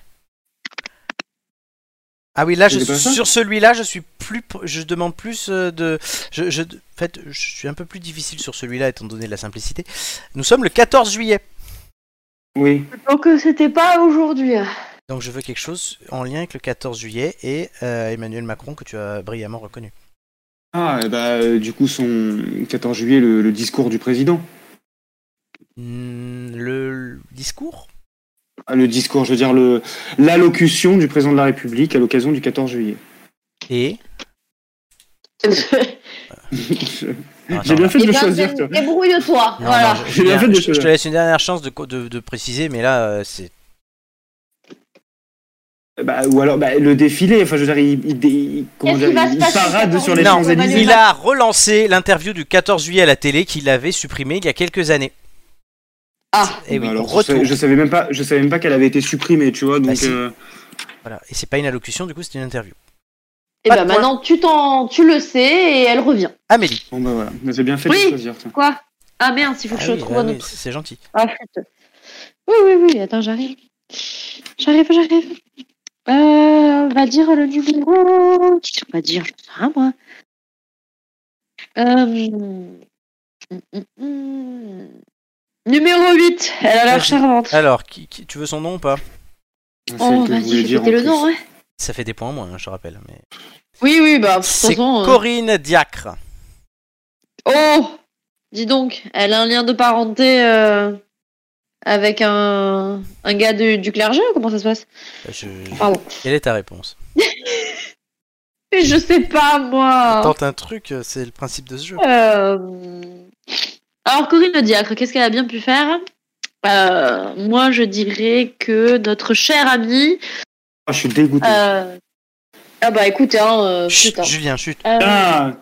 S1: Ah oui, là, je,
S3: C'était pas ça
S1: sur celui-là, je suis plus, pr- je demande plus euh, de, je, je, en fait, je suis un peu plus difficile sur celui-là étant donné la simplicité. Nous sommes le 14 juillet,
S3: Oui.
S5: Donc, euh, c'était pas aujourd'hui.
S1: donc je veux quelque chose en lien avec le 14 juillet et euh, Emmanuel Macron que tu as brillamment reconnu.
S3: Ah, et bah, euh, du coup, son 14 juillet, le, le discours du président.
S1: Hmm, Le discours
S3: Ah, le discours, je veux dire, le l'allocution du président de la République à l'occasion du 14 juillet.
S1: et Ah,
S3: J'ai bien fait de le choisir, toi.
S5: Débrouille-toi.
S1: Non,
S5: Oh, Voilà.
S1: non, je-
S3: J'ai bien fait de
S1: je-
S3: le
S1: je te
S3: choisir.
S1: laisse une dernière chance de, co- de- de préciser, mais là, euh, c'est
S3: Bah, ou alors bah, le défilé, enfin je veux dire, il, il, il- comment dire,
S5: Qu'est-ce qui va se
S3: il
S5: passer
S3: parade
S5: le
S3: sur les
S5: 14
S1: Non,
S5: Emmanuel
S3: Champs-Élysées.
S1: il a relancé l'interview du 14 juillet à la télé qu'il avait supprimée il y a quelques années.
S5: Ah.
S1: et Eh oui,
S3: Bah, alors, je,
S1: retour.
S3: savais, je savais même pas, je savais même pas qu'elle avait été supprimée, tu vois. Donc,
S1: Bah, si.
S3: euh,
S1: Voilà. Et c'est pas une allocution, du coup, c'est une interview.
S5: Et
S1: Pas
S5: bah,
S1: de point.
S5: maintenant, tu t'en, tu le sais et elle revient.
S1: Amélie.
S3: bon bah voilà, Mais j'ai bien fait de
S5: Oui.
S3: le choisir. toi.
S5: Quoi Ah merde, il faut que je
S1: Ah oui,
S5: trouve
S1: ah
S5: un
S1: oui,
S5: autre.
S1: c'est gentil.
S5: Ah, flûte. Oui, oui, oui, attends, j'arrive. J'arrive, j'arrive. Euh, on va dire le numéro. Qu'est-ce qu'on va dire Je sais pas, moi. Euh, hum, hum, hum. Numéro 8, elle a l'air
S1: Vas-y.
S5: charmante.
S1: Alors, qui, qui- tu veux son nom ou pas
S3: Celle
S5: Oh,
S3: que je voulais
S5: vas-y,
S3: dire,
S5: c'était
S3: en
S5: le hein.
S3: plus.
S5: nom, ouais.
S1: Ça fait des points en moins, hein, je rappelle. mais-
S5: Oui, oui, bah, de toute
S1: C'est
S5: façon. euh,
S1: Corinne Diacre.
S5: Oh Dis donc, elle a un lien de parenté euh, avec un, un gars du, du clergé ou comment ça se passe
S1: Euh, Je...
S5: Pardon.
S1: Quelle est ta réponse
S5: Mais je sais pas, moi.
S1: Tente un truc, euh, c'est le principe de ce jeu.
S5: Euh, Alors, Corinne Le Diacre, qu'est-ce qu'elle a bien pu faire Euh, Moi, je dirais que notre chère amie.
S3: Ah, je suis dégoûté.
S5: euh, Ah bah écoute, hein, euh,
S1: Chut,
S5: putain.
S1: Julien, chut.
S5: Euh,
S3: Ah,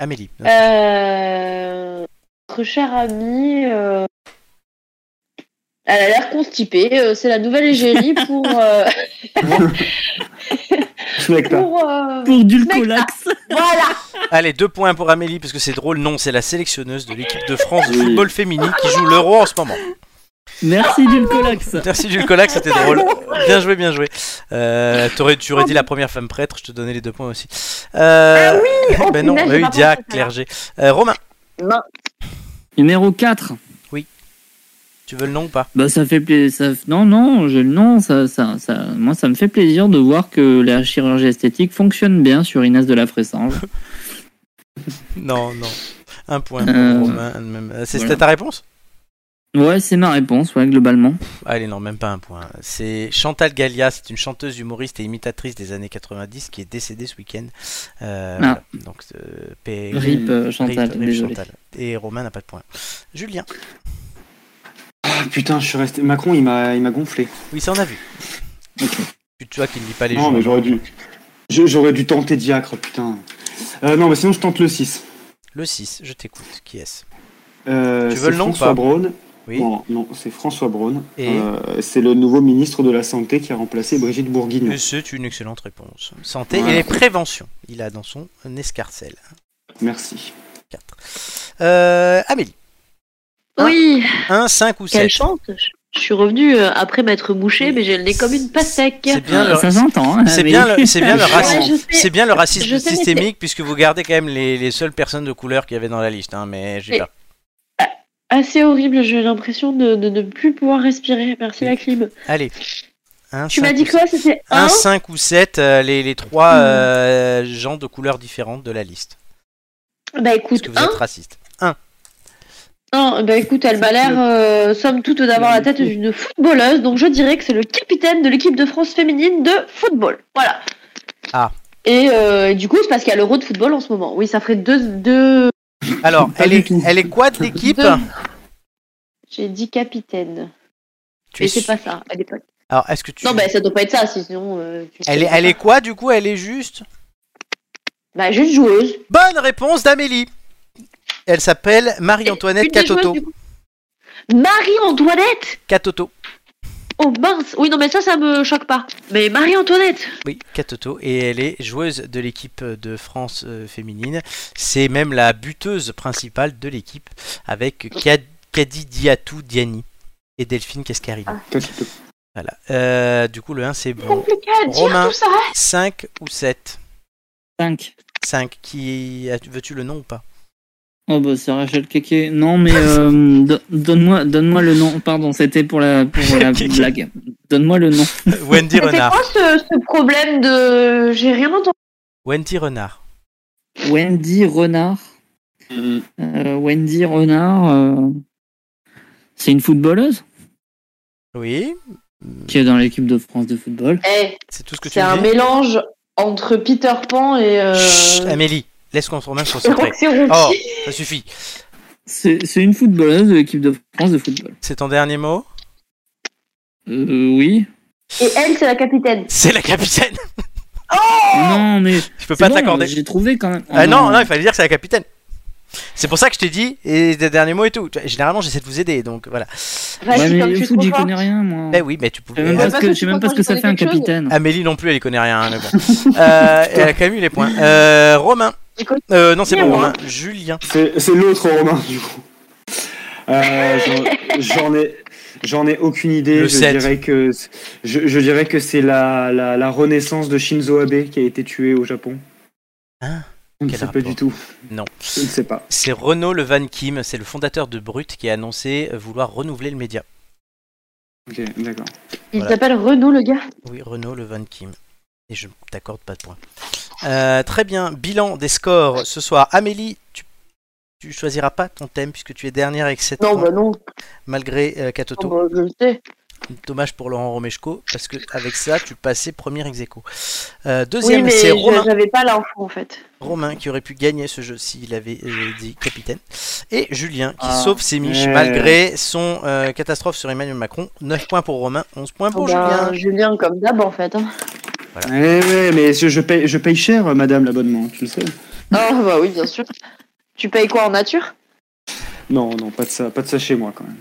S1: Amélie.
S5: euh, Notre chère amie. euh, Elle a l'air constipée. euh, c'est la nouvelle égérie pour. euh,
S3: Schmecta.
S5: pour euh,
S2: Pour Dulcolax.
S5: Voilà.
S1: Allez, deux points pour Amélie, parce que c'est drôle. Non, c'est la sélectionneuse de l'équipe de France de football féminin qui joue l'Euro en ce moment.
S2: Merci Dulcolax.
S1: Merci Jules Colac, c'était
S5: Ah,
S1: drôle. Bien joué, bien joué. Euh, t'aurais- tu aurais dit la première femme prêtre, je te donnais les deux points aussi. Euh,
S5: oui, oh,
S1: ben non,
S5: punaise,
S1: bah
S5: j'ai
S1: oui,
S5: pas pensé à
S1: Diac,
S5: ça.
S1: clergé. Euh, Romain,
S5: Non.
S2: Numéro 4.
S1: tu veux le nom ou pas
S2: Bah ça fait plaisir. Non non, j'ai le nom. Ça, ça, ça, moi ça me fait plaisir de voir que la chirurgie esthétique fonctionne bien sur Inès de la Fressange.
S1: Non, non. Un point pour
S2: Euh,
S1: Romain. un de même. Euh, C'est
S2: voilà.
S1: c'était ta réponse
S2: Ouais, c'est ma réponse, ouais, globalement.
S1: Allez, Ah, non, même pas un point. C'est Chantal Gallia, c'est une chanteuse, humoriste et imitatrice des années 90 qui est décédée ce week-end. Euh,
S2: Ah.
S1: voilà. Donc, euh, P-
S2: Rip euh, Chantal,
S1: Rip- Rip
S2: désolé.
S1: Chantal. Et Romain n'a pas de point. Julien,
S3: Ah, putain, je suis resté. Macron, il m'a, il m'a gonflé.
S1: oui, ça on a vu. Tu tu vois qu'il ne lit pas les
S3: non,
S1: journaux.
S3: mais j'aurais dû. je- J'aurais dû tenter Diacre, putain. Euh, non, mais sinon, je tente le 6.
S1: Le 6, je t'écoute. Qui est-ce
S3: Euh,
S1: Tu
S3: c'est
S1: veux le nom ou
S3: François
S1: pas
S3: Braun.
S1: Oui.
S3: Non, non, c'est François Braun.
S1: Et
S3: Euh, c'est le nouveau ministre de la Santé qui a remplacé Brigitte Bourguignon.
S1: Et C'est une excellente réponse. Santé
S3: Voilà.
S1: et prévention. Il a dans son escarcelle.
S3: Merci.
S1: Euh, Amélie, Hein
S5: Oui.
S1: 1, 5 ou 7.
S5: Quelle chance. Je- Je suis revenue euh, après m'être mouchée, mais j'ai le nez comme une pastèque.
S1: C'est bien
S2: Euh,
S1: le,
S2: ça s'entend. Hein,
S1: c'est
S2: mais-
S1: bien le, c'est bien le
S3: Ouais,
S1: racisme.
S5: je sais.
S1: C'est bien le racisme
S5: Je sais, mais
S1: systémique puisque vous gardez quand même les, les seules personnes de couleur qu'il y avait dans la liste. hein, mais j'ai
S5: Et-
S1: pas.
S5: Assez horrible. J'ai l'impression de, de ne plus pouvoir respirer. Merci la clim.
S1: Allez. Un,
S5: Tu
S1: cinq
S5: m'as dit
S1: ou-
S5: quoi C'était
S1: Ah,
S5: un. Hmm.
S1: un, 5 ou 7, les, les trois euh, gens de couleurs différentes de la liste.
S5: Bah
S1: Parce
S5: écoute,
S1: que vous
S5: un.
S1: êtes raciste.
S5: Non, bah écoute, elle m'a l'air, euh, somme toute, d'avoir la tête d'une footballeuse, donc je dirais que c'est le capitaine de l'équipe de France féminine de football. Voilà.
S1: Ah.
S5: Et euh, du coup, c'est parce qu'il y a l'euro de football en ce moment. Oui, ça ferait deux. deux...
S1: Alors,
S3: Pas
S1: elle
S3: du
S1: est,
S3: tout.
S1: elle est quoi de l'équipe
S5: deux- J'ai dit capitaine.
S1: Tu es
S5: Mais c'est
S1: su-
S5: pas ça, à l'époque.
S1: Alors, est-ce que tu.
S5: Non, bah ça doit pas être ça, sinon. euh, tu
S1: elle,
S5: sais
S1: est, elle
S5: pas.
S1: est quoi du coup Elle est juste.
S5: Bah, juste joueuse.
S1: Bonne réponse d'Amélie. Elle s'appelle Marie-Antoinette
S5: Une des joueuses,
S1: Catoto.
S5: du coup. Marie-Antoinette
S1: Catoto.
S5: Oh mince Oui, non, mais ça, ça me choque pas. Mais Marie-Antoinette
S1: Oui, Catoto. Et elle est joueuse de l'équipe de France euh, féminine. C'est même la buteuse principale de l'équipe avec Ka- Kadi Diatou Diani et Delphine Cascarino.
S5: Ah.
S1: Voilà. Euh, du coup, le 1, c'est bon.
S5: Compliqué à dire
S1: Romain.
S5: tout ça
S1: 5 ou 7
S2: Cinq.
S1: 5. Qui... as- Veux-tu le nom ou pas
S2: Oh bah c'est Rachel Keke. Non mais euh, do- donne-moi donne-moi le nom. Pardon, c'était pour la pour la
S1: Keke.
S2: blague. Donne-moi le nom.
S1: Wendy
S5: C'est
S1: Renard.
S5: quoi ce, ce problème de. J'ai rien entendu.
S1: Wendy Renard.
S2: Wendy Renard. Euh, Wendy Renard. euh, C'est une footballeuse
S1: Oui,
S2: qui est dans l'équipe de France de football.
S5: Eh,
S1: c'est tout ce que tu
S5: c'est
S1: me
S5: un
S1: dis.
S5: mélange entre Peter Pan et. Euh...
S1: Chut, Amélie, laisse qu'on se remet
S5: et
S1: concentrer.
S5: Roxy Rookie.
S1: Oh, ça suffit.
S2: C'est c'est une footballeuse de l'équipe de France de football.
S1: C'est ton dernier mot
S2: Euh, oui.
S5: Et elle, c'est la capitaine.
S1: C'est la capitaine.
S2: non mais
S1: Je peux
S2: c'est
S1: pas
S2: bon,
S1: t'accorder.
S2: J'ai trouvé quand même.
S1: Ah non, non, il fallait dire que c'est la capitaine. C'est pour ça que je t'ai dit et des derniers mots et tout. Tu vois, Généralement, j'essaie de vous aider, donc voilà.
S2: Ouais,
S5: Vas-y,
S2: mais
S5: comme
S2: le
S5: tu es
S2: foot,
S5: trop
S2: j'y
S5: fort.
S2: connais rien moi.
S1: Eh oui, mais tu
S2: Je sais
S1: pouvais.
S2: même
S1: Euh,
S2: pas ce
S6: parce
S2: que-
S6: que
S2: je sais
S6: tu
S2: même
S6: crois
S2: pas ce
S6: qu'on
S2: que ça
S6: connaît
S2: fait un
S6: quelque chose.
S2: capitaine.
S1: Amélie non plus, elle y connaît rien, hein, mais bon. Euh, elle a quand même eu les points. Euh, Romain.
S5: Écoute.
S1: Euh, non, c'est
S5: Et
S1: bon,
S5: moi.
S1: Romain. Julien.
S3: C'est, c'est l'autre Romain, du coup. Euh, j'en, j'en ai, j'en ai aucune idée.
S1: Le
S3: je,
S1: sept.
S3: dirais que, c- je, je dirais que c'est la, la, la renaissance de Shinzo Abe qui a été tué au Japon.
S1: Hein
S3: Je ne
S1: Quel
S3: sais pas
S1: rapport
S3: du tout.
S1: Non.
S3: Je ne sais pas.
S1: C'est Renaud Levan Kim, c'est le fondateur de Brut qui a annoncé vouloir renouveler le média.
S3: Ok, d'accord.
S5: Il
S1: Voilà.
S5: s'appelle Renaud, le gars.
S1: Oui, Renaud Levan Kim. Et je ne t'accorde pas de points. Euh, très bien, bilan des scores ce soir. Amélie, tu, tu choisiras pas ton thème puisque tu es dernière avec 7
S5: Non,
S1: points,
S5: bah non,
S1: malgré euh, Katoto.
S5: non, bah, je le sais.
S1: Dommage pour Laurent Romeshko, parce que avec ça, tu passais premier ex aequo. Euh,
S5: Oui,
S1: deuxième,
S5: mais
S1: c'est
S5: je-
S1: Romain.
S5: j'avais pas l'info en fait.
S1: Romain qui aurait pu gagner ce jeu s'il avait euh, dit capitaine. Et Julien qui
S2: Ah.
S1: sauve ses miches
S3: Ouais.
S1: malgré son euh, catastrophe sur Emmanuel Macron. 9 points pour Romain, 11 points pour
S5: Bon,
S1: Julien.
S5: ben, Julien, comme d'hab en fait. hein.
S3: Eh ouais, mais je, je paye, je paye cher, madame, l'abonnement, tu le sais.
S5: Ah, bah oui, bien sûr. Tu payes quoi en nature
S3: Non, non, pas de ça, pas de ça chez moi quand même.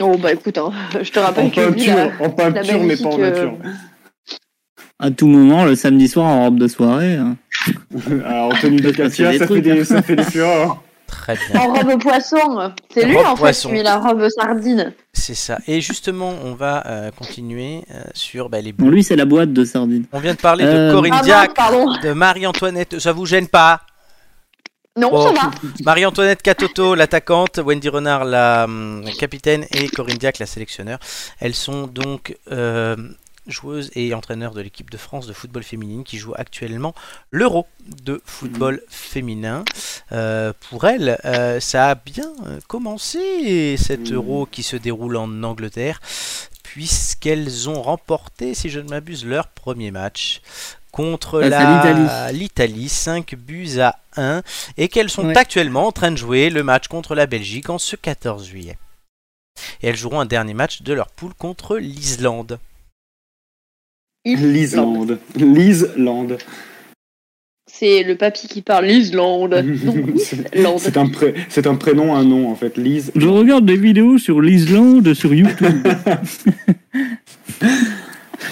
S5: Oh bah écoute, hein, je te rappelle
S3: En
S5: que lui, là,
S3: peinture, en peinture, mais pas en nature.
S5: magnifique,
S2: À tout moment, le samedi soir en robe de soirée. hein.
S3: Ah, en tenue de Katia,
S2: des
S3: ça, fait
S2: trucs,
S3: des, ça fait des fureurs. hein.
S1: Très bien.
S5: en robe poisson. C'est lui
S1: Robe
S5: en fait
S1: poisson.
S5: qui met la robe sardine.
S1: C'est ça. Et justement, on va euh, continuer euh, sur bah, les
S2: Bon, lui, c'est la boîte de sardines.
S1: On vient de parler de
S2: Euh,
S1: Corinne
S5: Ah non,
S1: Diacre,
S5: pardon.
S1: de Marie-Antoinette. Ça vous gêne pas
S5: Non,
S1: Oh.
S5: ça va.
S1: Marie-Antoinette Catoto, l'attaquante, Wendy Renard, la hum, capitaine, et Corinne Diacre, la sélectionneur. Elles sont donc euh, joueuses et entraîneurs de l'équipe de France de football féminine qui joue actuellement l'Euro de football féminin. Euh, pour elles, euh, ça a bien euh, commencé cet
S3: Mhm.
S1: Euro qui se déroule en Angleterre, puisqu'elles ont remporté, si je ne m'abuse, leur premier match
S3: Ah,
S1: contre
S2: Face à
S1: la- l'Italie, 5 buts à 1 et qu'elles sont
S2: Ouais.
S1: actuellement en train de jouer le match contre la Belgique en ce 14 juillet. Et elles joueront un dernier match de leur poule contre l'Islande.
S3: L'Islande. L'Islande.
S5: C'est le papy qui parle l'Islande. Non, l'Islande.
S3: C'est un, pré- c'est un prénom, un nom en fait. Lise.
S2: Je regarde des vidéos sur l'Islande, sur YouTube.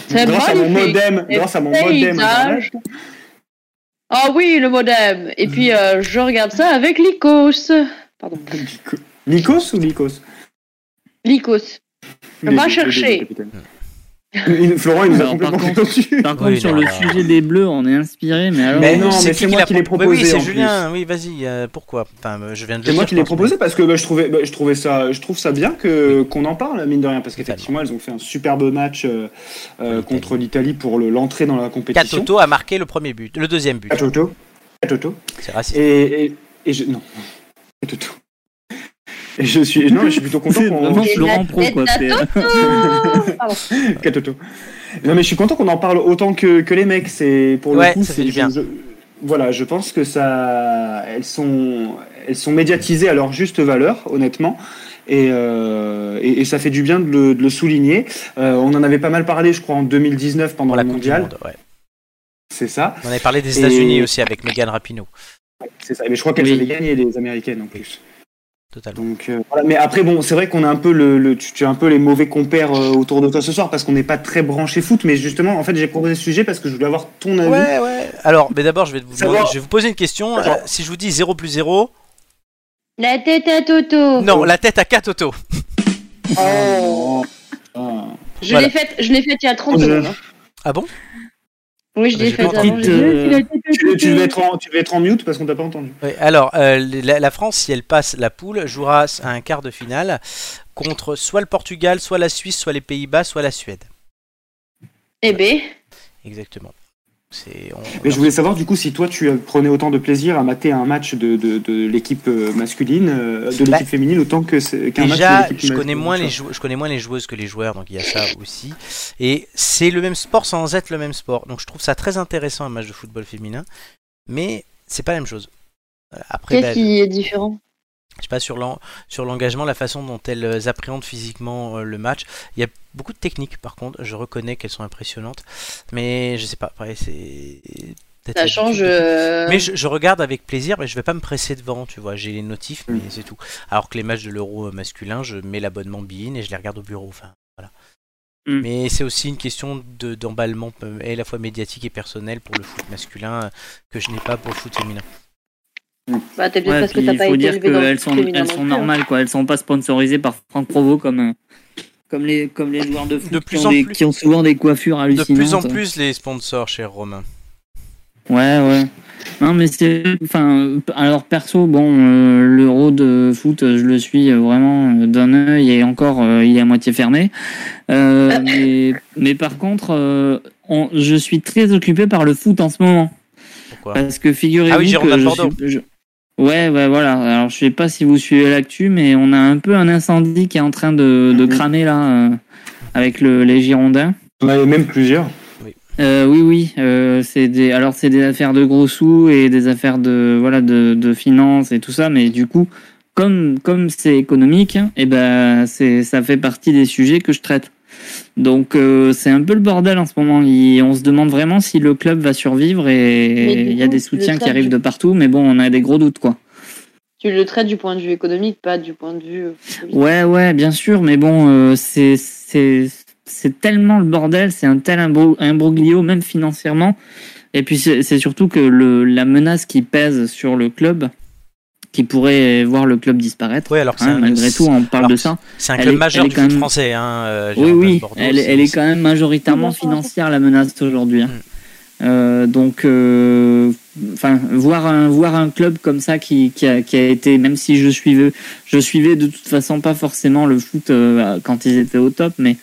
S5: C'est
S3: Grâce à mon
S5: magnifique.
S3: modem. Grâce à mon
S5: C'est
S3: modem. hein.
S5: paysage. Ah oui, le modem. Et puis euh, je regarde ça avec l'icos. Pardon.
S3: Lyco- Lycos ou Lycos
S5: L'icos. Va chercher.
S3: Florent, il nous a
S2: Alors, par
S3: complètement
S2: contre-
S3: dessus.
S2: Par contre,
S1: Oui,
S2: sur
S1: non,
S2: le
S1: là.
S2: sujet des bleus, on est inspiré, mais alors.
S3: Mais non, mais c'est moi
S1: l'a
S3: qui l'ai
S1: pro-
S3: proposé,
S1: Oui, c'est
S3: en
S1: Julien. Oui, vas-y. euh, pourquoi Enfin, euh, je viens de le
S3: C'est moi
S1: dire,
S3: qui l'ai
S1: je pense,
S3: proposé parce que bah, je trouvais, bah, je trouvais ça, je trouve ça bien que qu'on en parle mine de rien parce qu'effectivement elles ont fait un superbe match euh, euh, contre l'Italie pour le- l'entrée dans la
S1: mais
S3: compétition.
S1: Katoto a marqué le premier but, le deuxième but.
S3: Katoto. Katoto.
S1: C'est raciste.
S3: Et, et, et je non. Katoto. Et je suis non, je suis plutôt content
S2: C'est
S3: qu'on
S2: vraiment Florent
S6: la
S2: Pro,
S6: tête
S2: quoi. c'est-
S3: Katoto. Non mais je suis content qu'on en parle autant que, que les mecs. C'est pour le
S1: Ouais,
S3: coup,
S1: ça fait
S3: c'est-
S1: du bien.
S3: je- voilà, je pense que ça, elles sont, elles sont médiatisées à leur juste valeur, honnêtement. Et, euh, et, et ça fait du bien de le, de le souligner. Euh, on en avait pas mal parlé, je crois, en 2019 pendant
S1: Pour la
S3: le
S1: Coupe du
S3: mondial.
S1: Monde. ouais.
S3: C'est ça.
S1: On avait parlé des
S3: Et-
S1: États-Unis aussi avec Megan Rapinoe.
S3: C'est ça. Mais je crois qu'elles
S2: Oui.
S3: avaient gagné les Américaines en plus.
S1: Totalement.
S3: Donc euh, voilà. Mais après, bon, c'est vrai qu'on a un peu le, le- tu, tu as un peu les mauvais compères euh, autour de toi ce soir parce qu'on n'est pas très branché foot. Mais justement, en fait, j'ai proposé ce sujet parce que je voulais avoir ton avis.
S1: Ouais, ouais. Alors, mais d'abord, je vais vous
S3: Ça
S1: demander-
S3: va.
S1: je vais vous poser une question.
S3: Ça va.
S1: Euh, si je vous dis 0 plus 0,
S5: La tête à Toto.
S1: non, la tête à Katoto.
S3: Oh. Euh, Ah.
S5: Je
S1: Voilà.
S5: l'ai faite, je l'ai faite il y a 30
S3: Je-
S5: secondes. hein.
S1: Ah bon
S5: Oui, je
S1: Mais
S5: l'ai
S1: j'ai
S5: faite
S1: pas
S5: avant.
S2: entendu.
S5: j'ai dit,
S2: Petite, euh,
S5: la tête à
S3: Tu, tu
S5: Toto.
S3: devais être en, tu devais être en mute parce qu'on t'a pas entendu.
S1: Oui, alors, euh, la, la France, si elle passe la poule, jouera à un quart de finale contre soit le Portugal, soit la Suisse, soit les Pays-Bas, soit la Suède.
S5: Eh ben,
S1: Exactement. C'est. on-
S3: Mais je voulais savoir du coup si toi tu prenais autant de plaisir à mater un match de, de, de l'équipe euh, masculine, euh, de l'équipe
S1: Bah,
S3: féminine, autant que c'est- qu'un match euh,
S1: Déjà,
S3: de l'équipe
S1: je connais,
S3: masculine,
S1: moins les
S3: tu
S1: jou- je connais moins les joueuses que les joueurs, donc il y a ça aussi. Et c'est le même sport sans être le même sport. Donc je trouve ça très intéressant un match de football féminin, mais c'est pas la même chose. Voilà. Après,
S5: qu'est-ce
S1: bah,
S5: qui est différent
S1: je sais pas, sur l'en- sur l'engagement, la façon dont elles appréhendent physiquement euh, le match. Il y a beaucoup de techniques, par contre, je reconnais qu'elles sont impressionnantes, mais je sais pas, pareil, c'est. peut-être
S5: Ça
S1: l'habitude
S5: change.
S1: de-
S5: euh,
S1: Mais je, je regarde avec plaisir, mais je vais pas me presser devant, tu vois. J'ai les notifs,
S5: Mm.
S1: mais c'est tout. Alors que les matchs de l'euro euh, masculin, je mets l'abonnement Bein et je les regarde au bureau. Enfin, voilà.
S2: Mm.
S1: Mais c'est aussi une question de- d'emballement euh, à la fois médiatique et personnel pour le foot masculin euh, que je n'ai pas pour le foot féminin.
S5: Bah, t'es peut-être
S2: Ouais,
S5: parce que
S2: puis
S5: t'as
S2: il
S5: pas
S2: faut
S5: été
S2: dire
S5: élevé dans le
S2: qu'elles sont,
S5: féminin
S2: elles
S5: non
S2: sont
S5: plus, hein.
S2: normales, quoi. Elles sont pas sponsorisées par Franck Provo comme, euh, comme, les, comme les joueurs de foot
S1: De plus
S2: qui, ont
S1: en
S2: des-
S1: plus.
S2: qui ont souvent des coiffures
S1: De
S2: hallucinantes.
S1: plus en
S5: hein.
S1: plus, les sponsors, cher Romain.
S2: Ouais, ouais. Non, mais c'est. Enfin, alors perso, bon, euh, l'euro de foot, je le suis euh, vraiment euh, d'un œil et encore, euh, il est à moitié fermé. Euh, mais, mais par contre, euh, on- je suis très occupé par le foot en ce moment.
S1: Pourquoi
S2: Parce que figurez-vous
S1: Ah oui, Jérôme
S2: que je
S1: Bordeaux.
S2: suis- je- Ouais, ouais, voilà. Alors, je sais pas si vous suivez l'actu, mais on a un peu un incendie qui est en train de,
S1: Ah
S2: de
S3: Mhm.
S2: cramer là, euh, avec le, les Girondins.
S3: vois. On avait même plusieurs.
S2: Euh, oui, oui. Euh, c'est des, alors c'est des affaires de gros sous et des affaires de voilà de, de finances et tout ça, mais du coup, comme comme c'est économique, et ben c'est ça fait partie des sujets que je traite. Donc euh, c'est un peu le bordel en ce moment. Il- on se demande vraiment si le club va survivre
S5: Mais
S2: et
S5: du
S2: il y a
S5: coup,
S2: des
S5: le
S2: soutiens qui
S5: club,
S2: arrivent
S5: du-
S2: de partout, mais bon, on a des gros doutes quoi.
S5: Tu le traites du point de vue économique, pas du point de vue. euh, politique.
S2: Ouais, ouais, bien sûr, mais bon, euh, c'est c'est c'est tellement le bordel, c'est un tel imbro- imbroglio, même financièrement. Et puis c'est c'est surtout que le, la menace qui pèse sur le club, qui pourrait voir le club disparaître.
S1: Ouais, alors que c'est
S2: hein,
S1: un-
S2: malgré tout, on parle
S1: alors
S2: de
S1: que
S2: ça.
S1: C'est un
S2: Elle
S1: club
S2: est-
S1: majeur
S2: elle est
S1: du
S2: quand
S1: foot
S2: même-
S1: français. Hein, euh,
S2: Oui,
S1: Girondins de
S2: oui,
S1: Bordeaux,
S2: elle,
S1: c'est-
S2: elle est quand même majoritairement financière la menace aujourd'hui.
S1: Mm.
S2: hein. Euh, donc, euh, enfin, voir un voir un club comme ça qui qui a, qui a été, même si je suivais, je suivais de toute façon pas forcément le foot euh, quand ils étaient au top, mais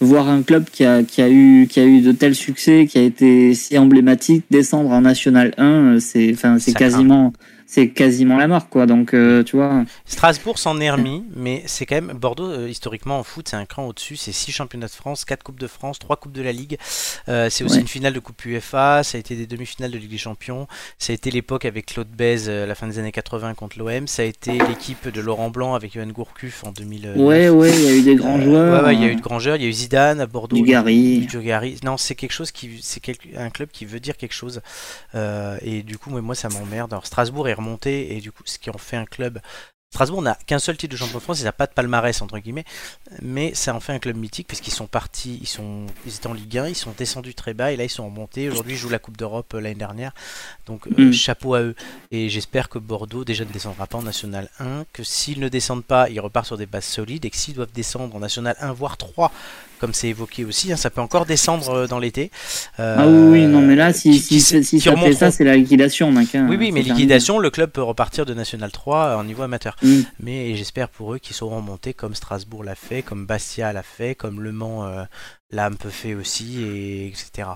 S2: voir un club qui a qui a eu qui a eu de tels succès, qui a été si emblématique, descendre en National 1, euh, c'est enfin c'est
S1: Ça craint.
S2: quasiment c'est quasiment la mort quoi. Donc euh, tu vois.
S1: Strasbourg s'en est remis,
S2: Ah.
S1: mais c'est quand même Bordeaux euh, historiquement en foot, c'est un cran au-dessus. C'est 6 championnats de France, 4 coupes de France, 3 coupes de la Ligue. Euh, c'est aussi
S2: Ouais.
S1: une finale de coupe UEFA. Ça a été des demi-finales de Ligue des Champions. Ça a été l'époque avec Claude Bèze euh, à la fin des années 80 contre l'OM. Ça a été l'équipe de Laurent Blanc avec Johan Gourcuff en euh, 2000.
S2: Ouais ouais, il y a eu des grands joueurs.
S1: Euh, ouais, ouais, il y a eu de grands joueurs. Il y a eu Zidane à Bordeaux. il y a eu
S2: Dugarry.
S1: Dugarry. Non, c'est quelque chose qui, c'est quelque- un club qui veut dire quelque chose. Euh, et du coup, moi, moi, ça m'emmerde. Alors Strasbourg est remonté et du coup, ce qui en fait un club. Strasbourg n'a qu'un seul titre de champion de France, il n'a pas de palmarès entre guillemets, mais ça en fait un club mythique puisqu'ils sont partis, ils sont, ils étaient en Ligue 1, ils sont descendus très bas et là ils sont remontés. Aujourd'hui, ils jouent la Coupe d'Europe euh, l'année dernière, donc euh,
S2: Mm.
S1: chapeau à eux. Et j'espère que Bordeaux déjà ne descendra pas en National 1, que s'ils ne descendent pas, ils repartent sur des bases solides et que s'ils doivent descendre en National 1 voire 3, comme c'est évoqué aussi, hein, ça peut encore descendre euh, dans l'été. Euh,
S2: Ah oui, oui, non, mais là, si,
S1: qui-
S2: si,
S1: qui-
S2: si,
S1: qui
S2: ça fait
S1: remonteront-
S2: ça, c'est la liquidation, mec. hein.
S1: oui, oui, mais
S2: C'est terminé.
S1: liquidation, le club peut repartir de National 3 en niveau amateur.
S2: Mm.
S1: Mais j'espère pour eux qu'ils seront montés comme Strasbourg l'a fait, comme Bastia l'a fait, comme Le Mans euh, l'a un peu fait aussi, et etc.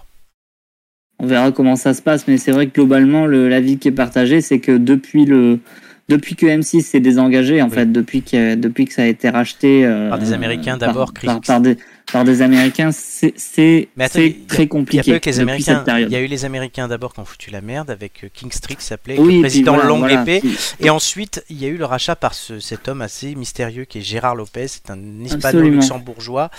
S2: On verra comment ça se passe, mais c'est vrai que globalement, le, la vie qui est partagée, c'est que depuis le. Depuis que M6 s'est désengagé, en
S1: Oui.
S2: fait, depuis que, depuis que ça a été racheté euh,
S1: Par des Américains d'abord, Chris.
S2: par, par des, par des Américains, c'est c'est-
S1: Mais attends,
S2: c'est
S1: il y a-
S2: très
S1: Il y a
S2: compliqué
S1: pas eu que les
S2: depuis
S1: Américains.
S2: cette
S1: Il
S2: période.
S1: y a eu les Américains d'abord qui ont foutu la merde avec euh, King Street qui s'appelait,
S2: oui,
S1: le
S2: puis
S1: président
S2: voilà,
S1: Longue
S2: voilà,
S1: Épée.
S2: qui-
S1: Et ensuite, il y a eu le rachat par ce- cet homme assez mystérieux qui est Gérard Lopez, c'est un
S2: Absolument.
S1: hispano-luxembourgeois.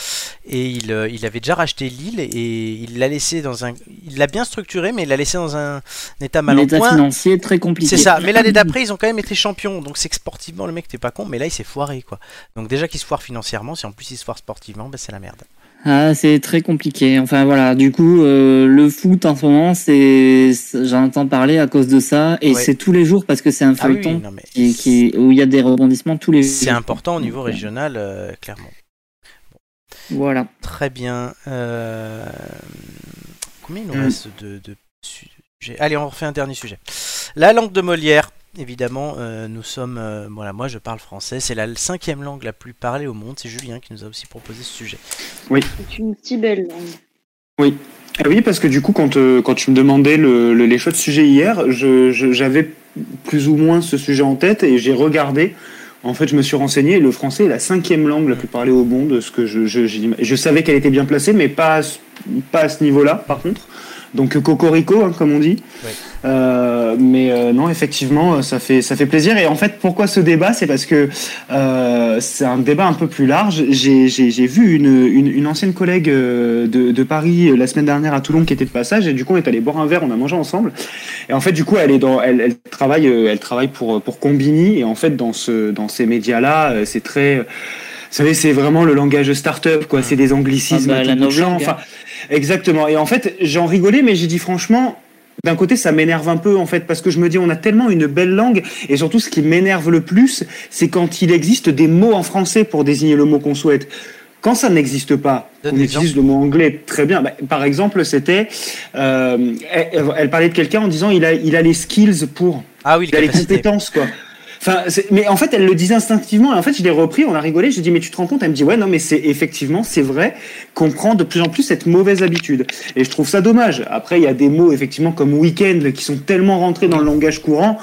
S1: Et il, euh, il avait déjà racheté l'île et il l'a laissé dans un. Il l'a bien structuré, mais il l'a laissé dans un, un état mal en
S2: L'état
S1: point.
S2: financier très compliqué.
S1: C'est ça, mais l'année d'après, ils ont quand même été champions. Donc, c'est que sportivement, le mec t'es pas con, mais là, il s'est foiré quoi. Donc, déjà qu'il se foire financièrement, si en plus il se foire sportivement, ben, c'est la merde.
S2: Ah, c'est très compliqué. Enfin voilà, du coup, euh, le foot en ce moment, c'est c'est- j'en entends parler à cause de ça, et
S1: Ouais.
S2: c'est tous les jours parce que c'est un
S1: Ah oui,
S2: feuilleton
S1: non, mais
S2: qui, qui- où il y a des rebondissements tous les jours.
S1: c'est important au niveau
S2: Ouais.
S1: régional, euh, clairement.
S2: Voilà.
S1: Très bien. Euh, Combien il nous
S2: Mm.
S1: reste de, de sujets Allez, on refait un dernier sujet. La langue de Molière. Évidemment, euh, nous sommes. euh, voilà, moi je parle français. C'est la cinquième langue la plus parlée au monde. C'est Julien qui nous a aussi proposé ce sujet.
S5: C'est une si belle langue.
S3: Ah oui, parce que du coup, quand, euh, quand tu me demandais le, le- les choix de sujet hier, je- je- j'avais plus ou moins ce sujet en tête et j'ai regardé. En fait, je me suis renseigné. et Le français est la cinquième langue la plus parlée au monde. Ce que je, je, j'im- je savais qu'elle était bien placée, mais pas à ce, pas à ce niveau-là, par contre. Donc euh, cocorico, hein, comme on dit.
S1: Ouais.
S3: Euh, mais euh, non, effectivement, euh, ça fait ça fait plaisir. Et en fait, pourquoi ce débat C'est parce que euh, c'est un débat un peu plus large. J'ai j'ai- j'ai vu une, une, une ancienne collègue euh, de, de Paris euh, la semaine dernière à Toulon qui était de passage et du coup on est allé boire un verre, on a mangé ensemble. Et en fait du coup elle est dans, elle, elle travaille, euh, elle travaille pour euh, pour Combini et en fait dans ce dans ces médias là c'est très euh, vous savez, c'est vraiment le langage start-up, quoi. C'est des anglicismes.
S2: Ah bah,
S3: tout
S2: la
S3: touchants.
S2: novlangue, hein.
S3: Enfin, exactement. Et en fait, j'en rigolais, mais j'ai dit franchement, d'un côté, ça m'énerve un peu, en fait, parce que je me dis, on a tellement une belle langue, et surtout, ce qui m'énerve le plus, c'est quand il existe des mots en français pour désigner le mot qu'on souhaite. Quand ça n'existe pas,
S1: Donne
S3: on
S1: des
S3: utilise le mot anglais très bien. Bah, par exemple, c'était, euh, elle, elle parlait de quelqu'un en disant, il a, il a les skills pour,
S1: Ah oui, les
S3: il a les
S1: capacités.
S3: compétences, quoi. Enfin, c'est- mais en fait, elle le disait instinctivement. Et en fait, je l'ai repris, on a rigolé. J'ai dit, mais tu te rends compte Elle me dit, ouais, non, mais c'est effectivement, c'est vrai qu'on prend de plus en plus cette mauvaise habitude. Et je trouve ça dommage. Après, il y a des mots, effectivement, comme week-end, qui sont tellement rentrés dans le langage courant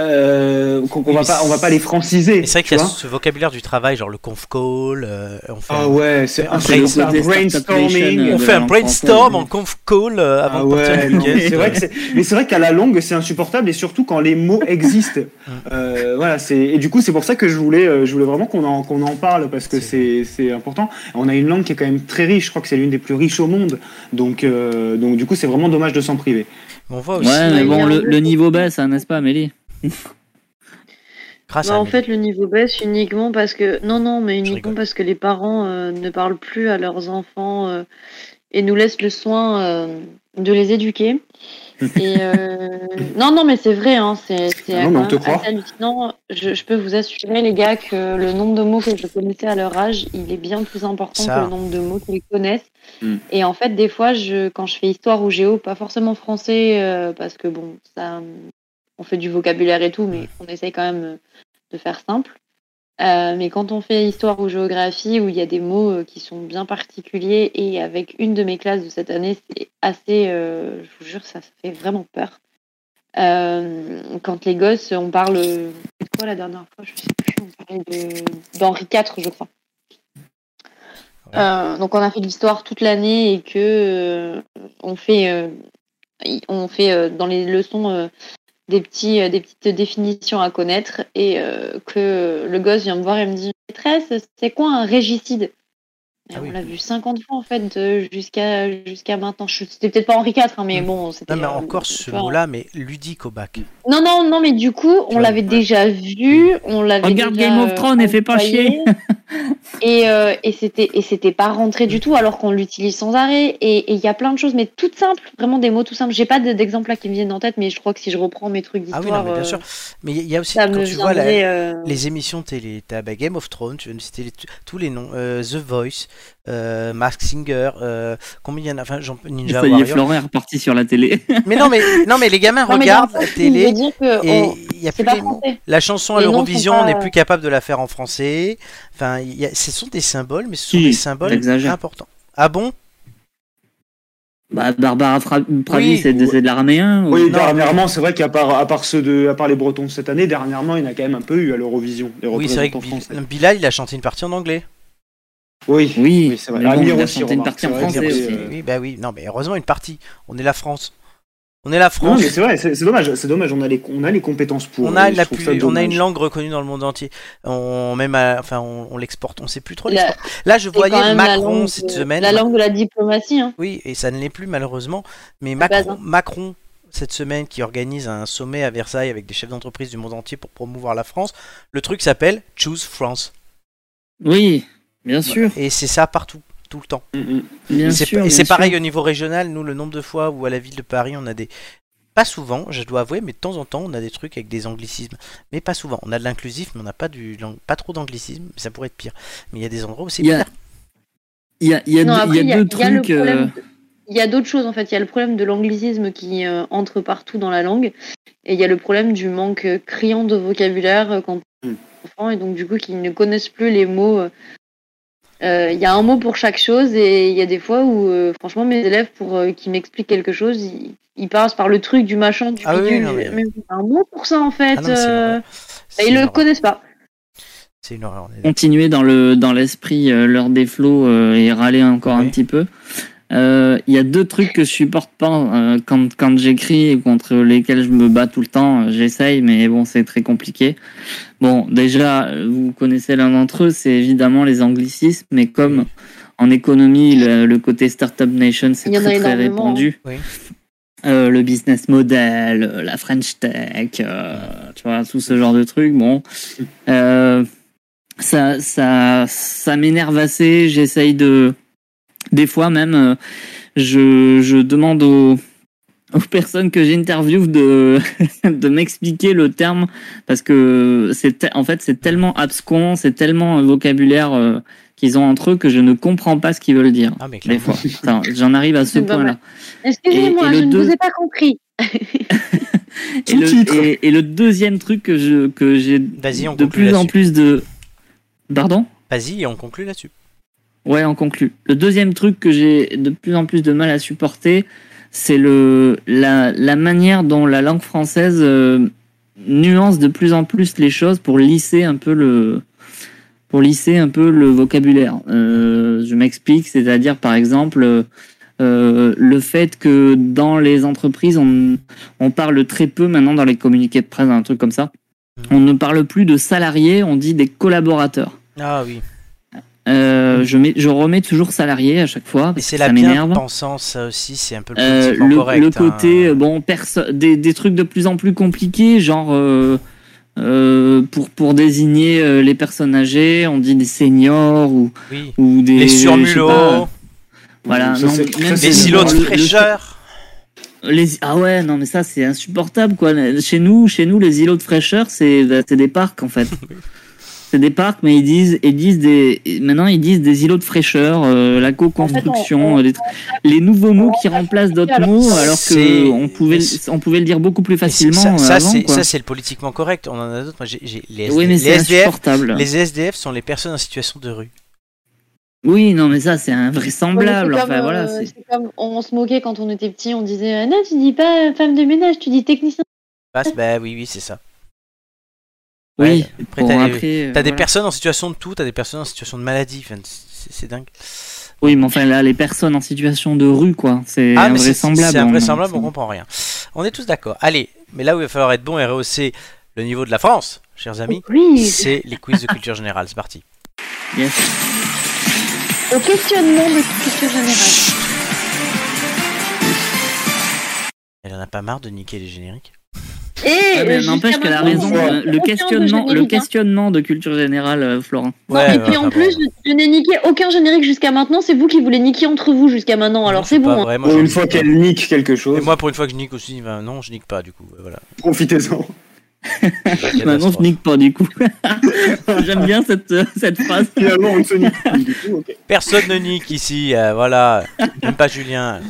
S3: euh, qu'on qu'on va
S1: mais
S3: pas, on va pas les franciser.
S1: Mais c'est vrai
S3: tu
S1: qu'il y a
S3: vois
S1: ce vocabulaire du travail, genre le conf call. euh, on fait,
S3: ah
S1: un,
S3: ouais, c'est
S1: un
S3: un,
S1: brain-
S3: c'est un
S2: le côté startup
S3: brainstorming.
S2: nation,
S1: on
S2: de
S1: fait
S2: la
S1: un
S2: langue
S1: brainstorm en
S2: française.
S1: conf call euh, avant
S3: Ah
S1: de partir
S3: ouais,
S1: le
S3: non,
S1: week-end.
S3: mais c'est vrai que c'est- mais c'est vrai qu'à la longue c'est insupportable et surtout quand les mots existent. Euh, voilà, c'est et du coup c'est pour ça que je voulais euh, je voulais vraiment qu'on en qu'on en parle parce que c'est c'est important. On a une langue qui est quand même très riche, je crois que c'est l'une des plus riches au monde. Donc euh, donc du coup c'est vraiment dommage de s'en priver.
S1: Mais on voit aussi. euh,
S2: Ouais, mais
S5: il y a
S2: bon,
S5: un
S2: le,
S5: peu
S2: le
S5: de-
S2: niveau baisse, hein, n'est-ce pas, Amélie
S1: Grâce
S5: Bah,
S3: Ah,
S1: à
S5: en
S1: nous.
S5: fait, le niveau baisse uniquement parce que. Non, non, mais uniquement
S1: rigole.
S5: parce que les parents euh, ne parlent plus à leurs enfants euh, et nous laissent le soin euh, de les éduquer. Et, euh, Non, non, mais c'est vrai, hein, c'est c'est
S3: Ah non,
S5: quand
S3: mais on
S5: même
S3: te croit.
S5: assez hallucinant. Je, je peux vous assurer, les gars, que le nombre de mots que je connaissais à leur âge, il est bien plus important
S1: Ça.
S5: que le nombre de mots qu'ils connaissent.
S3: Hmm.
S5: Et en fait, des fois, je, quand je fais histoire ou géo, pas forcément français, euh, parce que bon, ça, on fait du vocabulaire et tout, mais on essaye quand même euh, de faire simple. Euh, mais quand on fait histoire ou géographie, où il y a des mots euh, qui sont bien particuliers, et avec une de mes classes de cette année, c'est assez, euh, je vous jure, ça fait vraiment peur. Euh, quand les gosses, on parle, c'est quoi la dernière fois Je sais plus, on parlait de- d'Henri IV, je crois.
S1: Ah Ouais.
S5: Euh, donc on a fait de l'histoire toute l'année et que euh, on fait, euh, y- on fait euh, dans les leçons euh, des, petits, euh, des petites définitions à connaître et euh, que le gosse vient me voir et me dit Maîtresse, c'est quoi un régicide Et
S1: Ah
S5: On
S1: oui.
S5: l'a vu 50 fois en fait de- jusqu'à jusqu'à maintenant. Je- C'était peut-être pas Henri IV, hein, mais
S1: Mm.
S5: bon, c'était.
S1: Non, mais
S5: euh,
S1: encore
S5: tu
S1: ce
S5: vois.
S1: mot-là, mais ludique au bac.
S5: Non, non, non, mais du coup, on
S1: Ouais.
S5: l'avait déjà vu, on l'avait
S2: Regarde
S5: déjà,
S2: Game of
S5: euh,
S2: Thrones et fais pas
S5: employé. et euh, et c'était et c'était pas rentré du tout, alors qu'on l'utilise sans arrêt. Et et il y a plein de choses, mais toutes simples, vraiment des mots tout simples. J'ai pas de- d'exemple là qui me viennent en tête, mais je crois que si je reprends mes trucs
S1: Ah
S5: d'histoire,
S1: oui, non, mais bien
S5: euh,
S1: sûr. Mais il y a aussi,
S5: ça me
S1: quand tu vois la-
S5: viendrait. euh,
S1: les émissions télé, t'as bah, Game of Thrones, tu viens de citer les- tous les noms, euh, The Voice, euh, Mask Singer, euh, combien il y en a, enfin, j'en- Ninja
S2: Ça y est,
S1: Warrior.
S2: Florent est reparti sur la télé.
S1: Mais non, mais, non, mais les gamins
S5: Non, mais dans le
S1: regardent
S5: sens
S1: la
S5: où il veut
S1: télé
S5: dire que
S1: et
S5: on-
S1: il y a
S5: c'est
S1: plus
S5: pas
S1: les noms.
S5: français.
S1: La chanson à
S5: Les noms
S1: l'Eurovision,
S5: sont
S1: on n'est
S5: pas- euh,
S1: plus capable de la faire en français. Enfin, il y a- ce sont des symboles, mais ce sont
S2: Si,
S1: des symboles
S2: t'exagères.
S1: importants. Ah bon
S2: Bah, Barbara Fra- Pravi,
S1: Oui.
S2: c'est de, c'est de l'arméen. ou-
S3: Oui,
S1: Non.
S3: dernièrement, c'est vrai qu'à part, à part ceux de, à part les Bretons cette année, dernièrement, il y en a quand même un peu eu à l'Eurovision. les
S1: Oui, c'est vrai que
S3: représentants français.
S1: Bil- Bilal, il a chanté une partie en anglais.
S3: Oui.
S2: Oui,
S3: Oui, c'est vrai.
S2: mais bon,
S3: Amir
S2: il a
S3: aussi,
S2: chanté une
S3: remarque,
S2: partie en
S3: c'est vrai que
S2: français
S3: j'ai
S2: aussi.
S3: appris, euh,
S1: Oui, bah oui, non, mais heureusement une partie. On est la France. On est la
S3: Non,
S1: France.
S3: mais c'est vrai, c'est c'est dommage, c'est dommage. On a les, on a les compétences pour.
S1: on a,
S3: et je
S1: la
S3: trouve
S1: plus-
S3: ça
S1: on a
S3: dommage.
S1: une langue reconnue dans le monde entier. On même, à- enfin, on, on l'exporte. On sait plus trop
S5: La-
S1: l'exporter. Là, je
S5: c'est quand
S1: voyais
S5: même
S1: Macron
S5: la langue,
S1: cette
S5: de-
S1: semaine.
S5: La langue de la diplomatie, hein.
S1: Oui, et ça ne l'est plus malheureusement. Mais
S5: base,
S1: Macron,
S5: hein.
S1: Macron, cette semaine, qui organise un sommet à Versailles avec des chefs d'entreprise du monde entier pour promouvoir la France, le truc s'appelle Choose France.
S2: Oui, bien sûr.
S1: Et c'est ça partout, tout le temps.
S3: Mm, mm.
S2: Bien
S1: Et c'est-
S2: sûr.
S1: et
S2: bien
S1: c'est
S2: sûr.
S1: pareil au niveau régional, nous, le nombre de fois où à la ville de Paris, on a des... Pas souvent, je dois avouer, mais de temps en temps, on a des trucs avec des anglicismes. Mais pas souvent. On a de l'inclusif, mais on n'a pas, du... lang- pas trop d'anglicisme. mais Ça pourrait être pire. Mais il y a des endroits où c'est
S2: Il y a,
S1: pire.
S2: il y a, il y a
S5: Non,
S2: deux-
S5: après,
S2: il y a deux trucs.
S5: le problème
S2: euh,
S5: de- Il y a d'autres choses en fait. Il y a le problème de l'anglicisme qui euh, entre partout dans la langue, et il y a le problème du manque euh, criant de vocabulaire euh, quand
S2: Hmm.
S3: Mm.
S5: enfants et donc du coup qu'ils ne connaissent plus les mots. euh, euh, Il y a un mot pour chaque chose et il y a des fois où euh, franchement mes élèves pour euh, qu'ils m'expliquent quelque chose, ils, ils passent par le truc du machin du
S1: Ah oui,
S5: bidule.
S1: non, mais-
S5: Mais il y a un mot pour ça en fait.
S1: Ah non, mais c'est une
S5: euh,
S1: horreur.
S5: et
S1: C'est
S5: ils
S1: une
S5: le
S1: horreur.
S5: connaissent pas.
S1: C'est une horreur. on est-
S2: continuer dans le dans l'esprit euh, l'heure des flots euh, et râler encore
S1: Oui.
S2: un petit peu. Euh, Il y a deux trucs que je supporte pas euh, quand quand j'écris et contre lesquels je me bats tout le temps. Euh, J'essaye, mais bon, c'est très compliqué. Bon, déjà, euh, vous connaissez l'un d'entre eux, c'est évidemment les anglicismes, mais comme en économie, le, le côté startup nation, c'est
S5: Il y en a
S2: très, très
S5: énormément,
S2: répandu.
S1: hein. Oui.
S2: Euh, le business model, euh, la French Tech, euh, tu vois, tout ce genre de trucs. Bon, euh, ça, ça, ça m'énerve assez. J'essaye de, des fois même, euh, je, je demande aux, aux personnes que j'interviewe de, de m'expliquer le terme parce que c'est, te- en fait, c'est tellement abscon, c'est tellement un vocabulaire euh, qu'ils ont entre eux que je ne comprends pas ce qu'ils veulent dire.
S1: Ah, mais clairement.
S2: Des fois, Enfin, j'en arrive à ce
S5: C'est pas
S2: point-là.
S5: mal. Excusez-moi,
S2: et le
S5: je ne
S2: deux-
S5: vous ai pas compris.
S2: Et
S3: Sous-titres.
S2: le, et, et le deuxième truc que je que j'ai
S1: Vas-y, on
S2: de
S1: conclut
S2: plus en
S1: là-dessus.
S2: plus de pardon
S1: Vas-y, et on conclut là-dessus.
S2: ouais on conclut le deuxième truc que j'ai de plus en plus de mal à supporter c'est le la, la manière dont la langue française euh, nuance de plus en plus les choses pour lisser un peu le pour lisser un peu le vocabulaire Euh, je m'explique c'est-à-dire par exemple euh, le fait que dans les entreprises, on, on parle très peu maintenant dans les communiqués de presse, un truc comme ça. On ne parle plus de salariés, on dit des collaborateurs.
S1: Ah oui.
S2: Euh, je, mets, je remets toujours salarié à chaque fois,
S1: Et
S2: parce
S1: c'est
S2: que
S1: la
S2: ça m'énerve.
S1: bien-pensance, ça aussi, c'est un peu le hein.
S2: Euh,
S1: politiquement
S2: le,
S1: correct.
S2: le
S1: hein.
S2: côté euh, bon perso- des, des trucs de plus en plus compliqués genre euh, euh, pour pour désigner euh, les personnes âgées, on dit des seniors ou
S1: Oui.
S2: ou des
S1: Les
S2: je sais pas, euh,
S1: surmulots,
S2: Voilà,
S3: Ça,
S2: non,
S3: c'est-
S2: même
S3: ça,
S2: si
S1: les
S3: c'est
S1: silos
S2: le-
S1: de
S2: le-
S1: fraîcheur.
S2: les ah ouais non mais ça c'est insupportable quoi. Chez nous chez nous les îlots de fraîcheur c'est bah, c'est des parcs en fait. c'est des parcs mais ils disent ils disent des maintenant ils disent des îlots de fraîcheur, euh, la co-construction, euh, les, tr- les nouveaux mots qui remplacent d'autres mots alors
S1: C'est-
S2: que on pouvait le- on pouvait le dire beaucoup plus facilement
S1: Ça, ça, c'est-
S2: euh, avant quoi.
S1: ça, c'est le politiquement correct. On en a d'autres. Moi, j'ai- j'ai- les,
S2: Oui mais
S1: les
S2: c'est
S1: SDF,
S2: insupportable.
S1: les SDF sont les personnes en situation de rue.
S2: Oui, non, mais ça, c'est invraisemblable.
S5: Ouais, mais
S2: enfin,
S5: c'est comme,
S2: voilà,
S5: euh,
S2: c'est-
S5: c'est comme on se moquait quand on était petit, on disait ah non, tu dis pas femme de ménage, tu dis technicien.
S1: Bah, c'est- bah oui, oui, c'est ça.
S2: Oui,
S1: Ouais, après,
S2: bon,
S1: t'as les-
S2: après, euh,
S1: T'as des
S2: voilà.
S1: personnes en situation de tout, t'as des personnes en situation de maladie. Enfin, c'est c'est dingue.
S2: Oui, mais enfin, là, les personnes en situation de rue, quoi. C'est
S1: Ah, mais c'est-
S2: invraisemblable.
S1: C'est
S2: hein,
S1: invraisemblable,
S2: ça.
S1: on comprend rien. On est tous d'accord. Allez, mais là où il va falloir être bon et rehausser le niveau de la France, chers amis,
S5: Oui.
S1: c'est les quiz de culture générale. C'est parti.
S2: Yes.
S5: Au questionnement de culture générale.
S1: Elle en a pas marre de niquer les génériques.
S5: Et
S2: Ah, mais N'empêche qu'elle a raison. euh, Le questionnement, le questionnement de culture générale, euh, Florent.
S5: et puis en
S1: enfin,
S5: plus,
S1: bon.
S5: je, je n'ai niqué aucun générique jusqu'à maintenant. C'est vous qui voulez niquer entre vous jusqu'à maintenant. Alors
S1: Non,
S5: c'est
S1: pas
S5: bon. hein.
S1: vrai, moi,
S3: Pour
S1: j'en
S3: une
S1: nique
S3: fois
S1: pas.
S3: qu'elle nique quelque
S1: Et
S3: chose,
S1: moi, pour une fois que je nique aussi, ben non, je nique pas du coup. euh, Voilà.
S3: profitez-en. Eh ben,
S2: Maintenant, je nique pas, du coup. J'aime bien cette, euh, cette phrase.
S3: Finalement, on ne se nique plus du tout, ok.
S1: Personne ne nique ici, euh, voilà. Même pas Julien.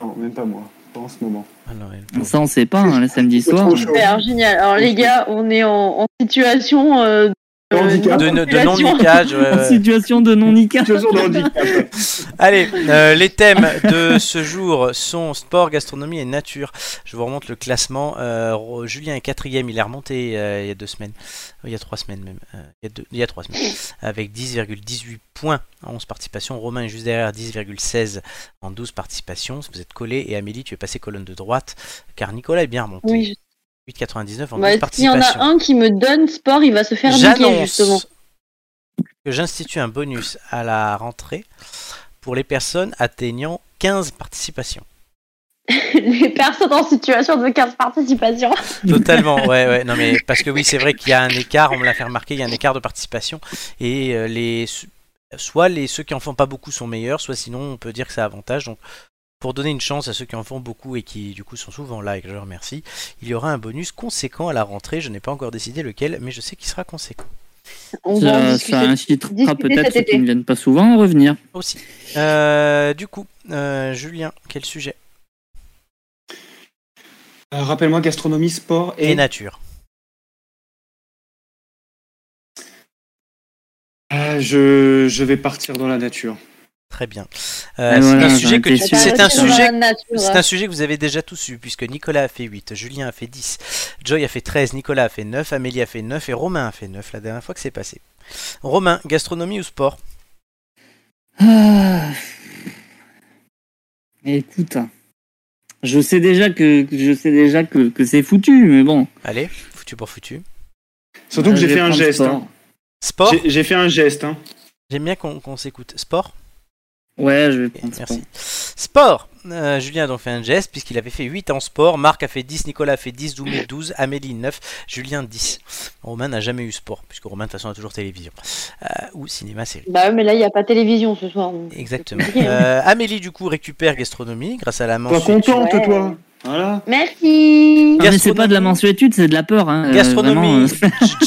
S3: Non, même pas moi, pas en ce moment.
S1: Ah non, elle-
S2: Ça, on sait pas, hein, le samedi
S3: C'est
S2: soir.
S3: trop chaud.
S5: Super, génial. Alors les gars, on est en, en situation euh,
S3: De handicap.
S1: De, de non-niquage. ouais,
S2: En
S3: Ah,
S1: ouais.
S2: situation de non-nica.
S3: Euh, Situation de handicap.
S1: Allez, euh, les thèmes de ce jour sont sport, gastronomie et nature. Je vous remonte le classement. Euh, Ro- Julien est quatrième, il est remonté euh, il y a deux semaines, il y a trois semaines même, Euh, il, y a deux- il y a trois semaines, avec 10,18 points en 11 participations. Romain est juste derrière 10,16 en 12 participations. Vous êtes collé et Amélie, tu es passée colonne de droite, car Nicolas est bien remonté.
S5: Oui,
S1: 8,99 en
S5: bah,
S1: 12
S5: s'il y en a
S1: participations.
S5: un qui me donne sport, il va se faire niquer justement.
S1: J'annonce que j'institue un bonus à la rentrée pour les personnes atteignant 15 participations.
S5: Les personnes en situation de 15 participations.
S1: Totalement, ouais, ouais. Non, mais parce que oui, c'est vrai qu'il y a un écart, on me l'a fait remarquer, il y a un écart de participation. Et euh, les soit les ceux qui en font pas beaucoup sont meilleurs, soit sinon on peut dire que ça avantage. Donc pour donner une chance à ceux qui en font beaucoup et qui du coup sont souvent là et que je remercie, il y aura un bonus conséquent à la rentrée. Je n'ai pas encore décidé lequel, mais je sais qu'il sera conséquent
S5: On va en
S2: Ça,
S5: discuter.
S2: ça incitera
S5: discuter
S2: peut-être
S5: cet
S2: ceux qui
S5: été.
S2: ne viennent pas souvent à revenir.
S1: aussi. Euh, du coup, euh, Julien, quel sujet
S3: Euh, Rappelle-moi, gastronomie, sport
S1: Et
S3: et...
S1: nature.
S3: Ah, je, je vais partir dans la nature.
S1: Très bien.
S2: Ah,
S1: Euh, c'est
S2: voilà,
S1: un
S2: j'en
S1: sujet que
S2: étais
S1: tu-
S5: Eh
S2: sûre.
S1: c'est un
S5: Sur ben, la
S1: sujet
S5: nature. hein.
S1: C'est un sujet que vous avez déjà tous eu, puisque Nicolas a fait 8, Julien a fait 10, Joy a fait 13, Nicolas a fait 9, Amélie a fait 9 et Romain a fait 9 la dernière fois que c'est passé. Romain, gastronomie ou sport
S2: Ah. Écoute, je sais déjà que que je sais déjà que, que c'est foutu, mais bon.
S1: Allez, foutu pour foutu.
S3: Surtout
S2: Euh,
S3: que j'ai
S2: je vais
S3: fait un
S2: prendre
S3: geste.
S2: sport.
S3: hein.
S1: Sport
S3: J'ai- J'ai fait un geste. Hein.
S1: J'aime bien qu'on qu'on s'écoute. Sport
S2: Ouais, je vais
S1: Ok,
S2: prendre
S1: Merci.
S2: sport.
S1: Sport Euh, Julien a donc fait un geste, puisqu'il avait fait 8 en sport, Marc a fait 10, Nicolas a fait 10, Doumé 12, Amélie 9, Julien 10. Romain n'a jamais eu sport, puisque Romain de toute façon a toujours télévision. Euh, ou cinéma-série.
S5: Bah ouais, mais là, il n'y a pas télévision ce soir. donc. hein.
S1: Exactement. Euh, Amélie, du coup, récupère gastronomie grâce à la
S3: Toi,
S1: mention.
S3: contente,
S5: ouais.
S3: toi. Voilà.
S5: Merci.
S2: Ah, mais c'est pas de la
S1: Gastronomie.
S2: mensuétude, c'est de la peur. Hein. euh, vraiment,
S1: Gastronomie,
S2: euh.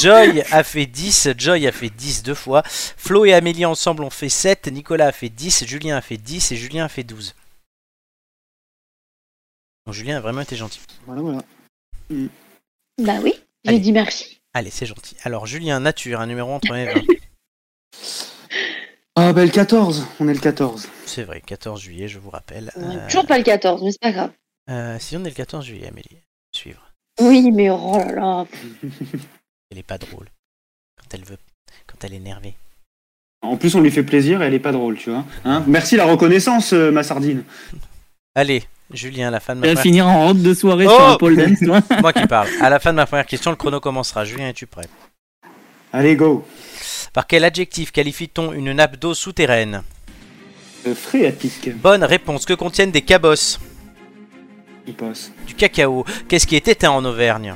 S1: Joy a fait 10, Joy a fait 10 deux fois, Flo et Amélie ensemble ont fait 7, Nicolas a fait 10, Julien a fait 10 et Julien a fait 12. Bon, Julien a vraiment été gentil.
S3: Voilà, voilà.
S5: Bah oui, j'ai
S1: Allez.
S5: dit merci.
S1: Allez, c'est gentil. Alors, Julien, nature, un numéro entre les 20.
S3: Ah, bah, le 14. On est le 14.
S1: C'est vrai, 14 juillet, je vous rappelle.
S5: On a
S1: Euh,
S5: Toujours pas le 14, mais c'est pas grave.
S1: euh, si on est le 14 juillet, Amélie, suivre.
S5: Oui, mais oh là là.
S1: Elle est pas drôle. Quand elle veut, quand elle est énervée.
S3: En plus, on lui fait plaisir et elle est pas drôle, tu vois. Hein Merci la reconnaissance, euh, ma sardine.
S1: Allez, Julien, la fin de
S2: Tu
S1: ma
S2: vas
S1: première
S2: finir en robe de soirée
S1: Oh
S2: sur un pole dance, toi.
S1: Moi qui parle. À la fin de ma première question, le chrono commencera. Julien, es-tu prêt
S3: Allez, go.
S1: Par quel adjectif qualifie-t-on une nappe d'eau souterraine
S3: Le phréatique,
S1: Bonne réponse. Que contiennent des cabosses
S3: il passe.
S1: Du cacao. Qu'est-ce qui est éteint en Auvergne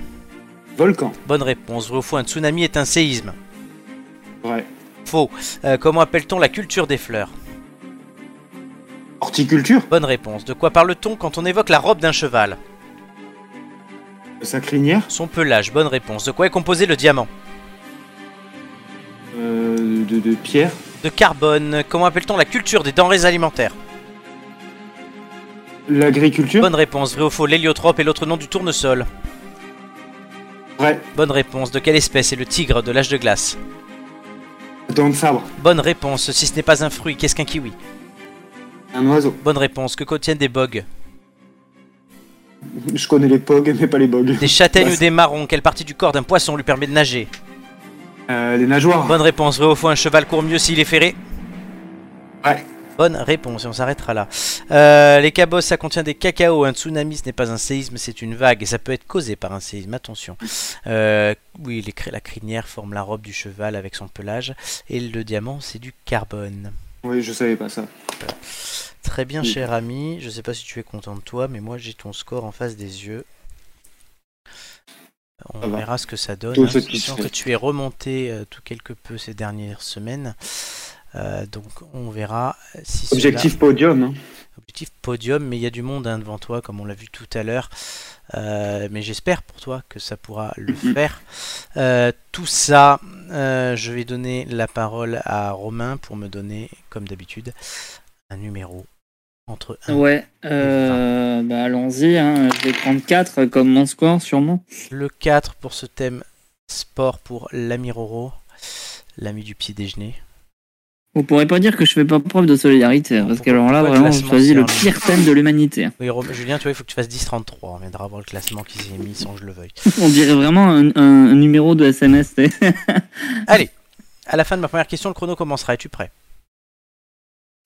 S3: Volcan.
S1: Bonne réponse. Vrai ou faux, un tsunami est un séisme.
S3: Vrai.
S1: Faux. Euh, comment appelle-t-on la culture des fleurs
S3: Horticulture.
S1: Bonne réponse. De quoi parle-t-on quand on évoque la robe d'un cheval
S3: Sa crinière.
S1: Son pelage. Bonne réponse. De quoi est composé le diamant
S3: euh, de, de pierre.
S1: De carbone. Comment appelle-t-on la culture des denrées alimentaires
S3: L'agriculture.
S1: Bonne réponse. Vrai ou faux, l'héliotrope est l'autre nom du tournesol
S3: Vrai.
S1: Bonne réponse. De quelle espèce est le tigre de l'âge de glace
S3: Dent de sabre.
S1: Bonne réponse. Si ce n'est pas un fruit, qu'est-ce qu'un kiwi
S3: Un oiseau.
S1: Bonne réponse. Que contiennent des bogues
S3: Je connais les pogs, mais pas les bogs.
S1: Des châtaignes ou des marrons Quelle partie du corps d'un poisson lui permet de nager
S3: Euh, les nageoires.
S1: Bonne réponse. Vrai ou faux, un cheval court mieux s'il est ferré
S3: Ouais.
S1: Bonne réponse, et on s'arrêtera là. Euh, les cabosses, ça contient des cacao. Un tsunami, ce n'est pas un séisme, c'est une vague. Et ça peut être causé par un séisme, attention. Euh, oui, les cr- la crinière forme la robe du cheval avec son pelage. Et le diamant, c'est du carbone.
S3: Oui, je savais pas ça.
S1: Très bien,
S3: Oui.
S1: cher ami. Je sais pas si tu es content de toi, mais moi, j'ai ton score en face des yeux. On
S3: Ça va.
S1: verra ce que ça donne.
S3: Tout
S1: hein,
S3: satisfait.
S1: sachant que tu es remonté euh, tout quelque peu ces dernières semaines. Euh, donc, on verra si cela-
S3: Objectif podium. hein.
S1: Objectif podium, mais il y a du monde hein, devant toi, comme on l'a vu tout à l'heure. Euh, mais j'espère pour toi que ça pourra le faire. Euh, tout ça, euh, je vais donner la parole à Romain pour me donner, comme d'habitude, un numéro entre 1
S2: Ouais, euh, bah allons-y, hein. je vais prendre 4 comme mon score sûrement.
S1: le 4 pour ce thème sport pour l'ami Roro, l'ami du petit déjeuner.
S2: On pourrait pas dire que je fais pas preuve de solidarité, parce qu'alors là
S1: Pourquoi
S2: vraiment je
S1: classement,
S2: choisis le
S1: c'est un-
S2: pire thème de l'humanité. hein.
S1: Oui, Romain- Julien, tu vois, il faut que tu fasses 10-33. On viendra voir le classement qui s'est mis sans que je le veuille.
S2: On dirait vraiment un, un- un numéro de SMS. t'sais.
S1: À la fin de ma première question, le chrono commencera. Es-tu prêt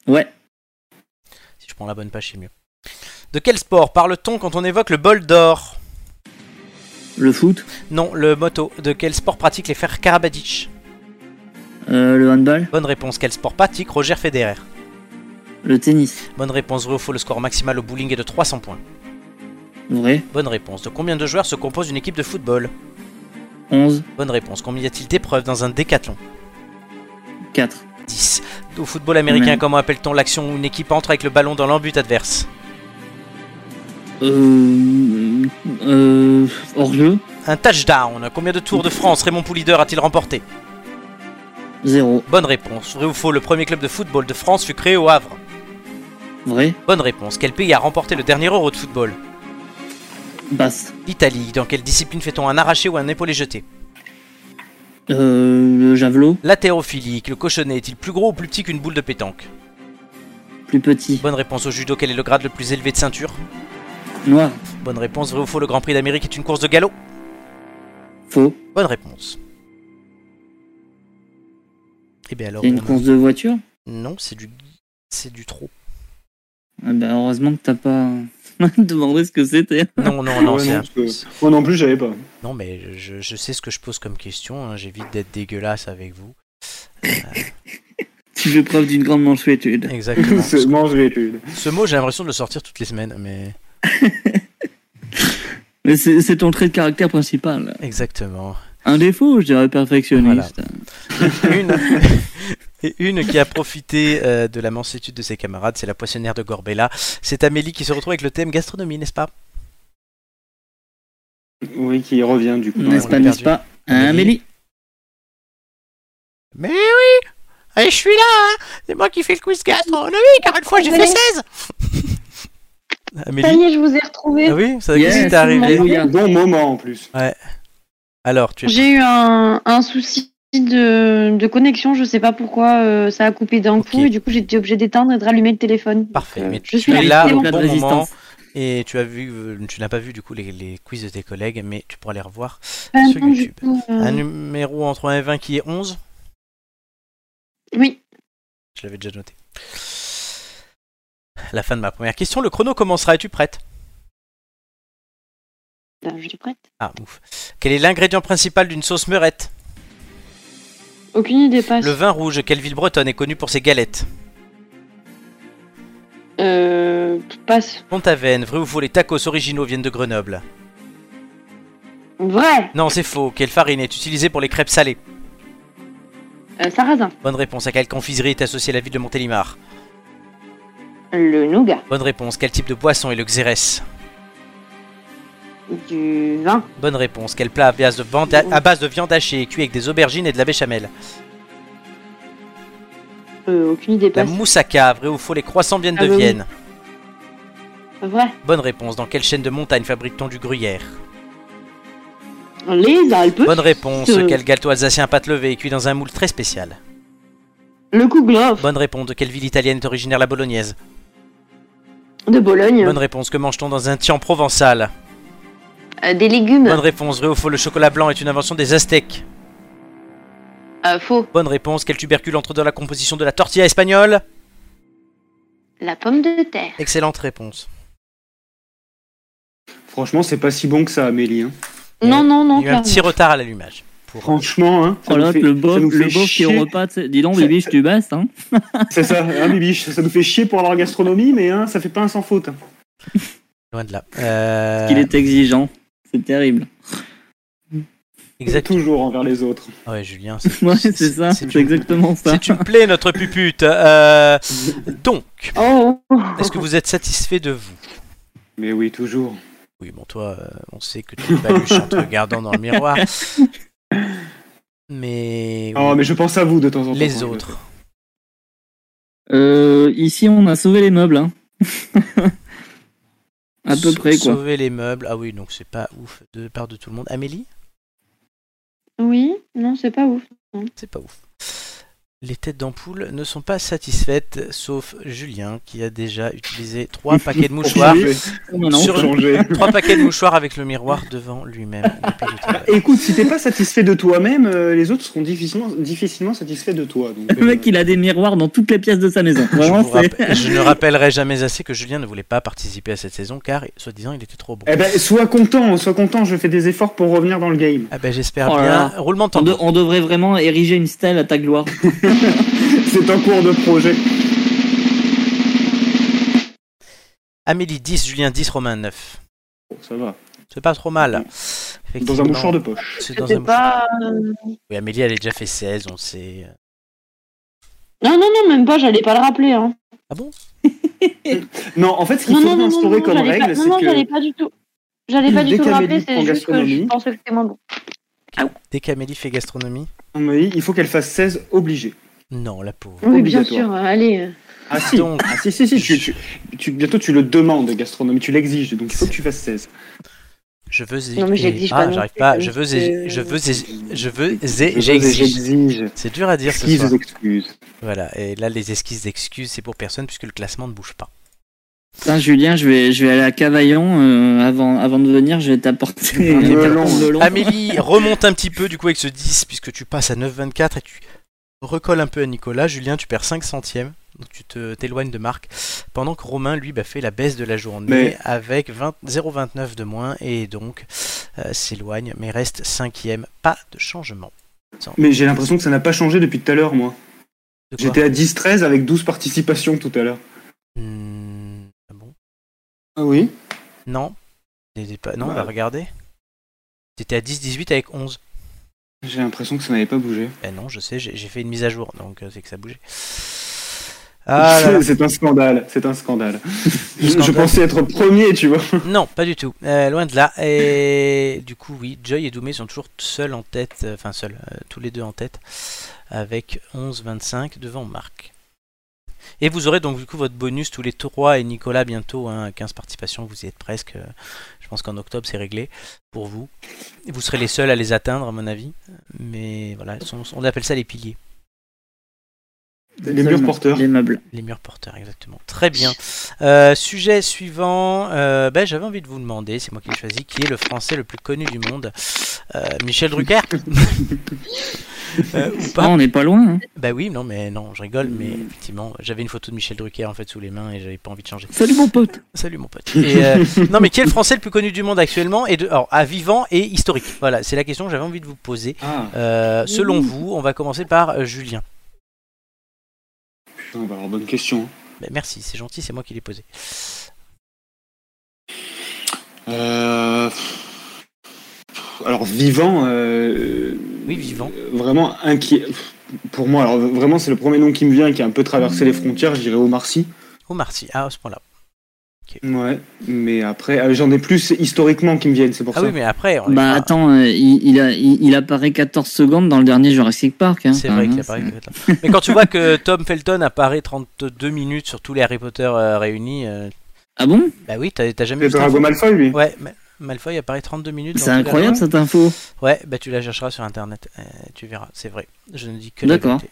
S2: Ouais.
S1: Si je prends la bonne page, c'est mieux. De quel sport parle-t-on quand on évoque le bol d'or
S2: Le foot,
S1: Non, le moto. De quel sport pratiquent les frères Karabadic
S2: euh, le handball,
S1: Bonne réponse. Quel sport pratique Roger Federer
S2: le tennis.
S1: Bonne réponse. Vrai ou faux, le score maximal au bowling est de 300 points.
S2: Vrai,
S1: Bonne réponse. De combien de joueurs se compose une équipe de football
S2: 11,
S1: Bonne réponse. Combien y a-t-il d'épreuves dans un décathlon
S2: 4.
S1: 10. Au football américain,
S2: Ouais.
S1: comment appelle-t-on l'action où une équipe entre avec le ballon dans l'embut adverse
S2: Euh, euh, hors-jeu,
S1: Un touchdown. Combien de tours de France Raymond Poulidor a-t-il remporté
S2: 0.
S1: Bonne réponse. Vrai ou faux, le premier club de football de France fut créé au Havre
S2: Vrai,
S1: Bonne réponse. Quel pays a remporté le dernier euro de football
S2: basse.
S1: L'Italie. Dans quelle discipline fait-on un arraché ou un épaulé jeté
S2: Euh, le javelot,
S1: L'atérophilique. Le cochonnet est-il plus gros ou plus petit qu'une boule de pétanque
S2: plus petit.
S1: Bonne réponse au judo. Quel est le grade le plus élevé de ceinture
S2: Noir,
S1: Bonne réponse. Vrai ou faux, le Grand Prix d'Amérique est une course de galop
S2: faux.
S1: Bonne réponse. Eh bien alors,
S2: Il y a une
S1: on-
S2: course de voiture
S1: non, c'est du, c'est du trop.
S2: Ah bah, heureusement que t'as pas demandé ce que c'était.
S1: Non, non, non,
S3: Ouais,
S1: c'est
S3: non,
S1: un-
S3: parce Moi non plus, j'avais pas.
S1: Non, mais je, je sais ce que je pose comme question. hein, J'évite d'être dégueulasse avec vous.
S2: Tu fais preuve d'une grande mansuétude.
S1: Exactement.
S3: C'est- non, je l'ai eu.
S1: Ce mot, j'ai l'impression de le sortir toutes les semaines, mais
S2: Mais c'est c'est ton trait de caractère principal.
S1: exactement.
S2: Un défaut, je dirais perfectionniste.
S1: Une et une qui a profité euh, de la mansuétude de ses camarades, c'est la poissonnière de Gorbella. C'est Amélie qui se retrouve avec le thème gastronomie, n'est-ce pas
S3: Oui, qui revient du coup.
S2: N'est-ce
S1: on
S2: pas,
S1: l'a
S2: n'est-ce
S1: perdu.
S2: pas
S1: Amélie.
S2: Amélie
S1: Mais oui, je suis là. C'est moi qui fais le quiz gastronomie car une fois
S5: j'ai fait
S1: 16.
S5: Ça
S1: Amélie,
S5: y est, je vous ai retrouvé.
S1: ah oui, ça
S2: Yes,
S1: qu'est-ce qui t'est arrivé.
S2: Amélie.
S3: Bon moment en plus.
S1: Alors, tu es
S5: J'ai eu un, un souci de, de connexion, je sais pas pourquoi euh, ça a coupé d'un coup
S1: Ok.
S5: et du coup j'ai été obligée d'éteindre et de rallumer le téléphone.
S1: Parfait,
S5: Donc, euh,
S1: mais
S5: je suis
S1: tu es là
S5: là. c'est
S1: au
S5: bon.
S1: bon
S2: de
S1: moment
S2: résistance.
S1: et tu as vu, euh, tu n'as pas vu du coup les, les quiz de tes collègues, mais tu pourras les revoir.
S5: Ah
S1: sur
S5: non, du
S1: YouTube.
S5: coup, euh,
S1: Un numéro entre 1 et 20 qui est 11.
S5: Oui,
S1: Je l'avais déjà noté. La fin de ma première question. Le chrono commencera. Es-tu prête
S5: Ben, je suis prête.
S1: Ah, ouf. Quel est l'ingrédient principal d'une sauce meurette
S5: Aucune idée passe.
S1: Le vin rouge. Quelle ville bretonne est connue pour ses galettes
S5: Euh, passe. Euh,
S1: Pont-Aven. Vrai ou faux, les tacos originaux viennent de Grenoble
S5: Vrai.
S1: Non, c'est faux. Quelle farine est utilisée pour les crêpes salées
S5: Euh, sarrasin.
S1: Bonne réponse. À quelle confiserie est associée la ville de Montélimar
S5: Le nougat.
S1: Bonne réponse. Quel type de poisson est le xérès
S5: Du vin.
S1: Bonne réponse. Quel plat à base de, vanda- à base de viande hachée est cuit avec des aubergines et de la béchamel
S5: Euh, aucune idée
S1: La
S5: passe.
S1: moussaka, vrai ou faux, les croissants viennent
S5: Ah
S1: de
S5: bah oui.
S1: Vienne.
S5: Vrai.
S1: Bonne réponse. Dans quelle chaîne de montagne fabrique-t-on du gruyère
S5: Les Alpes.
S1: Bonne réponse.
S5: Euh.
S1: Quel gâteau alsacien à pâte levée est cuit dans un moule très spécial
S5: Le Kouglof.
S1: Bonne réponse. De quelle ville italienne est originaire la bolognaise
S5: De Bologne.
S1: Bonne réponse. Que mange-t-on dans un tian provençal
S5: Euh, des légumes.
S1: Bonne réponse. Vrai ou faux, le chocolat blanc est une invention des Aztèques
S5: Euh, faux.
S1: Bonne réponse. Quel tubercule entre dans la composition de la tortilla espagnole
S5: La pomme de terre.
S1: Excellente réponse.
S3: Franchement, c'est pas si bon que ça, Amélie. hein.
S1: Il y a-
S5: Non, non, non.
S1: Il y a eu un
S5: clairement.
S1: petit retard à l'allumage. Pour... euh,
S3: Franchement, hein, ça
S2: Oh
S3: nous
S2: l'autre,
S3: fait-
S2: le
S3: ça
S2: bof,
S3: nous
S2: le
S3: fait
S2: bof qui est
S3: chier.
S2: au repas, tu sais. dis donc, bibiche, tu basses, hein.
S3: C'est ça, hein, Bibiche, ça nous fait chier pour leur gastronomie, mais hein, ça fait pas un sans faute.
S1: Loin de là. Euh,
S2: Qu'il est exigeant. C'est terrible.
S1: Exact.
S3: Toujours envers les autres.
S1: Ah Ouais, Julien.
S2: Ouais, c'est ça, c'est
S1: une-
S2: exactement ça.
S1: C'est une plaie, notre pupute. Euh, Donc,
S5: Oh.
S1: est-ce que vous êtes satisfait de vous
S3: Mais oui, toujours.
S1: Oui, bon, toi, euh, on sait que tu baluches en te regardant dans le miroir. Mais,
S2: Ah,
S3: Oh, mais je pense à vous de temps en temps.
S1: les autres.
S2: Euh, ici, on a sauvé les meubles, hein. à peu
S1: Sau-
S2: près, quoi.
S1: Sauver les meubles. Ah oui, donc c'est pas ouf de part de tout le monde. Amélie
S5: Oui. Non, c'est pas ouf.
S1: C'est pas ouf. Les têtes d'ampoule ne sont pas satisfaites, sauf Julien qui a déjà utilisé trois paquets de mouchoirs.
S3: Changer,
S2: Non, non.
S1: Sur-
S3: changer.
S1: trois paquets de mouchoirs avec le miroir devant lui-même. depuis le travail.
S3: Écoute, si t'es pas satisfait de toi-même, euh, les autres seront difficilement, difficilement satisfaits de toi. donc,
S2: Le
S3: euh,
S2: mec, il a des miroirs dans toutes les pièces de sa maison.
S1: Je,
S2: Vraiment,
S1: vous
S2: c'est.
S1: rappelle- je ne rappellerai jamais assez que Julien ne voulait pas participer à cette saison car, soi-disant, il était trop bon.
S3: Eh ben, sois content, sois content, je fais des efforts pour revenir dans le game.
S1: Ah ben j'espère
S2: Oh là
S1: bien.
S2: là.
S1: Roulement de
S2: On, de-
S1: tambour.
S2: on devrait vraiment ériger une stèle à ta gloire.
S3: C'est un cours de projet.
S1: Amélie 10, Julien 10, Romain 9.
S3: Bon, ça va.
S1: C'est pas trop mal.
S3: Dans
S1: Effectivement,
S3: un mouchoir de poche.
S1: C'est dans un
S5: C'était
S1: mouchoir.
S5: pas. euh,
S1: Oui, Amélie, elle a déjà fait 16, on le sait.
S5: Non, non, non, même pas. J'allais pas le rappeler. Hein.
S1: Ah bon
S3: Non, en fait, ce qu'il
S5: Non, non,
S3: faut
S5: non, non,
S3: instaurer
S5: non,
S3: comme
S5: j'allais pas-
S3: règle,
S5: non,
S3: c'est
S5: non, j'allais
S3: que.
S5: pas du tout. J'allais pas
S3: Dès
S5: du tout le
S3: qu'Amélie
S5: rappeler,
S3: prend
S5: c'est juste que je
S3: gastronomie-
S5: pensais que c'était moins bon.
S1: Dès qu'Amélie fait gastronomie
S3: Oui, il faut qu'elle fasse 16 obligée.
S1: Non, la pauvre.
S5: Oui, bien
S3: Obligatoire.
S5: sûr, hein, allez.
S3: Ah si,
S1: Donc-
S3: ah, si, si, si, tu- tu- tu- bientôt tu le demandes, gastronomie, tu l'exiges, donc il faut que tu fasses 16.
S1: Je veux
S5: Non, mais j'exige pas
S1: Ah,
S5: non
S1: j'arrive
S5: plus,
S1: pas.
S5: comme
S1: Je veux
S5: c'est-
S1: Je veux Je veux
S3: Je-
S1: J'exige.
S3: J'exige.
S1: C'est dur à dire ce
S3: Excuse
S1: soir.
S3: aux excuses.
S1: Voilà, et là, les esquisses d'excuses, c'est pour personne puisque le classement ne bouge pas.
S2: Putain, Julien, je vais, je vais aller à Cavaillon euh, avant, avant de venir. Je vais t'apporter
S3: Un
S2: je vais
S3: melon.
S2: t'apporter le melon.
S1: Amélie remonte un petit peu du coup avec ce 10 puisque tu passes à 9,24 et tu recolles un peu à Nicolas. Julien, tu perds 5 centièmes. Donc tu te- t'éloignes de Marc. Pendant que Romain, lui, bah, fait la baisse de la journée
S3: Mais-
S1: avec 20 0,29 de moins et donc euh, s'éloigne mais reste cinquième. Pas de changement.
S3: Mais j'ai l'impression que ça n'a pas changé depuis tout à l'heure, moi.
S1: De quoi
S3: J'étais à 10-13 avec 12 participations tout à l'heure.
S1: Hmm, ah bon
S3: Ah oui
S1: Non. Des- des pas- Non,
S3: Ouais.
S1: bah, regardez. T'étais à 10-18 avec 11.
S3: J'ai l'impression que ça n'avait pas bougé.
S1: Ben non, je sais, j'ai j'ai fait une mise à jour, donc euh, c'est que ça bougeait. Ah là là.
S3: c'est un scandale, c'est un scandale. Je, je
S1: scandale.
S3: pensais être premier, tu vois.
S1: Non, pas du tout. Euh, loin de là. Et du coup, oui, Joy et Doumé sont toujours seuls en tête, euh, enfin seuls, euh, tous les deux en tête, avec 11-25 devant Marc. Et vous aurez donc du coup votre bonus tous les trois et Nicolas bientôt, hein, 15 participations, vous y êtes presque. euh, Je pense qu'en octobre c'est réglé pour vous. Et vous serez les seuls à les atteindre à mon avis. Mais voilà, ils sont- on appelle ça les piliers,
S3: Les murs porteurs.
S2: Les meubles.
S1: les murs porteurs exactement. Très bien. Euh, sujet suivant, euh, ben, j'avais envie de vous demander, c'est moi qui l'ai choisi, qui est le français le plus connu du monde Euh, Michel Drucker Euh, Ou
S2: Ah,
S1: pas
S2: on n'est pas loin. Hein.
S1: Bah oui, non, mais non, je rigole, mais effectivement, j'avais une photo de Michel Drucker en fait sous les mains et j'avais pas envie de changer.
S2: Salut mon pote.
S1: Salut mon pote. Et, euh, non, mais qui est le français le plus connu du monde actuellement et de, alors, à vivant et historique Voilà, c'est la question que j'avais envie de vous poser.
S3: Ah,
S1: Euh, selon vous, on va commencer par euh, Julien.
S3: putain, bah alors bonne question.
S1: Bah, merci, c'est gentil, c'est moi qui l'ai posé.
S3: Euh... alors vivant, euh,
S1: Oui, vivant.
S3: euh, vraiment inquiet. Pour moi, alors vraiment, c'est le premier nom qui me vient qui a un peu traversé les frontières. Je dirais Omar Sy.
S1: Omar Sy, ah, à ce point-là.
S3: Ouais, mais après, euh, j'en ai plus historiquement qui me viennent, c'est pour
S1: Ah
S3: ça.
S1: oui, mais après, on est
S2: Bah
S1: pas-
S2: attends, euh, il, il a- il- il apparaît 14 secondes dans le dernier Jurassic Park. hein,
S1: c'est
S2: quand
S1: vrai
S2: même,
S1: qu'il
S2: hein,
S1: apparaît. peut-être. Mais quand tu vois que Tom Felton apparaît 32 minutes sur tous les Harry Potter euh, réunis, euh,
S2: Ah bon
S1: bah oui, t'as t'as jamais
S3: C'est
S1: vu cette
S3: Drago
S1: info
S3: Malfoy, lui.
S1: Ouais, Ma- Malfoy apparaît 32 minutes. dans
S2: C'est
S1: tous les
S2: incroyable
S1: Harry
S2: cette info.
S1: Potter. Ouais, bah tu la chercheras sur internet, euh, tu verras, c'est vrai. Je ne dis que la
S2: D'accord.
S1: vérité.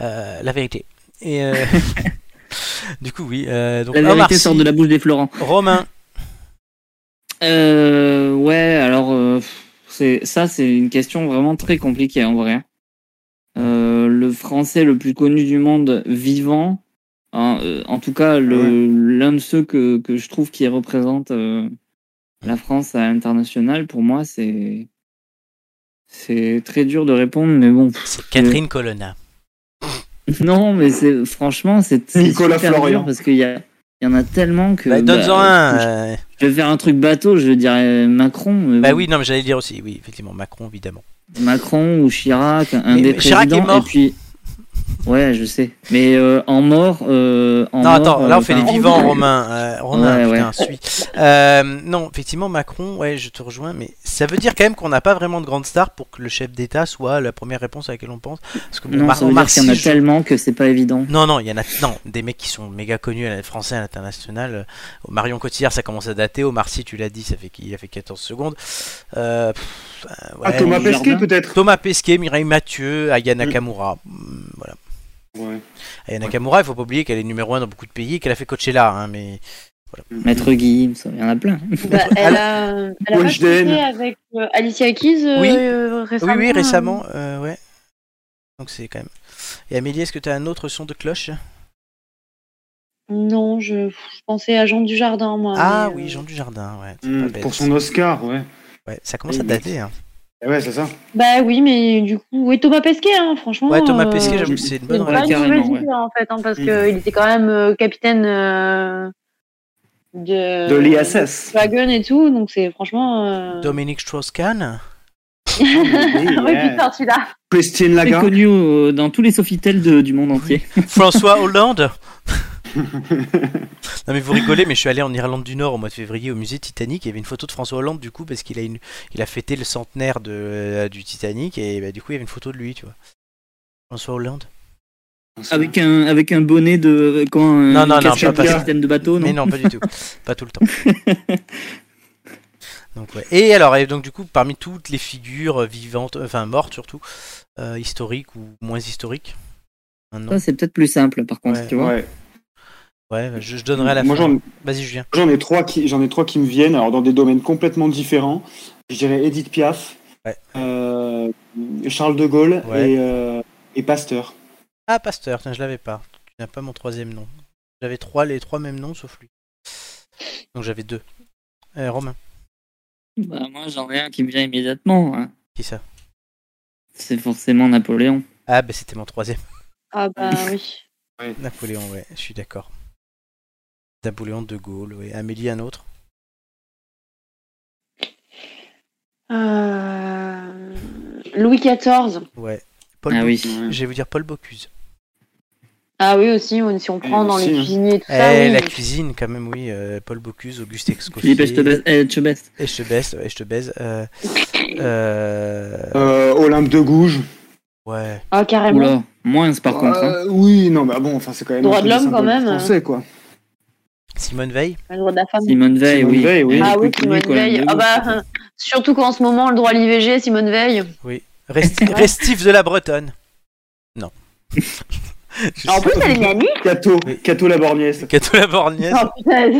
S1: Euh, la vérité. Et euh, du coup, oui. euh, donc,
S2: La
S1: Omar
S2: vérité
S1: Sy,
S2: sort de la bouche des Florents.
S1: Romain,
S2: Euh, ouais, alors euh, c'est ça, c'est une question vraiment très compliquée en vrai. Euh, le français le plus connu du monde vivant, hein, euh, en tout cas
S3: Ah
S2: le- l'un de ceux que, que je trouve qui représente euh, la France à l'international, pour moi c'est c'est très dur de répondre, mais bon.
S1: c'est Catherine Colonna.
S2: Non, mais c'est franchement c'est c'est
S3: Nicolas
S2: super
S3: Florian.
S2: dur parce qu'il y a il y en a tellement que.
S1: Bah, Donne-en
S2: bah,
S1: un.
S2: Je,
S1: euh,
S2: je vais faire un truc bateau, je dirais Macron. mais
S1: Bah
S2: bon.
S1: oui, non, mais j'allais le dire aussi, oui, effectivement, Macron, évidemment.
S2: Macron ou Chirac, un
S1: Mais-
S2: des
S1: mais Chirac est
S2: présidents,
S1: mort.
S2: et puis ouais, je sais. Mais euh, en mort, euh, en
S1: Non,
S2: mort,
S1: attends, là on
S2: euh,
S1: fait les
S2: enfin,
S1: vivants, Romain. euh, Romain,
S2: Ouais,
S1: putain, suis. Euh, non, effectivement, Macron, ouais, je te rejoins, mais ça veut dire quand même qu'on n'a pas vraiment de grande star pour que le chef d'État soit la première réponse à laquelle on pense. Parce que bon,
S2: Non,
S1: Mar-
S2: ça veut dire
S1: Omar
S2: qu'il y en a
S1: Sy, je-
S2: tellement que c'est pas évident.
S1: Non, non, il y en a non, des mecs qui sont méga connus à la- français à l'international. Euh, Marion Cotillard, ça commence à dater. Omar Sy, tu l'as dit, ça fait qu'il a fait 14 secondes. Euh, pff, euh,
S3: Ah,
S1: ouais,
S3: Thomas
S2: Jardin.
S3: Pesquet, Mm. peut-être
S1: Thomas Pesquet, Mireille Mathieu, Aya Nakamura. Hmm, Voilà.
S3: Ouais.
S1: Et Nakamura, il faut pas oublier qu'elle est numéro 1 dans beaucoup de pays et qu'elle a fait Coachella. Hein, mais
S3: Mm.
S2: Maître Guillaume, ça, il y en a plein.
S5: Bah, elle a, elle a pas
S3: Weshden.
S5: couché avec euh, Alicia Keys euh,
S1: Oui.
S5: euh,
S1: oui,
S5: récemment.
S1: oui, récemment, euh, ouais. Donc c'est quand même. Et Amélie, est-ce que tu as un autre son de cloche
S5: Non, je, je pensais à Jean du Jardin, moi.
S1: Ah
S5: mais,
S1: oui,
S5: euh,
S1: Jean du Jardin, ouais. c'est
S3: Hmm,
S1: pas bête.
S3: pour son Oscar, ouais.
S1: Ouais, ça commence à dater. Hein.
S3: Eh ouais, c'est ça.
S5: Bah oui, mais du coup, et Thomas Pesquet, hein, franchement.
S1: Ouais, Thomas
S5: euh,
S1: Pesquet, j'avoue que c'est une
S5: C'est
S1: bonne
S5: pas
S1: réponse.
S5: une
S2: carrément,
S5: mauvaise idée, en fait, hein, parce
S3: Mm.
S5: qu'il était quand même euh, capitaine euh, de.
S3: De l'ISS.
S5: Dragon et tout, donc c'est franchement. euh,
S1: Dominique Strauss-Kahn
S5: Ah ouais,
S3: Yeah.
S5: putain, celui-là.
S3: Christine
S2: Très
S3: Lagarde.
S2: connu euh, dans tous les Sofitel de- du monde entier.
S1: François Hollande Non mais vous rigolez, mais je suis allé en Irlande du Nord au mois de février au musée Titanic. Il y avait une photo de François Hollande du coup parce qu'il a une, il a fêté le centenaire de euh, du Titanic et bah, du coup il y avait une photo de lui, tu vois. François Hollande. Ah
S2: Avec un avec un bonnet de quand un
S1: Non, non, non,
S2: casque
S3: pas- pas
S2: de
S3: ça.
S2: capitaine de bateau. Oh Non
S1: Mais non, pas du tout, pas tout le temps. Donc ouais. Et alors et donc du coup parmi toutes les figures euh, vivantes, euh, enfin mortes surtout, euh, historiques ou moins historiques. Un nom.
S3: Euh,
S2: Ça c'est peut-être plus simple par contre,
S1: Ouais,
S2: tu vois.
S3: Ouais.
S1: Ouais, je, je donnerai à la
S3: Moi,
S1: fin.
S3: j'en
S1: Vas-y Julien.
S3: j'en ai trois qui j'en ai trois qui me viennent. Alors dans des domaines complètement différents. Je dirais Edith Piaf,
S1: Ouais.
S3: euh, Charles de Gaulle
S1: Ouais.
S3: et, euh, et Pasteur.
S1: Ah, Pasteur, tiens, je l'avais pas. Tu n'as pas mon troisième nom. J'avais trois, les trois mêmes noms sauf lui. Donc j'avais deux. Euh, Romain,
S2: Bah, moi j'en ai un qui me vient immédiatement. hein.
S1: qui ça
S2: C'est forcément Napoléon.
S1: Ah, bah c'était mon troisième.
S5: Ah bah oui.
S1: Napoléon, ouais, je suis d'accord. Napoléon de Gaulle, ouais. Amélie, un autre.
S5: Euh, Louis XIV.
S1: Ouais. Paul
S2: ah
S1: Bo-
S2: oui.
S1: Je vais vous dire Paul Bocuse.
S5: Ah oui, aussi, on- si on prend dans
S3: aussi,
S5: les
S3: hein.
S5: cuisiniers et tout
S1: Eh,
S5: ça. Ah oui.
S1: la cuisine, quand même, oui. euh, Paul Bocuse, Auguste Escoffier.
S2: Philippe Etchebest. eh, Etchebest.
S1: Et je te baise, ouais, je te baise. euh, euh,
S3: Euh, Olympe de Gouges.
S1: ouais.
S5: Ah, carrément.
S2: Oula, moins par contre. hein.
S3: Euh, oui, non, mais bon, enfin c'est quand même.
S5: Droit
S3: un
S5: de
S3: peu
S5: l'homme, quand
S3: symbole
S5: même.
S3: Français quoi.
S1: Simone Veil
S5: Le droit de la femme.
S2: Simone Veil,
S3: Simone
S2: oui.
S3: Veil, oui.
S2: Elle est
S5: Ah
S2: plus
S5: oui,
S2: connue
S5: Simone
S2: qu'Olympe
S5: Veil.
S2: de
S5: Ah
S2: Gaulle,
S5: bah,
S2: peut-être.
S5: surtout qu'en ce moment, le droit à l'IVG, Simone Veil.
S1: Resti- Restif de la Bretonne. Non. Je
S5: En
S1: sais-
S5: plus, elle est nanny.
S3: Cato,
S1: Oui.
S3: Cato la Borgnesse.
S1: Cato la Borgnesse.
S5: Oh, putain.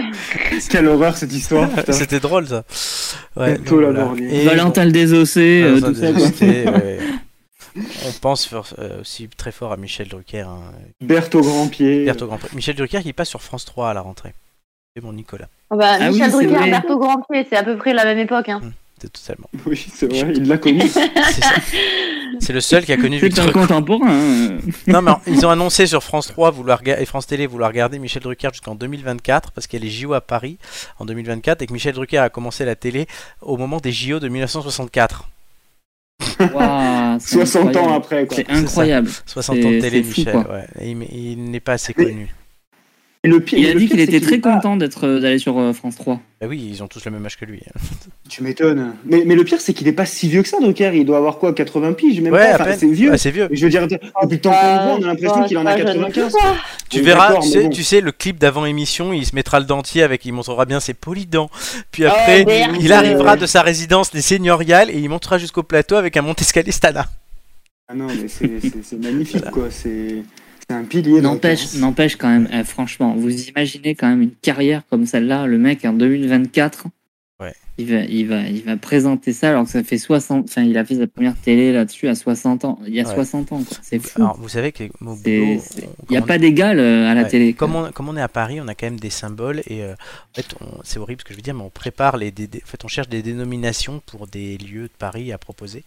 S3: Quelle horreur cette histoire. Ah, putain.
S1: C'était drôle ça. Ouais,
S3: Bientôt
S1: donc,
S3: la
S1: voilà.
S3: Borgne.
S1: Et-
S2: Valentin le désossé,
S1: Ah,
S2: euh,
S1: ça,
S2: tout ça.
S1: désolé,
S2: quoi.
S1: c'était, ouais, ouais. On pense for- euh, aussi très fort à Michel Drucker. hein.
S3: Berthe au grand pied.
S1: Berthe au Grand Prix. Michel Drucker qui passe sur France 3 à la rentrée. C'est mon Nicolas.
S5: Ah bah,
S2: Ah oui,
S5: Michel
S2: c'est vrai.
S5: Drucker, Berthaud Grandpied, c'est à peu près la même époque. Hein.
S1: C'est totalement.
S3: Oui, c'est vrai, il l'a connu.
S1: C'est ça. C'est le seul qui a connu
S2: C'est
S1: Victor
S2: un
S1: Hugo.
S2: contemporain. hein.
S1: Non, mais ils ont annoncé sur France 3 vouloir ga- et France Télé vouloir garder Michel Drucker jusqu'en 2024 parce qu'il y a les JO à Paris en 2024 et que Michel Drucker a commencé la télé au moment des JO de 1964.
S2: Waouh, c'est
S3: 60 ans
S2: incroyable.
S3: après, quoi.
S2: C'est incroyable.
S1: 60 ans de
S2: C'est-
S1: télé,
S2: c'est fou,
S1: Michel.
S2: quoi.
S1: ouais. Et il, il n'est pas assez
S3: Mais-
S1: connu.
S3: Et le pire-
S2: Il
S3: et
S2: a
S3: le
S2: dit
S3: pire,
S2: qu'il
S3: c'est
S2: était très
S3: est pas-
S2: content d'être euh, d'aller sur euh, France 3.
S1: Bah oui, ils ont tous le même âge que lui.
S3: Tu m'étonnes. Mais, mais le pire, c'est qu'il est pas si vieux que ça, Drucker. Il doit avoir quoi, 80 piges même
S1: ouais,
S3: pas.
S1: à
S3: Enfin,
S1: peine.
S3: C'est vieux.
S1: Ouais, Ah, c'est vieux.
S3: Mais Je veux dire, depuis le temps qu'on le voit, on a l'impression qu'il en a 95.
S1: Tu
S3: Oui,
S1: verras,
S3: d'accord,
S1: tu
S3: mais
S1: sais,
S3: bon.
S1: tu sais, le clip d'avant émission, il se mettra le dentier avec, il montrera bien ses polydents. Puis
S2: Ah,
S1: après,
S5: merde.
S1: il arrivera de sa résidence des seigneuriales et il montera jusqu'au plateau avec un Montescalier Stana.
S3: Ah non, mais c'est- c'est c'est magnifique, quoi. C'est c'est un pilier. euh, dans
S2: N'empêche, n'empêche quand même, eh, franchement, vous imaginez quand même une carrière comme celle-là, le mec en 2024.
S1: Ouais.
S2: Il va, il, va, il va présenter ça alors que ça fait 60. Enfin, il a fait sa première télé là-dessus à 60 ans. Il y a
S1: Ouais.
S2: 60 ans, quoi. C'est fou.
S1: Alors, vous savez que au
S2: C'est-
S1: boulot,
S2: c'est-
S1: on-
S2: Il n'y a
S1: comment-
S2: pas d'égal euh, à la
S1: Ouais.
S2: télé. quoi.
S1: Comme on, comme on est à Paris, on a quand même des symboles et euh, en fait, on- c'est horrible ce que je veux dire, mais on prépare les, dé- dé- en fait, on cherche des dénominations pour des lieux de Paris à proposer,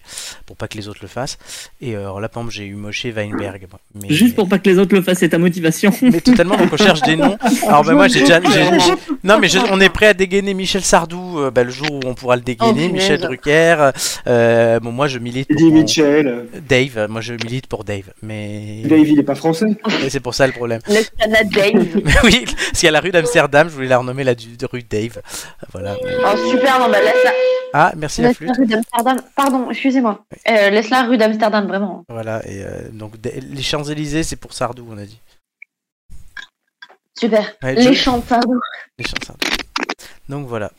S1: pour pas que les autres le fassent. Et euh, alors là, par exemple, j'ai eu Moshe Weinberg, moi. mais
S2: Juste pour pas que les autres le fassent, c'est ta motivation.
S1: mais totalement. Donc on cherche des noms. Alors bah, moi, j'ai déjà, j'ai- non, mais je- on est prêt à dégainer Michel Sardou euh, bah, le jour où on pourra le dégainer,
S5: Oh, punaise.
S1: Michel Drucker. euh, bon, moi, je milite pour
S3: Eddie
S1: mon-
S3: Mitchell.
S1: Dave. euh, Moi, je milite pour Dave, mais
S3: Dave, il est pas français.
S1: mais c'est pour ça le problème.
S5: Le Canadien.
S1: Mais oui, parce qu'il y a la rue d'Amsterdam, je voulais la renommer la du- rue Dave. Voilà.
S5: Oh, super, non, bah laisse la,
S1: Ah, merci la
S5: laisse la
S1: flûte.
S5: rue d'Amsterdam. Pardon, excusez-moi. Euh, laisse la rue d'Amsterdam, vraiment.
S1: Voilà, et euh, donc des- les Champs-Élysées, c'est pour Sardou, on a dit.
S5: Super.
S1: Ouais,
S5: Les
S1: Joe-
S5: champs, pardon.
S1: les Champs-Sardou. Donc voilà.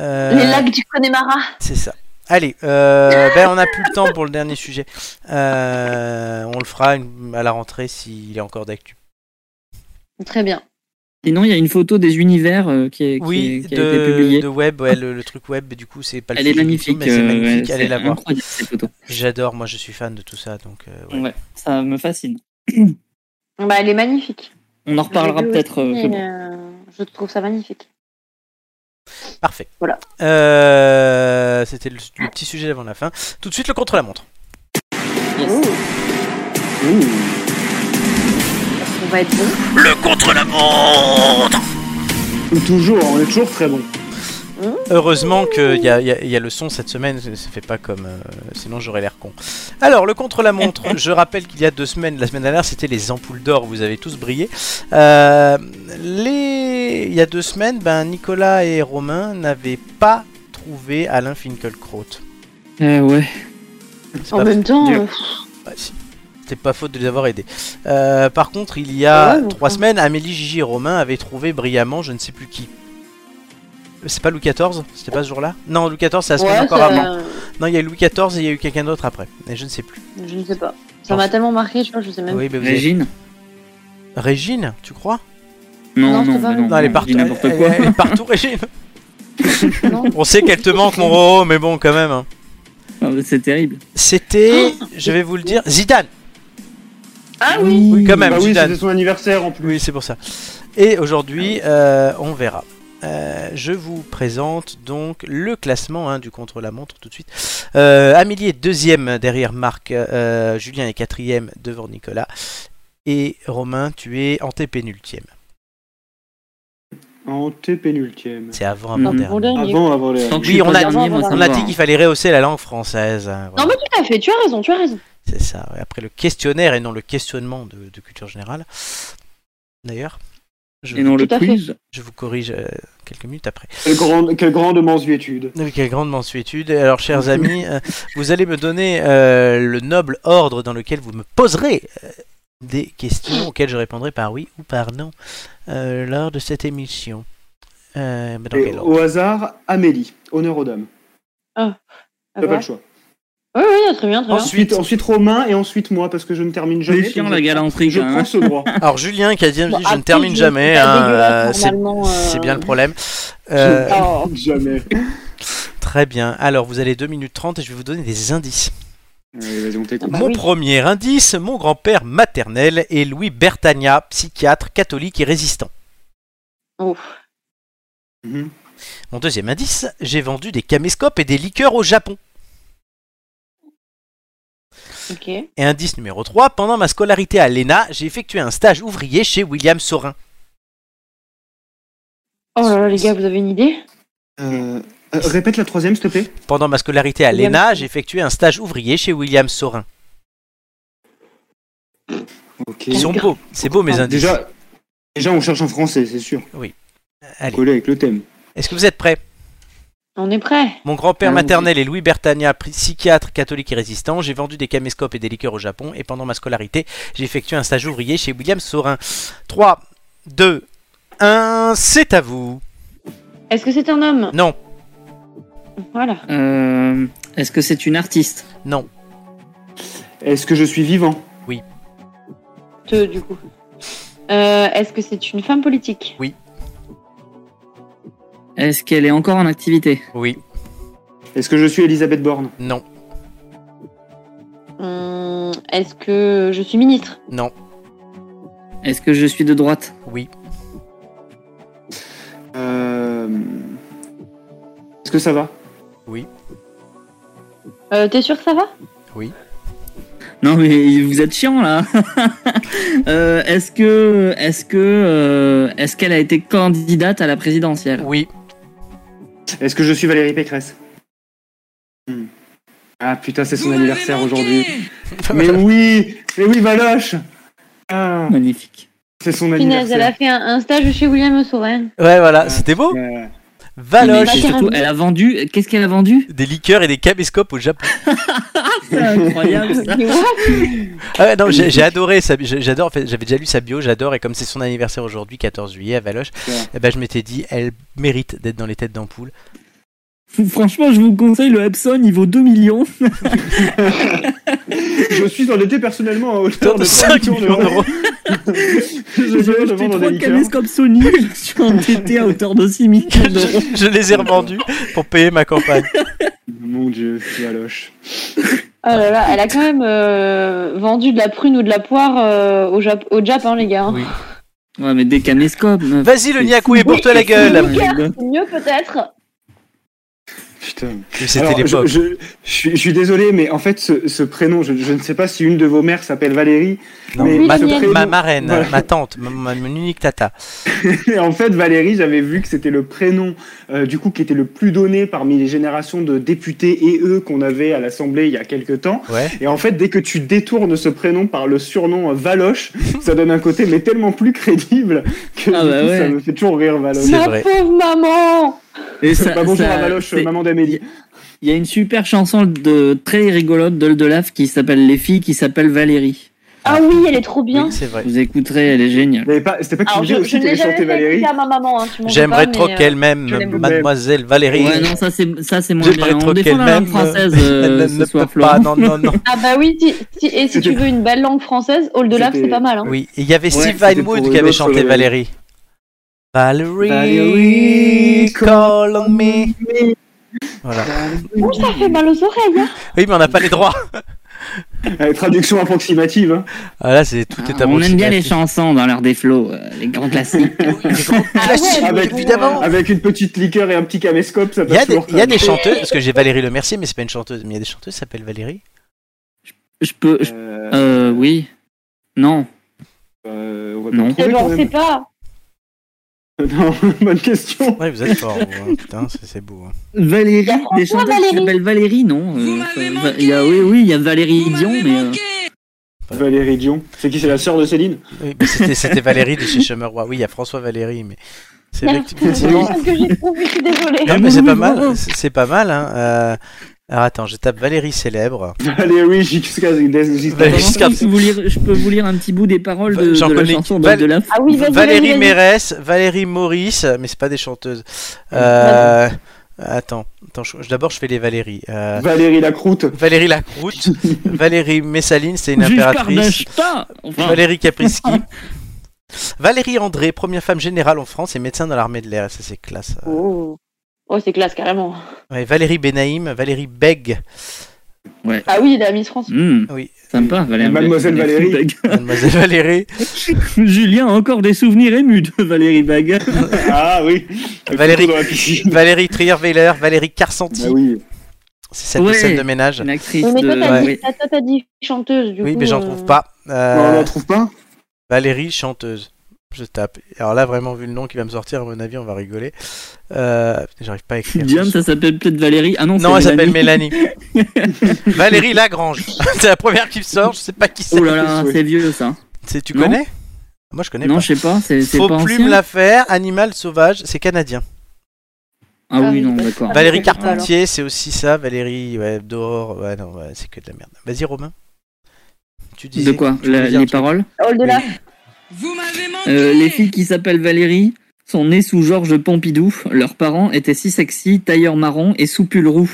S1: Euh,
S5: Les lacs du Connemara.
S1: C'est ça. Allez, euh, ben on n'a plus le temps pour le dernier sujet. Euh, on le fera une- à la rentrée s'il est encore d'actu.
S5: Très bien.
S2: Sinon, il y a une photo des univers euh, qui, est- qui
S1: Oui,
S2: est- qui a été
S1: de,
S2: publiée.
S1: de web, ouais, le, le truc web, du coup, c'est pas le
S2: Elle est
S1: sujet du
S2: magnifique.
S1: tout, mais c'est
S2: euh,
S1: magnifique.
S2: ouais,
S1: Allez
S2: c'est
S1: la voir.
S2: incroyable, cette photo.
S1: J'adore, moi je suis fan de tout ça, donc euh, ouais.
S2: Ouais, ça me fascine.
S5: Bah, elle est magnifique.
S2: On en reparlera
S5: Je l'ai
S2: peut-être.
S5: aussi,
S2: euh, je-
S5: euh, je trouve ça magnifique.
S1: Parfait. Euh,
S5: Voilà.
S1: C'était le, le petit sujet avant la fin. Tout de suite, le contre-la-montre.
S2: Yes.
S5: On va être bon.
S3: Ou toujours, on est toujours très bon.
S1: Heureusement qu'il y a, y a- y a le son cette semaine, ça ça fait pas comme. euh, sinon j'aurais l'air con. Alors, le contre-la-montre, je rappelle qu'il y a deux semaines, la semaine dernière, c'était les ampoules d'or, vous avez tous brillé. Euh, les... Il y a deux semaines, ben, Nicolas et Romain n'avaient pas trouvé Alain Finkielkraut.
S5: Oh.
S2: Euh, ouais.
S1: C'est
S5: En
S1: pas-
S5: même temps,
S1: Dur.
S5: euh,
S1: Bah, si. C'est pas faute de les avoir aidés. Euh, par contre, il y a
S5: Ouais, mais
S1: trois
S5: enfin.
S1: semaines, Amélie, Gigi et Romain avaient trouvé brillamment je ne sais plus qui. C'est pas Louis XIV C'était pas ce jour-là Non, Louis XIV, c'est la semaine
S5: ouais,
S1: encore
S5: ça- euh,
S1: avant. Non, il y a eu Louis XIV et il y a eu quelqu'un d'autre après. Et je ne sais plus.
S5: je ne sais pas. Ça m'a tellement marqué, je crois, je sais même.
S1: Oui, mais vous avez-
S2: Régine
S1: Régine, tu crois
S2: Non,
S5: Non, c'est
S2: non,
S5: pas
S2: bah
S5: vrai.
S2: non.
S1: Non, elle est
S2: je
S1: partout.
S2: dis n'importe
S1: elle-
S2: quoi.
S1: elle est partout, Régine.
S5: Non.
S1: On sait qu'elle te manque, mon Roro, mais bon, quand même. hein.
S2: Ah, mais C'est terrible.
S1: C'était, je vais vous le dire, Zidane.
S5: Ah
S1: oui Oui, quand même,
S3: Bah oui,
S1: Zidane.
S3: c'était son anniversaire en plus.
S1: Oui, c'est pour ça. Et aujourd'hui, euh, on verra. Euh, je vous présente donc le classement hein, du contre-la-montre tout de suite. Euh, Amélie est deuxième derrière Marc, euh, Julien est quatrième devant Nicolas. Et Romain, tu es antépénultième.
S3: En T-pénultième.
S1: C'est Mmh. avant
S2: Mhm.
S1: avant-dernier.
S5: Mon dernier.
S3: Avant, avant les.
S2: Tant
S1: Oui,
S2: que je suis
S1: on
S2: pas
S1: a-
S2: dernier, moi,
S5: on
S2: ça
S1: On
S2: me
S1: a
S2: va,
S1: dit
S2: hein.
S1: qu'il fallait rehausser la langue française. hein, voilà.
S5: Non, mais tout à fait, tu as raison, tu as raison.
S1: C'est ça, ouais. après le questionnaire et non le questionnement de, de culture générale. D'ailleurs, je,
S2: Et non, le
S5: Tout à fait.
S2: quiz.
S1: je vous corrige euh, quelques minutes après.
S3: Quelle grande, quelle grande mansuétude.
S1: Oui, quelle grande mansuétude. Alors, chers amis, euh, vous allez me donner euh, le noble ordre dans lequel vous me poserez euh, des questions auxquelles je répondrai par oui ou par non euh, lors de cette émission. Euh, bah, dans
S3: Et
S1: quel ordre
S3: au hasard, Amélie. Honneur aux dames.
S5: Ah
S3: T'as pas
S5: bah.
S3: le choix.
S5: Oui, oui, Ah, très bien, très bien.
S3: Ensuite, ensuite Romain et ensuite moi parce que je ne termine jamais.
S2: C'est chiant,
S3: donc
S2: la hein. galanterie,
S3: Je
S2: quand même.
S3: prends ce droit.
S1: Alors, Julien qui a dit,
S5: Bon,
S1: je ne
S5: après,
S1: termine
S5: je-
S1: jamais,
S5: c'est pas
S1: hein,
S5: dégueulasse,
S1: euh, c'est
S5: normalement, euh,
S1: c'est bien le problème. Euh,
S5: Oh.
S3: Jamais.
S1: très bien. Alors, vous allez 2 minutes 30 et je vais vous donner des indices.
S3: Allez, vas-y, on t'écoute.
S5: Bah
S1: mon
S5: oui.
S1: premier indice, mon grand-père maternel est Louis Bertagna, psychiatre, catholique et résistant.
S3: Mhm.
S1: Mon deuxième indice, j'ai vendu des caméscopes et des liqueurs au Japon.
S5: Ok.
S1: Et indice numéro 3, pendant ma scolarité à l'ENA, j'ai effectué un stage ouvrier chez William Sorin.
S5: Oh là là, les gars, vous avez une idée
S3: Euh, euh, répète la troisième, s'il te plaît.
S1: Pendant ma scolarité à
S5: William
S1: l'ENA, j'ai effectué un stage ouvrier chez William Sorin.
S3: Ok.
S1: Ils sont beaux, c'est beau mes indices.
S3: Ah, Déjà, déjà, on cherche en français, c'est sûr.
S1: Allez,
S3: Collé avec le thème.
S1: est-ce que vous êtes prêts
S5: On est prêt.
S1: Mon grand-père
S3: Allons-y.
S1: maternel est Louis Bertagna, pri- psychiatre catholique et résistant. J'ai vendu des caméscopes et des liqueurs au Japon. Et pendant ma scolarité, j'ai effectué un stage ouvrier chez William Sorin. 3, 2, 1, c'est à vous.
S5: Est-ce que c'est un homme
S1: Non,
S5: Voilà.
S2: Euh, Est-ce que c'est une artiste
S1: non,
S3: Est-ce que je suis vivant
S5: Deux, du coup. Euh, Est-ce que c'est une femme politique
S2: Est-ce qu'elle est encore en activité
S1: oui,
S3: Est-ce que je suis Elisabeth Borne
S1: non,
S5: Hum, Est-ce que je suis ministre
S1: non,
S2: Est-ce que je suis de droite
S1: oui,
S3: Euh, Est-ce que ça va
S5: Euh, T'es sûr que ça va
S2: Non mais vous êtes chiant là. Euh, Est-ce que est-ce que euh, est-ce qu'elle a été candidate à la présidentielle
S1: oui.
S3: Est-ce que je suis Valérie Pécresse Hmm. Ah putain, c'est son anniversaire aujourd'hui. Mais oui Mais oui, Valoche Ah,
S2: Magnifique.
S3: C'est son
S5: Finesse, elle a
S3: anniversaire.
S5: fait un, un stage chez William Sorin.
S1: Ouais, voilà, c'était beau.
S3: Euh,
S2: Mais
S1: Valoche,
S2: c'est surtout, elle a vendu. Qu'est-ce qu'elle a vendu
S1: des liqueurs et des caméscopes au Japon.
S2: C'est incroyable. ça.
S1: Ah ouais, non, j'ai j'ai adoré, sa- j'ai- j'adore, en fait, j'avais déjà lu sa bio, j'adore, et comme c'est son anniversaire aujourd'hui, 14 juillet à Valoche,
S3: Ouais.
S1: eh ben, je m'étais dit, elle mérite d'être dans les têtes d'ampoule.
S2: Franchement, je vous conseille le Epson, il vaut 2 millions.
S3: Je suis endetté personnellement à hauteur de 3
S1: 5 millions d'euros.
S3: Je
S2: J'ai
S3: viens de
S2: acheté
S3: vendre
S2: trois
S3: des liqueurs.
S2: caméscopes Sony, je suis endetté à hauteur de 6 millions d'euros.
S1: je, je les ai revendus pour payer ma campagne.
S3: Mon dieu, Valoche.
S5: Oh là là, elle a quand même euh, vendu de la prune ou de la poire euh, au, Jap au Jap, hein, les gars. hein.
S1: Oui.
S2: Ouais, mais des caméscopes. meuf.
S1: Vas-y, le
S2: C'est
S1: niakou est pour
S2: fou.
S1: toi la
S2: C'est
S1: gueule.
S2: fou, les gars.
S5: C'est mieux peut-être.
S3: Putain.
S1: C'était
S3: Alors,
S1: l'époque.
S3: Je, je- je suis- je suis désolé, mais en fait, ce, ce prénom, je, je ne sais pas si une de vos mères s'appelle Valérie.
S1: Non,
S3: mais
S1: ma,
S5: ce
S1: ma-
S5: prénom-
S1: ma marraine,
S3: Voilà.
S1: ma tante, ma- ma- mon unique tata.
S3: Et en fait, Valérie, j'avais vu que c'était le prénom, euh, du coup, qui était le plus donné parmi les générations de députés et eux qu'on avait à l'Assemblée il y a quelques temps.
S1: Ouais.
S3: Et en fait, dès que tu détournes ce prénom par le surnom euh, Valoche, ça donne un côté, mais tellement plus crédible que
S2: Ah
S3: du
S2: bah
S3: coup,
S2: ouais.
S3: ça me fait toujours rire, Valoche.
S1: C'est
S5: Ma
S1: vrai.
S5: pauvre maman
S2: Et ça-
S3: Bah, bonjour
S2: ça-
S3: à Valoche,
S2: c'est-
S3: maman d'Amélie.
S2: Il y a une super chanson de très rigolote de Delaf qui s'appelle Les filles, qui s'appelle Valérie.
S5: Ah oui, elle est trop bien.
S1: Oui, c'est vrai.
S2: Vous écouterez, elle est géniale.
S3: Mais pas- C'était pas que tu
S5: Alors
S3: me
S5: je,
S3: disais
S5: je
S3: aussi
S5: ne l'ai
S3: qu'elle
S5: jamais
S3: chantait
S5: fait
S3: Valérie
S5: écouter à ma maman. hein, tu m'en veux
S1: J'aimerais
S5: pas,
S1: trop
S5: mais, euh,
S3: je l'aime
S1: qu'elle-même,
S3: beaucoup.
S1: mademoiselle Valérie.
S2: Ouais, non, ça c'est ça c'est moins
S1: J'aimerais
S2: bien.
S1: trop
S2: On défend la
S1: qu'elle-même,
S2: langue française
S1: Elle
S2: euh,
S1: ne-
S2: ce
S1: ne
S2: soir,
S1: peut pas,
S2: Florent.
S1: non, non, non.
S5: Ah bah oui, si, si- et si tu veux une belle langue française, All de Love,
S3: C'était-
S5: c'est pas mal. Hein.
S1: Oui, et il y avait
S2: Ouais,
S1: Steve
S3: c'était
S1: Vinewood
S3: pour
S1: qui
S3: une
S1: avait
S3: autre
S1: chanté Valérie.
S3: Valérie.
S1: Valérie,
S3: Valérie,
S1: call on me. Voilà.
S5: Ouh, ça fait mal aux oreilles. hein.
S1: Oui, mais on n'a pas les droits.
S3: Euh, Traduction approximative. hein.
S1: Ah, là, c'est tout est
S2: Ah, On aime bien les
S1: approximatif.
S2: chansons dans l'heure des flots, euh, les grands classiques.
S1: Les grands classiques,
S5: Ah
S3: ouais,
S1: évidemment.
S3: Avec une petite liqueur et un petit caméscope, ça
S1: Il y, a
S3: passe
S1: des,
S3: toujours.
S1: il y a
S3: ça.
S1: des chanteuses, parce que j'ai Valérie Le Mercier, mais c'est pas une chanteuse. Mais il y a des chanteuses qui s'appellent Valérie.
S2: Je peux, je-
S3: Euh,
S2: euh, oui, non.
S3: euh, on va
S2: Non.
S3: bien trouver quand
S5: Genre, Eh ben, on
S3: même.
S5: sait pas.
S3: Non, bonne question.
S1: Ouais, vous êtes fort, vous, hein. Putain, c'est c'est beau. hein.
S2: Valérie, des
S5: François
S2: chanteurs qui
S5: Valérie.
S2: s'appellent Valérie, non.
S8: Vous
S2: euh,
S8: m'avez
S2: ça- il y a, oui, oui, il y a Valérie Dion, mais euh,
S3: Valérie Dion. C'est qui C'est la sœur de Céline
S1: Oui, mais c'était- C'était Valérie de chez Chamorroy. Oui, il y a François Valérie, mais c'est vrai que-
S5: Merci.
S1: Non,
S5: Parce que j'ai trouvé, je suis désolée.
S1: mais c'est pas mal. C'est c'est pas mal, hein. Euh, Alors attends, je tape Valérie célèbre.
S3: Valérie jusqu'à
S1: Valérie
S2: pendant ce temps, je, peux vous lire, je peux vous lire un petit bout des paroles de,
S1: J'en
S2: de la
S1: connais-
S2: chanson
S1: Val-
S2: de la
S5: Ah oui, vas-y,
S1: Valérie
S5: vas-y, vas-y.
S1: Mérès, Valérie Maurice, mais c'est pas des chanteuses. Euh, Attends, attends je- je- d'abord je fais les Valérie. Euh,
S3: Valérie la croûte.
S1: Valérie Lacroute, Valérie Messaline, c'est une
S2: Juge
S1: impératrice.
S2: Kardashian. Enfin,
S1: Valérie Kapriski. Valérie André, première femme générale en France et médecin dans l'armée de l'air. Ça, c'est classe.
S5: Oh, Oh, c'est classe, carrément.
S1: Ouais, Valérie Benaïm, Valérie Beg,
S5: Ah oui, la Miss France.
S2: hmm,
S1: Oui.
S2: Sympa, Valérie.
S3: Mademoiselle Valérie.
S1: Mademoiselle Valérie,
S2: Julien a encore des souvenirs émus de Valérie Baga.
S3: Ah oui.
S1: Valérie-
S3: Dans la piscine.
S1: Valérie Trierweiler, Valérie Carcenti.
S3: Bah Ah oui.
S1: C'est cette
S2: Ouais.
S1: scène de ménage.
S2: Une actrice.
S5: Oui, mais toi,
S2: de-
S5: t'as
S2: oui.
S5: dit, toi, t'as dit chanteuse, du
S1: Oui,
S5: coup.
S1: mais j'en
S5: euh,
S1: trouve pas. Euh,
S3: Non, on la trouve pas
S1: Valérie, chanteuse. Je tape. Alors là, vraiment, vu le nom qui va me sortir, à mon avis, on va rigoler. Euh, J'arrive pas à écrire.
S2: Diane, ça s'appelle peut-être Valérie. Ah non,
S1: Non, elle
S2: c'est
S1: s'appelle Mélanie. Valérie Lagrange. c'est la première qui me sort, je sais pas qui c'est.
S2: Oh là là,
S3: Oui.
S2: c'est vieux ça.
S1: C'est- Tu
S2: Non.
S1: connais Moi je connais
S2: Non,
S1: pas.
S2: je sais pas, c'est c'est
S1: Faux
S2: pas ancien.
S1: plume l'affaire, animal sauvage, c'est canadien.
S2: Ah oui,
S6: Ah,
S2: non,
S6: oui,
S2: d'accord.
S6: Ah,
S1: Valérie
S6: c'est canadien,
S1: Carpentier, c'est aussi ça. Valérie, ouais, dehors, ouais, non, ouais, c'est que de la merde. Vas-y Romain. Tu disais.
S2: De quoi
S1: tu voulais
S2: La-
S1: dire un
S2: Les
S1: truc.
S2: paroles
S5: Au-delà.
S2: Euh, Les filles qui s'appellent Valérie sont nées sous Georges Pompidou. Leurs parents étaient si sexy, tailleurs marron et sous pull roux.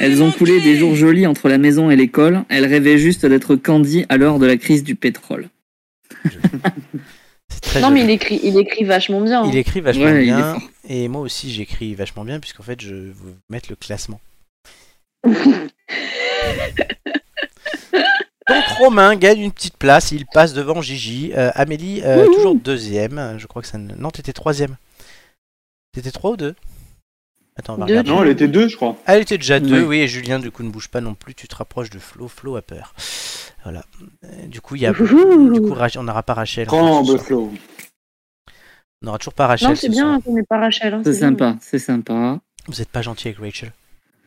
S2: Elles ont coulé des jours jolis entre la maison et l'école. Elles rêvaient juste d'être Candy à l'heure de la crise du pétrole.
S1: C'est très
S5: Non,
S1: joli.
S5: mais il écrit, il écrit vachement bien. hein.
S1: Il écrit vachement
S2: Ouais, il est
S1: bien.
S2: fort.
S1: Et moi aussi, j'écris vachement bien, puisqu'en fait, je vais vous mettre le classement. Donc Romain gagne une petite place, il passe devant Gigi. Euh, Amélie, euh, toujours deuxième. Je crois que ça. ne- Non, t'étais troisième. T'étais trois ou deux Attends, on va
S5: Deux,
S1: regarder.
S3: Non, elle était deux, je crois.
S1: Ah, elle était déjà
S2: Oui.
S1: deux, oui, et Julien, du coup, ne bouge pas non plus, tu te rapproches de Flo, Flo a peur. Voilà. Euh, Du coup, il y a. Du
S5: Ouhou.
S1: coup, Rach- on n'aura pas Rachel.
S3: Tremble,
S1: ce soir.
S3: Flo.
S1: On n'aura toujours pas Rachel.
S5: Non,
S1: ce
S5: c'est
S1: soir.
S5: bien qu'on n'est pas Rachel. hein,
S2: C'est
S5: bien.
S2: sympa, c'est sympa.
S1: Vous êtes pas gentil avec Rachel.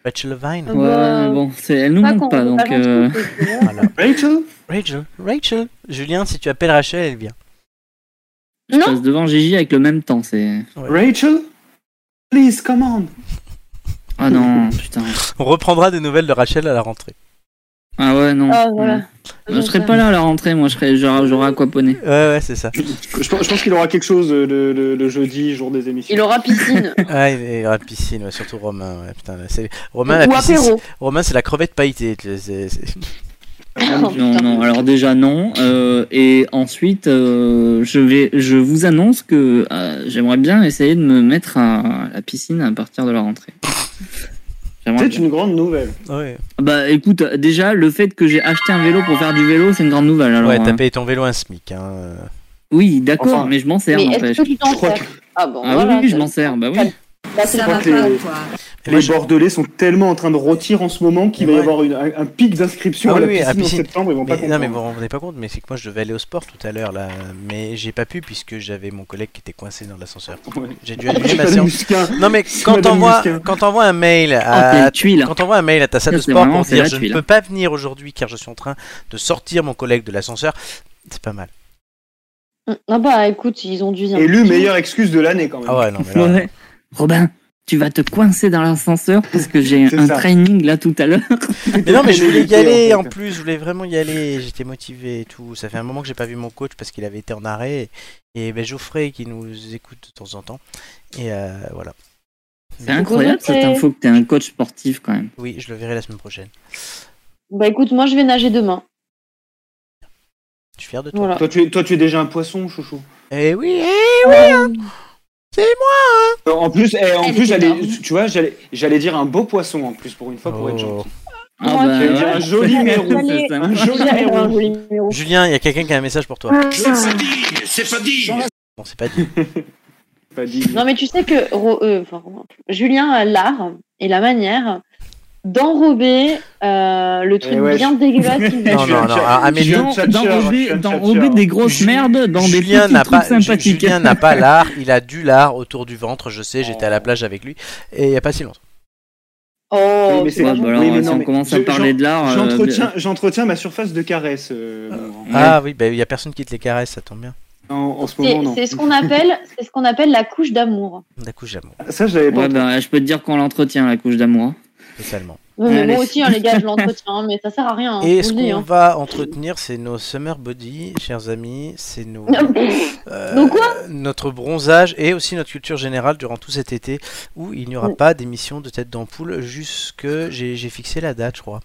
S1: Rachel Levine.
S5: Ah
S2: Ouais,
S5: bah,
S2: bon, c'est- elle nous
S5: Pas
S2: manque
S5: qu'on-
S2: pas, donc...
S5: pas
S2: euh,
S5: gentil, c'est vrai.
S1: Voilà.
S3: Rachel
S1: Rachel, Rachel. Julien, si tu appelles Rachel, elle vient.
S2: Je
S5: Non.
S2: passe devant Gigi avec le même temps, c'est...
S3: Rachel Please, come on
S2: Ah non, putain.
S1: On reprendra des nouvelles de Rachel à la rentrée.
S2: Ah ouais, non.
S5: Ah, voilà.
S2: Je serais pas là à la rentrée, moi, je serais, j'aurais j'aurais
S5: Oh,
S2: aquaponé.
S1: Ouais, ouais, c'est ça.
S3: Je, je pense qu'il aura quelque chose euh, le, le- le jeudi, jour des émissions.
S5: Il aura piscine.
S1: Ouais, Ah, il est- la piscine, ouais, surtout Romain. ouais, putain, c'est- Romain, la
S5: ou
S1: piscine, c'est-
S5: apéro.
S1: Romain, c'est la crevette pailletée. tu sais, c'est- c'est-
S5: Oh,
S2: Non,
S5: putain.
S2: non, alors déjà non. Euh, et ensuite, euh, je, vais, je vous annonce que euh, j'aimerais bien essayer de me mettre à la piscine à partir de la rentrée. J'aimerais
S3: C'est
S2: bien.
S3: une grande nouvelle.
S1: Ouais,
S2: Bah écoute, déjà, le fait que j'ai acheté un vélo pour faire du vélo, c'est une grande nouvelle. Alors,
S1: ouais t'as
S2: euh,
S1: payé ton vélo un SMIC. Hein.
S2: oui, d'accord,
S3: Enfin,
S2: mais je m'en sers,
S5: Mais
S2: n'empêche.
S5: est-ce que tu t'en
S3: Je crois
S5: sers Ah bon,
S2: Ah
S5: voilà.
S2: oui, oui, je m'en sers, bah oui.
S5: Là,
S3: Je
S5: c'est
S6: Ça
S5: pas-
S3: crois
S6: va
S3: que les-
S6: pas, quoi.
S1: Et
S3: Les
S1: je-
S3: Bordelais sont tellement en train de rôtir en ce moment qu'il va y
S1: Ouais.
S3: avoir une- un, un pic d'inscription
S1: Ah
S3: à la
S1: oui, oui, à
S3: piscine,
S1: la piscine.
S3: en septembre. Ils vont pas
S1: Mais- non, mais
S3: comprendre.
S1: vous vous rendez pas compte, mais c'est que moi je devais aller au sport tout à l'heure là, mais j'ai pas pu puisque j'avais mon collègue qui était coincé dans l'ascenseur.
S3: Ouais. Oh,
S1: J'ai dû annuler
S3: J'ai
S1: ma
S3: pas de
S1: séance.
S3: musquin.
S1: Non, mais quand
S3: Madame
S1: t'envoies
S3: Musquin.
S1: quand t'envoies un mail
S2: Ah, t'es
S1: à
S2: une tuile.
S1: Quand on voit un mail à ta salle
S2: Ça,
S1: de
S2: c'est
S1: sport
S2: vraiment,
S1: pour
S2: c'est
S1: dire
S2: la
S1: je ne
S2: tuile. hein.
S1: peux pas venir aujourd'hui car je suis en train de sortir mon collègue de l'ascenseur, c'est pas mal.
S5: Ah bah écoute, ils ont dû y
S3: Élu meilleure excuse de l'année quand même.
S1: Ah ouais, non, mais là,
S2: Ouais. Robin, tu vas te coincer dans l'ascenseur parce que j'ai
S3: C'est
S2: un
S3: ça.
S2: training là tout à l'heure.
S1: Mais non, mais je voulais y
S3: Pénalité,
S1: aller
S3: en
S1: en
S3: fait.
S1: plus, je voulais vraiment y aller, j'étais motivé et tout. Ça fait un moment que j'ai pas vu mon coach parce qu'il avait été en arrêt et ben, Geoffrey qui nous écoute de temps en temps. Et euh, voilà.
S2: C'est incroyable cette
S5: Geoffrey.
S2: info que t'es un coach sportif quand même.
S1: Oui, je le verrai la semaine prochaine.
S5: Bah écoute, moi je vais nager demain.
S1: Je suis fier de toi.
S5: Voilà.
S3: Toi tu, es, toi, tu es déjà un poisson, chouchou.
S1: Eh oui, eh
S3: Euh, En plus, eh, en
S6: Elle
S3: plus,
S6: est
S3: j'allais,
S6: énorme.
S3: tu vois, j'allais, j'allais dire un beau poisson en plus pour une fois pour être
S1: Oh.
S3: gentil.
S2: Ah
S5: Moi,
S2: bah,
S5: tu
S3: vas
S2: ouais,
S3: un
S2: c'est-
S3: joli
S2: c'est
S3: numéro.
S2: ça, ça.
S3: Un joli héros.
S1: Julien, il y a quelqu'un qui a un message pour toi.
S7: C'est pas dit
S1: Bon, c'est pas dit.
S3: Pas dit.
S5: Non mais tu sais que Ro- euh, enfin, Ro- Julien a l'art et la manière d'enrober euh, le truc
S3: Eh ouais,
S5: bien dégueulasse qu'il
S1: Non,
S5: fait.
S1: non, non. alors, Amélie,
S3: Julien
S2: Non,
S3: Thatcher,
S2: d'enrober
S3: Julien
S2: d'enrober
S3: Thatcher.
S2: des grosses
S1: Ju-
S2: merdes dans des
S1: Julien
S2: petits
S1: n'a
S2: trucs
S1: pas, Ju-
S2: sympathiques.
S1: Julien n'a pas l'art, il a du l'art autour du ventre, je sais, j'étais à la plage avec lui, et il n'y a pas si longtemps.
S5: Oh,
S3: Oui, mais c'est-
S5: tu vois,
S2: Ouais,
S5: je-
S2: bah alors,
S3: Oui, mais
S2: si
S3: non,
S2: on
S3: mais
S2: commence à
S3: je-
S2: parler de l'art. euh,
S3: J'entretiens, j'entretiens ma surface de caresse. euh,
S2: Ouais.
S1: Ah oui, bah, il n'y a personne qui te les caresse, ça tombe bien.
S3: en, en ce moment,
S5: c'est
S3: non.
S5: c'est ce qu'on appelle, c'est ce qu'on appelle la couche d'amour.
S1: D'un coup, j'aime
S3: Ça, je l'avais pas.
S2: ouais, bah, je peux te dire qu'on l'entretient, la couche d'amour.
S1: totalement.
S5: Ouais, mais
S2: Allez.
S5: moi aussi, hein, les gars, je l'entretiens, hein, mais ça sert à rien. hein,
S1: Et
S5: je
S1: ce
S5: vous le dis,
S1: qu'on
S5: hein.
S1: va entretenir, c'est nos summer body, chers amis, c'est nos, euh,
S5: Nos quoi
S1: notre bronzage et aussi notre culture générale durant tout cet été où il n'y
S5: Mm.
S1: aura pas d'émission de tête d'ampoule jusque j'ai j'ai fixé la date, je crois.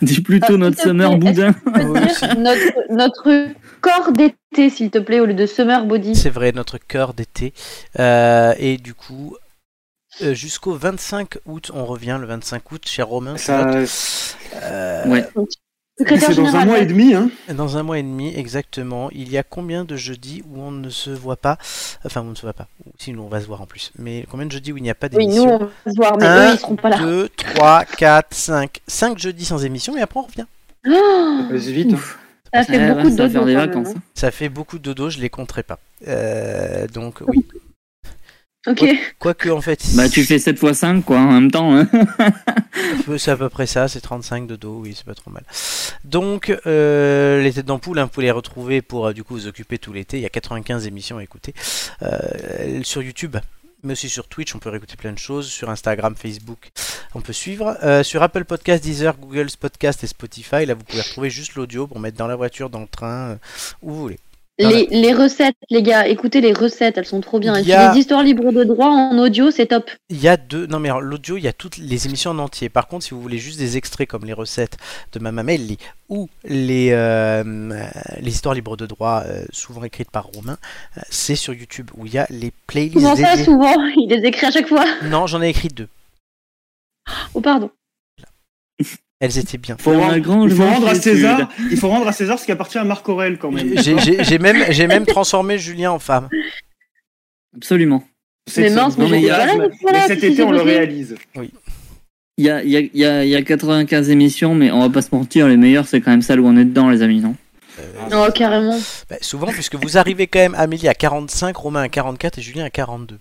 S2: Dis plutôt
S5: Ah,
S2: notre
S5: tout à
S2: summer
S5: fait.
S2: boudin.
S5: Je peux
S1: Oui,
S5: dire notre, notre corps d'été, s'il te plaît, au lieu de summer body.
S1: C'est vrai, notre cœur d'été. Euh, et du coup, euh, jusqu'au
S3: Hein,
S1: 25 août, on revient le 25 août, cher Romain. tu notes
S3: Ça,
S1: Euh,
S2: Ouais.
S5: Secrétaire
S3: C'est dans un
S5: général.
S3: mois et demi, hein.
S1: Dans un mois et demi, exactement. Il y a combien de jeudis où on ne se voit pas Enfin, on ne se voit pas. Si, nous, on va se voir en plus. Mais combien de jeudis où il n'y a pas
S5: Oui, nous,
S1: d'émission
S5: on va se voir, mais
S1: Un,
S5: eux, ils seront pas là.
S1: 2, 3, 4, 5. 5 jeudis sans émission, et après on revient.
S5: Oh,
S3: Vas-y vite. hein.
S5: ça fait
S2: Ah,
S5: beaucoup de
S2: ça va faire
S5: dodo,
S2: des
S5: quand même,
S2: vacances.
S5: hein.
S1: Ça fait beaucoup de dodo, je les compterai pas. Euh, donc oui.
S5: hein. Ok.
S1: Quoique en fait,
S2: Bah, tu fais 7 x 5, quoi, en même temps. hein.
S1: peu- c'est à peu près ça, c'est 35 dodo, oui, c'est pas trop mal. Donc euh, les têtes d'ampoule, hein, vous pouvez les retrouver pour euh, du coup vous occuper tout l'été. Il y a 95 émissions à écouter euh, sur YouTube. Mais aussi sur Twitch, on peut réécouter plein de choses. Sur Instagram, Facebook, on peut suivre. Euh, sur Apple Podcast, Deezer, Google Podcast et Spotify, là vous pouvez retrouver juste l'audio pour mettre dans la voiture, dans le train, euh, où vous voulez.
S5: Les, les recettes, les gars, écoutez les recettes, elles sont trop bien. Et
S1: Il y a-
S5: puis les histoires libres de droit en audio, c'est top.
S1: Il y a deux. Non, mais alors, l'audio, il y a toutes les émissions en entier. Par contre, si vous voulez juste des extraits comme les recettes de Mamamelli ou les, euh, euh, les histoires libres de droit, euh, souvent écrites par Romain, euh, c'est sur YouTube où il y a les playlists.
S5: Comment ça,
S1: dédiées.
S5: souvent Il les écrit à chaque fois.
S1: Non, j'en ai écrit deux.
S5: Oh, pardon.
S1: Elles étaient bien.
S2: Faut
S3: rendre-
S2: Lagrange,
S3: il faut
S2: Lagrange,
S3: rendre à
S2: Sud.
S3: César. Il faut rendre à César ce qui appartient à Marc Aurel quand même.
S1: J'ai- J'ai j'ai même, j'ai même transformé Julien en femme.
S2: Absolument.
S3: C'est
S5: Mais
S3: ce-
S5: mince,
S2: mais
S3: ce
S2: j'ai-
S3: fantasme.
S5: voilà, voilà,
S3: Mais cet
S5: qu'est-ce
S3: été,
S5: que
S3: on le
S5: j'ai fait
S3: réalise.
S2: Il y a, il y, a, il y, a, il y a 95 émissions, mais on va pas se mentir, les meilleures, c'est quand même celles où on est dedans, les amis, non
S5: Oh, carrément.
S1: Bah, souvent, puisque vous arrivez quand même, Amélie à 45, Romain à 44 et Julien à 42.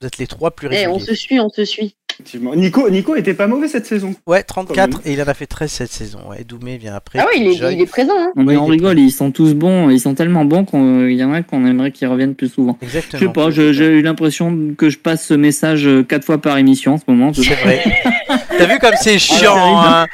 S1: Vous êtes les trois plus
S5: Eh,
S1: réguliers.
S5: on se suit, on se suit.
S3: Effectivement. Nico, Nico était pas mauvais cette saison.
S1: Ouais,
S3: Quand
S1: 34 et il en a fait 13 cette saison. Ouais, Doumé vient après.
S5: Ah oui, il est,
S1: Joy.
S5: il est présent. Hein.
S2: Non, mais
S1: Oui,
S2: on
S1: il est
S2: rigole, ils sont tous bons, ils sont tellement bons qu'il y en a qu'on aimerait qu'ils reviennent plus souvent. Je
S1: Exactement.
S2: sais pas, je- j'ai eu l'impression que je passe ce message euh, quatre fois par émission en ce moment.
S1: C'est vrai. T'as vu comme c'est chiant,
S2: Alors,
S1: hein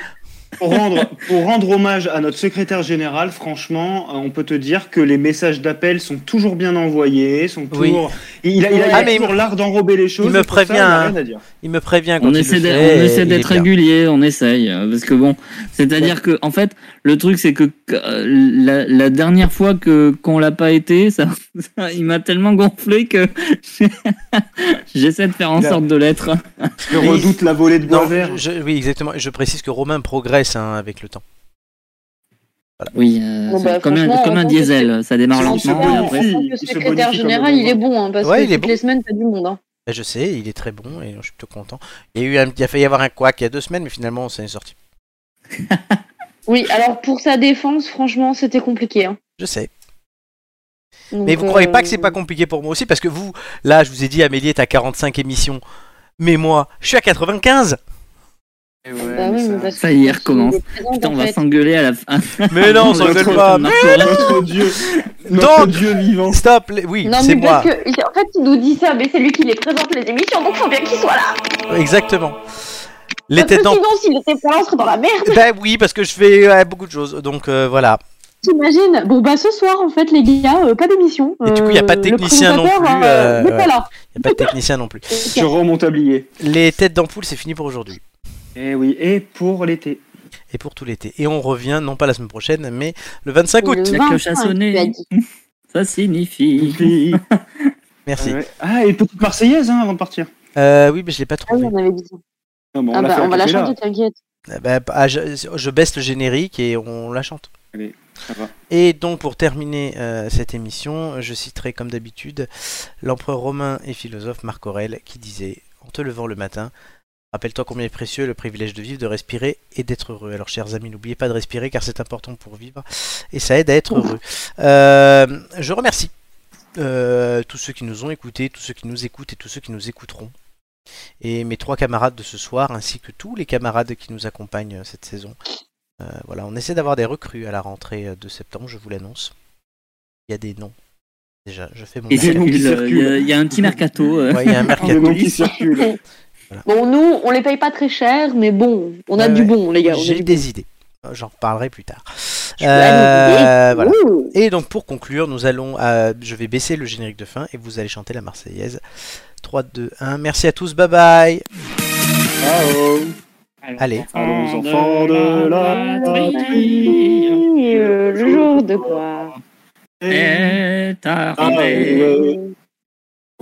S3: Pour rendre, pour rendre hommage à notre secrétaire général, franchement, euh, on peut te dire que les messages d'appel sont toujours bien envoyés, sont
S1: Oui.
S3: toujours. Il a, il a, il a
S1: Ah, mais il
S3: toujours l'art d'enrober les choses.
S1: il me
S3: et pour ça,
S1: prévient,
S3: il a
S1: hein.
S3: rien à dire.
S1: Il me prévient quand
S2: On
S1: il
S2: essaie,
S1: le
S2: d'être-
S1: fait,
S2: on
S1: et
S2: essaie
S1: il est
S2: d'être
S1: bien.
S2: régulier, on essaye. euh, Parce que bon, c'est-à-dire que, en fait, le truc, c'est que que, euh, la, la dernière fois que qu'on l'a pas été, ça, ça- il m'a tellement gonflé que j'essaie de faire en
S3: Il a-
S2: sorte de l'être.
S3: Je
S1: Mais-
S3: redoute la volée de bois
S1: Non,
S3: vert.
S1: je- oui, exactement. Je précise que Romain progresse hein, avec le temps.
S2: Oui, euh,
S5: Bon,
S2: c'est
S5: bah,
S2: comme, un,
S5: franchement,
S2: comme un
S5: on
S2: diesel, ça démarre
S3: c'est-
S2: lentement.
S3: c'est
S2: et
S3: bon,
S2: après,
S3: on fait.
S5: Le
S3: il se bonifie
S5: secrétaire
S3: comme
S5: général,
S3: un
S5: il est bon, hein, parce
S1: Ouais, il
S5: que
S1: est
S5: toutes
S1: bon.
S5: les semaines, t'as du monde. Hein.
S1: Ben, Je sais, il est très bon et je suis plutôt content. Il y a, eu un- il a failli y avoir un couac il y a deux semaines, mais finalement, ça est sorti.
S5: Oui, alors pour sa défense, franchement, c'était compliqué. Hein.
S1: Je sais.
S5: Donc,
S1: Mais vous croyez pas que c'est
S5: euh,
S1: pas compliqué pour moi aussi Parce que vous, là, je vous ai dit, Amélie est à 45 émissions. Mais moi, je suis à 95
S5: Bah oui, mais parce
S2: Ça y est,
S5: que-
S2: recommence.
S5: il est présent,
S2: Putain,
S5: en
S2: on va
S5: fait.
S2: s'engueuler à la fin.
S1: Mais non, on
S2: Dans le
S1: s'engueule
S2: truc,
S1: pas
S2: on
S1: mais-
S2: marche pas.
S3: Notre Dieu, notre
S1: Donc-
S3: Dieu vivant.
S1: Stop les- Oui,
S5: Non,
S1: c'est
S5: mais
S1: moi.
S5: parce que, il- en fait, il nous dit ça, mais c'est lui qui les présente les émissions, donc faut bien qu'il soit là.
S1: Exactement. Les
S5: Parce que
S1: têtes d'ampoule.
S5: sinon, s'il était pas là, on serait dans la merde.
S1: Ben oui, parce que je fais euh, beaucoup de choses. Donc euh, voilà.
S5: T'imagines Bon, bah ce soir, en fait, les gars, euh, pas d'émission.
S1: Et du coup, y a pas de
S5: Euh, le
S1: technicien non
S5: présentateur,
S1: plus,
S5: euh,
S1: euh,
S5: n'est pas
S1: ouais.
S5: là.
S1: Il n'y a pas de technicien non plus.
S3: Je rends mon tablier.
S1: Les têtes d'ampoule, c'est fini pour aujourd'hui.
S3: Eh oui, et pour l'été.
S1: Et pour tout l'été. Et on revient, non pas la semaine prochaine, mais le 25 août.
S5: Le
S2: La cloche
S5: 25,
S2: a sonné.
S5: tu as dit.
S2: Ça signifie.
S3: Puis-
S1: Merci.
S3: Ouais. Ah, et une petite Marseillaise hein, avant de partir.
S1: Euh, oui, mais je l'ai pas
S5: Ah oui,
S1: trouvé.
S5: on avait dit ça.
S3: Non, bon,
S5: Ah
S3: l'a
S5: bah,
S3: fait à
S5: on va la
S3: Capella.
S5: chanter, t'inquiète.
S1: Euh, bah, ah, je, je baisse le générique et on la chante.
S3: Allez, ça va.
S1: Et donc pour terminer euh, cette émission, je citerai comme d'habitude l'empereur romain et philosophe Marc Aurèle qui disait En te levant le matin, rappelle-toi combien est précieux le privilège de vivre, de respirer et d'être heureux. Alors chers amis, n'oubliez pas de respirer car c'est important pour vivre et ça aide à être heureux. Euh, je remercie euh, tous ceux qui nous ont écoutés, tous ceux qui nous écoutent et tous ceux qui nous écouteront. Et mes trois camarades de ce soir ainsi que tous les camarades qui nous accompagnent euh, cette saison. Euh, voilà, on essaie d'avoir des recrues à la rentrée euh, de septembre, je vous l'annonce. Il y a des noms. Déjà, je fais mon
S2: Et
S3: Il y a des
S1: maximum.
S3: noms qui
S2: circule, euh, Il y, a-
S3: circulent.
S2: il y a un petit mercato. euh.
S1: Ouais, il y a un mercato.
S3: Le nom qui circule.
S5: Bon, nous, on les paye pas très cher, mais bon, on a
S1: Ouais,
S5: du
S1: ouais.
S5: bon, les gars. on a
S1: J'ai
S5: du
S1: des idées. Euh, J'en reparlerai plus tard.
S5: peux aller.
S1: Euh,
S5: bon.
S1: voilà.
S5: Ouh.
S1: Et donc pour conclure, nous allons, euh, je vais baisser le générique de fin et vous allez chanter la Marseillaise. 3, 2, 1. Merci à tous. Bye bye.
S3: Ah oh.
S1: Allez.
S3: Allons, enfants de la patrie.
S5: Oui, euh, Le jour de gloire.
S2: Est
S3: Ah,
S2: arrivé.
S3: ouais.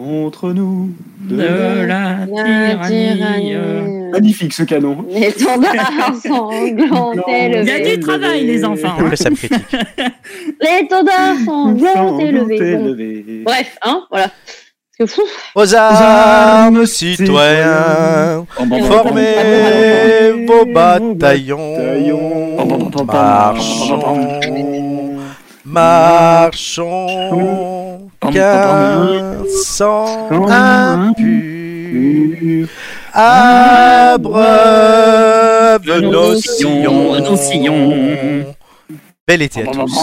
S3: Entre nous. de-
S2: de la tyrannie. euh.
S3: Magnifique ce canon.
S5: L'étendard sanglant
S2: Il y a
S5: élevé.
S2: du travail, les enfants. hein.
S1: Ouais, ça me critique.
S5: L'étendard sanglant élevé. Bon.
S3: élevé.
S5: Bref, hein, voilà. Parce que fou,
S1: Aux armes, citoyens, formez vos bataillons. Marchons, marchons, qu'un sang impur abreuve nos
S2: Nos sillons,
S1: sillons.
S2: nos sillons.
S1: Bel été à tous.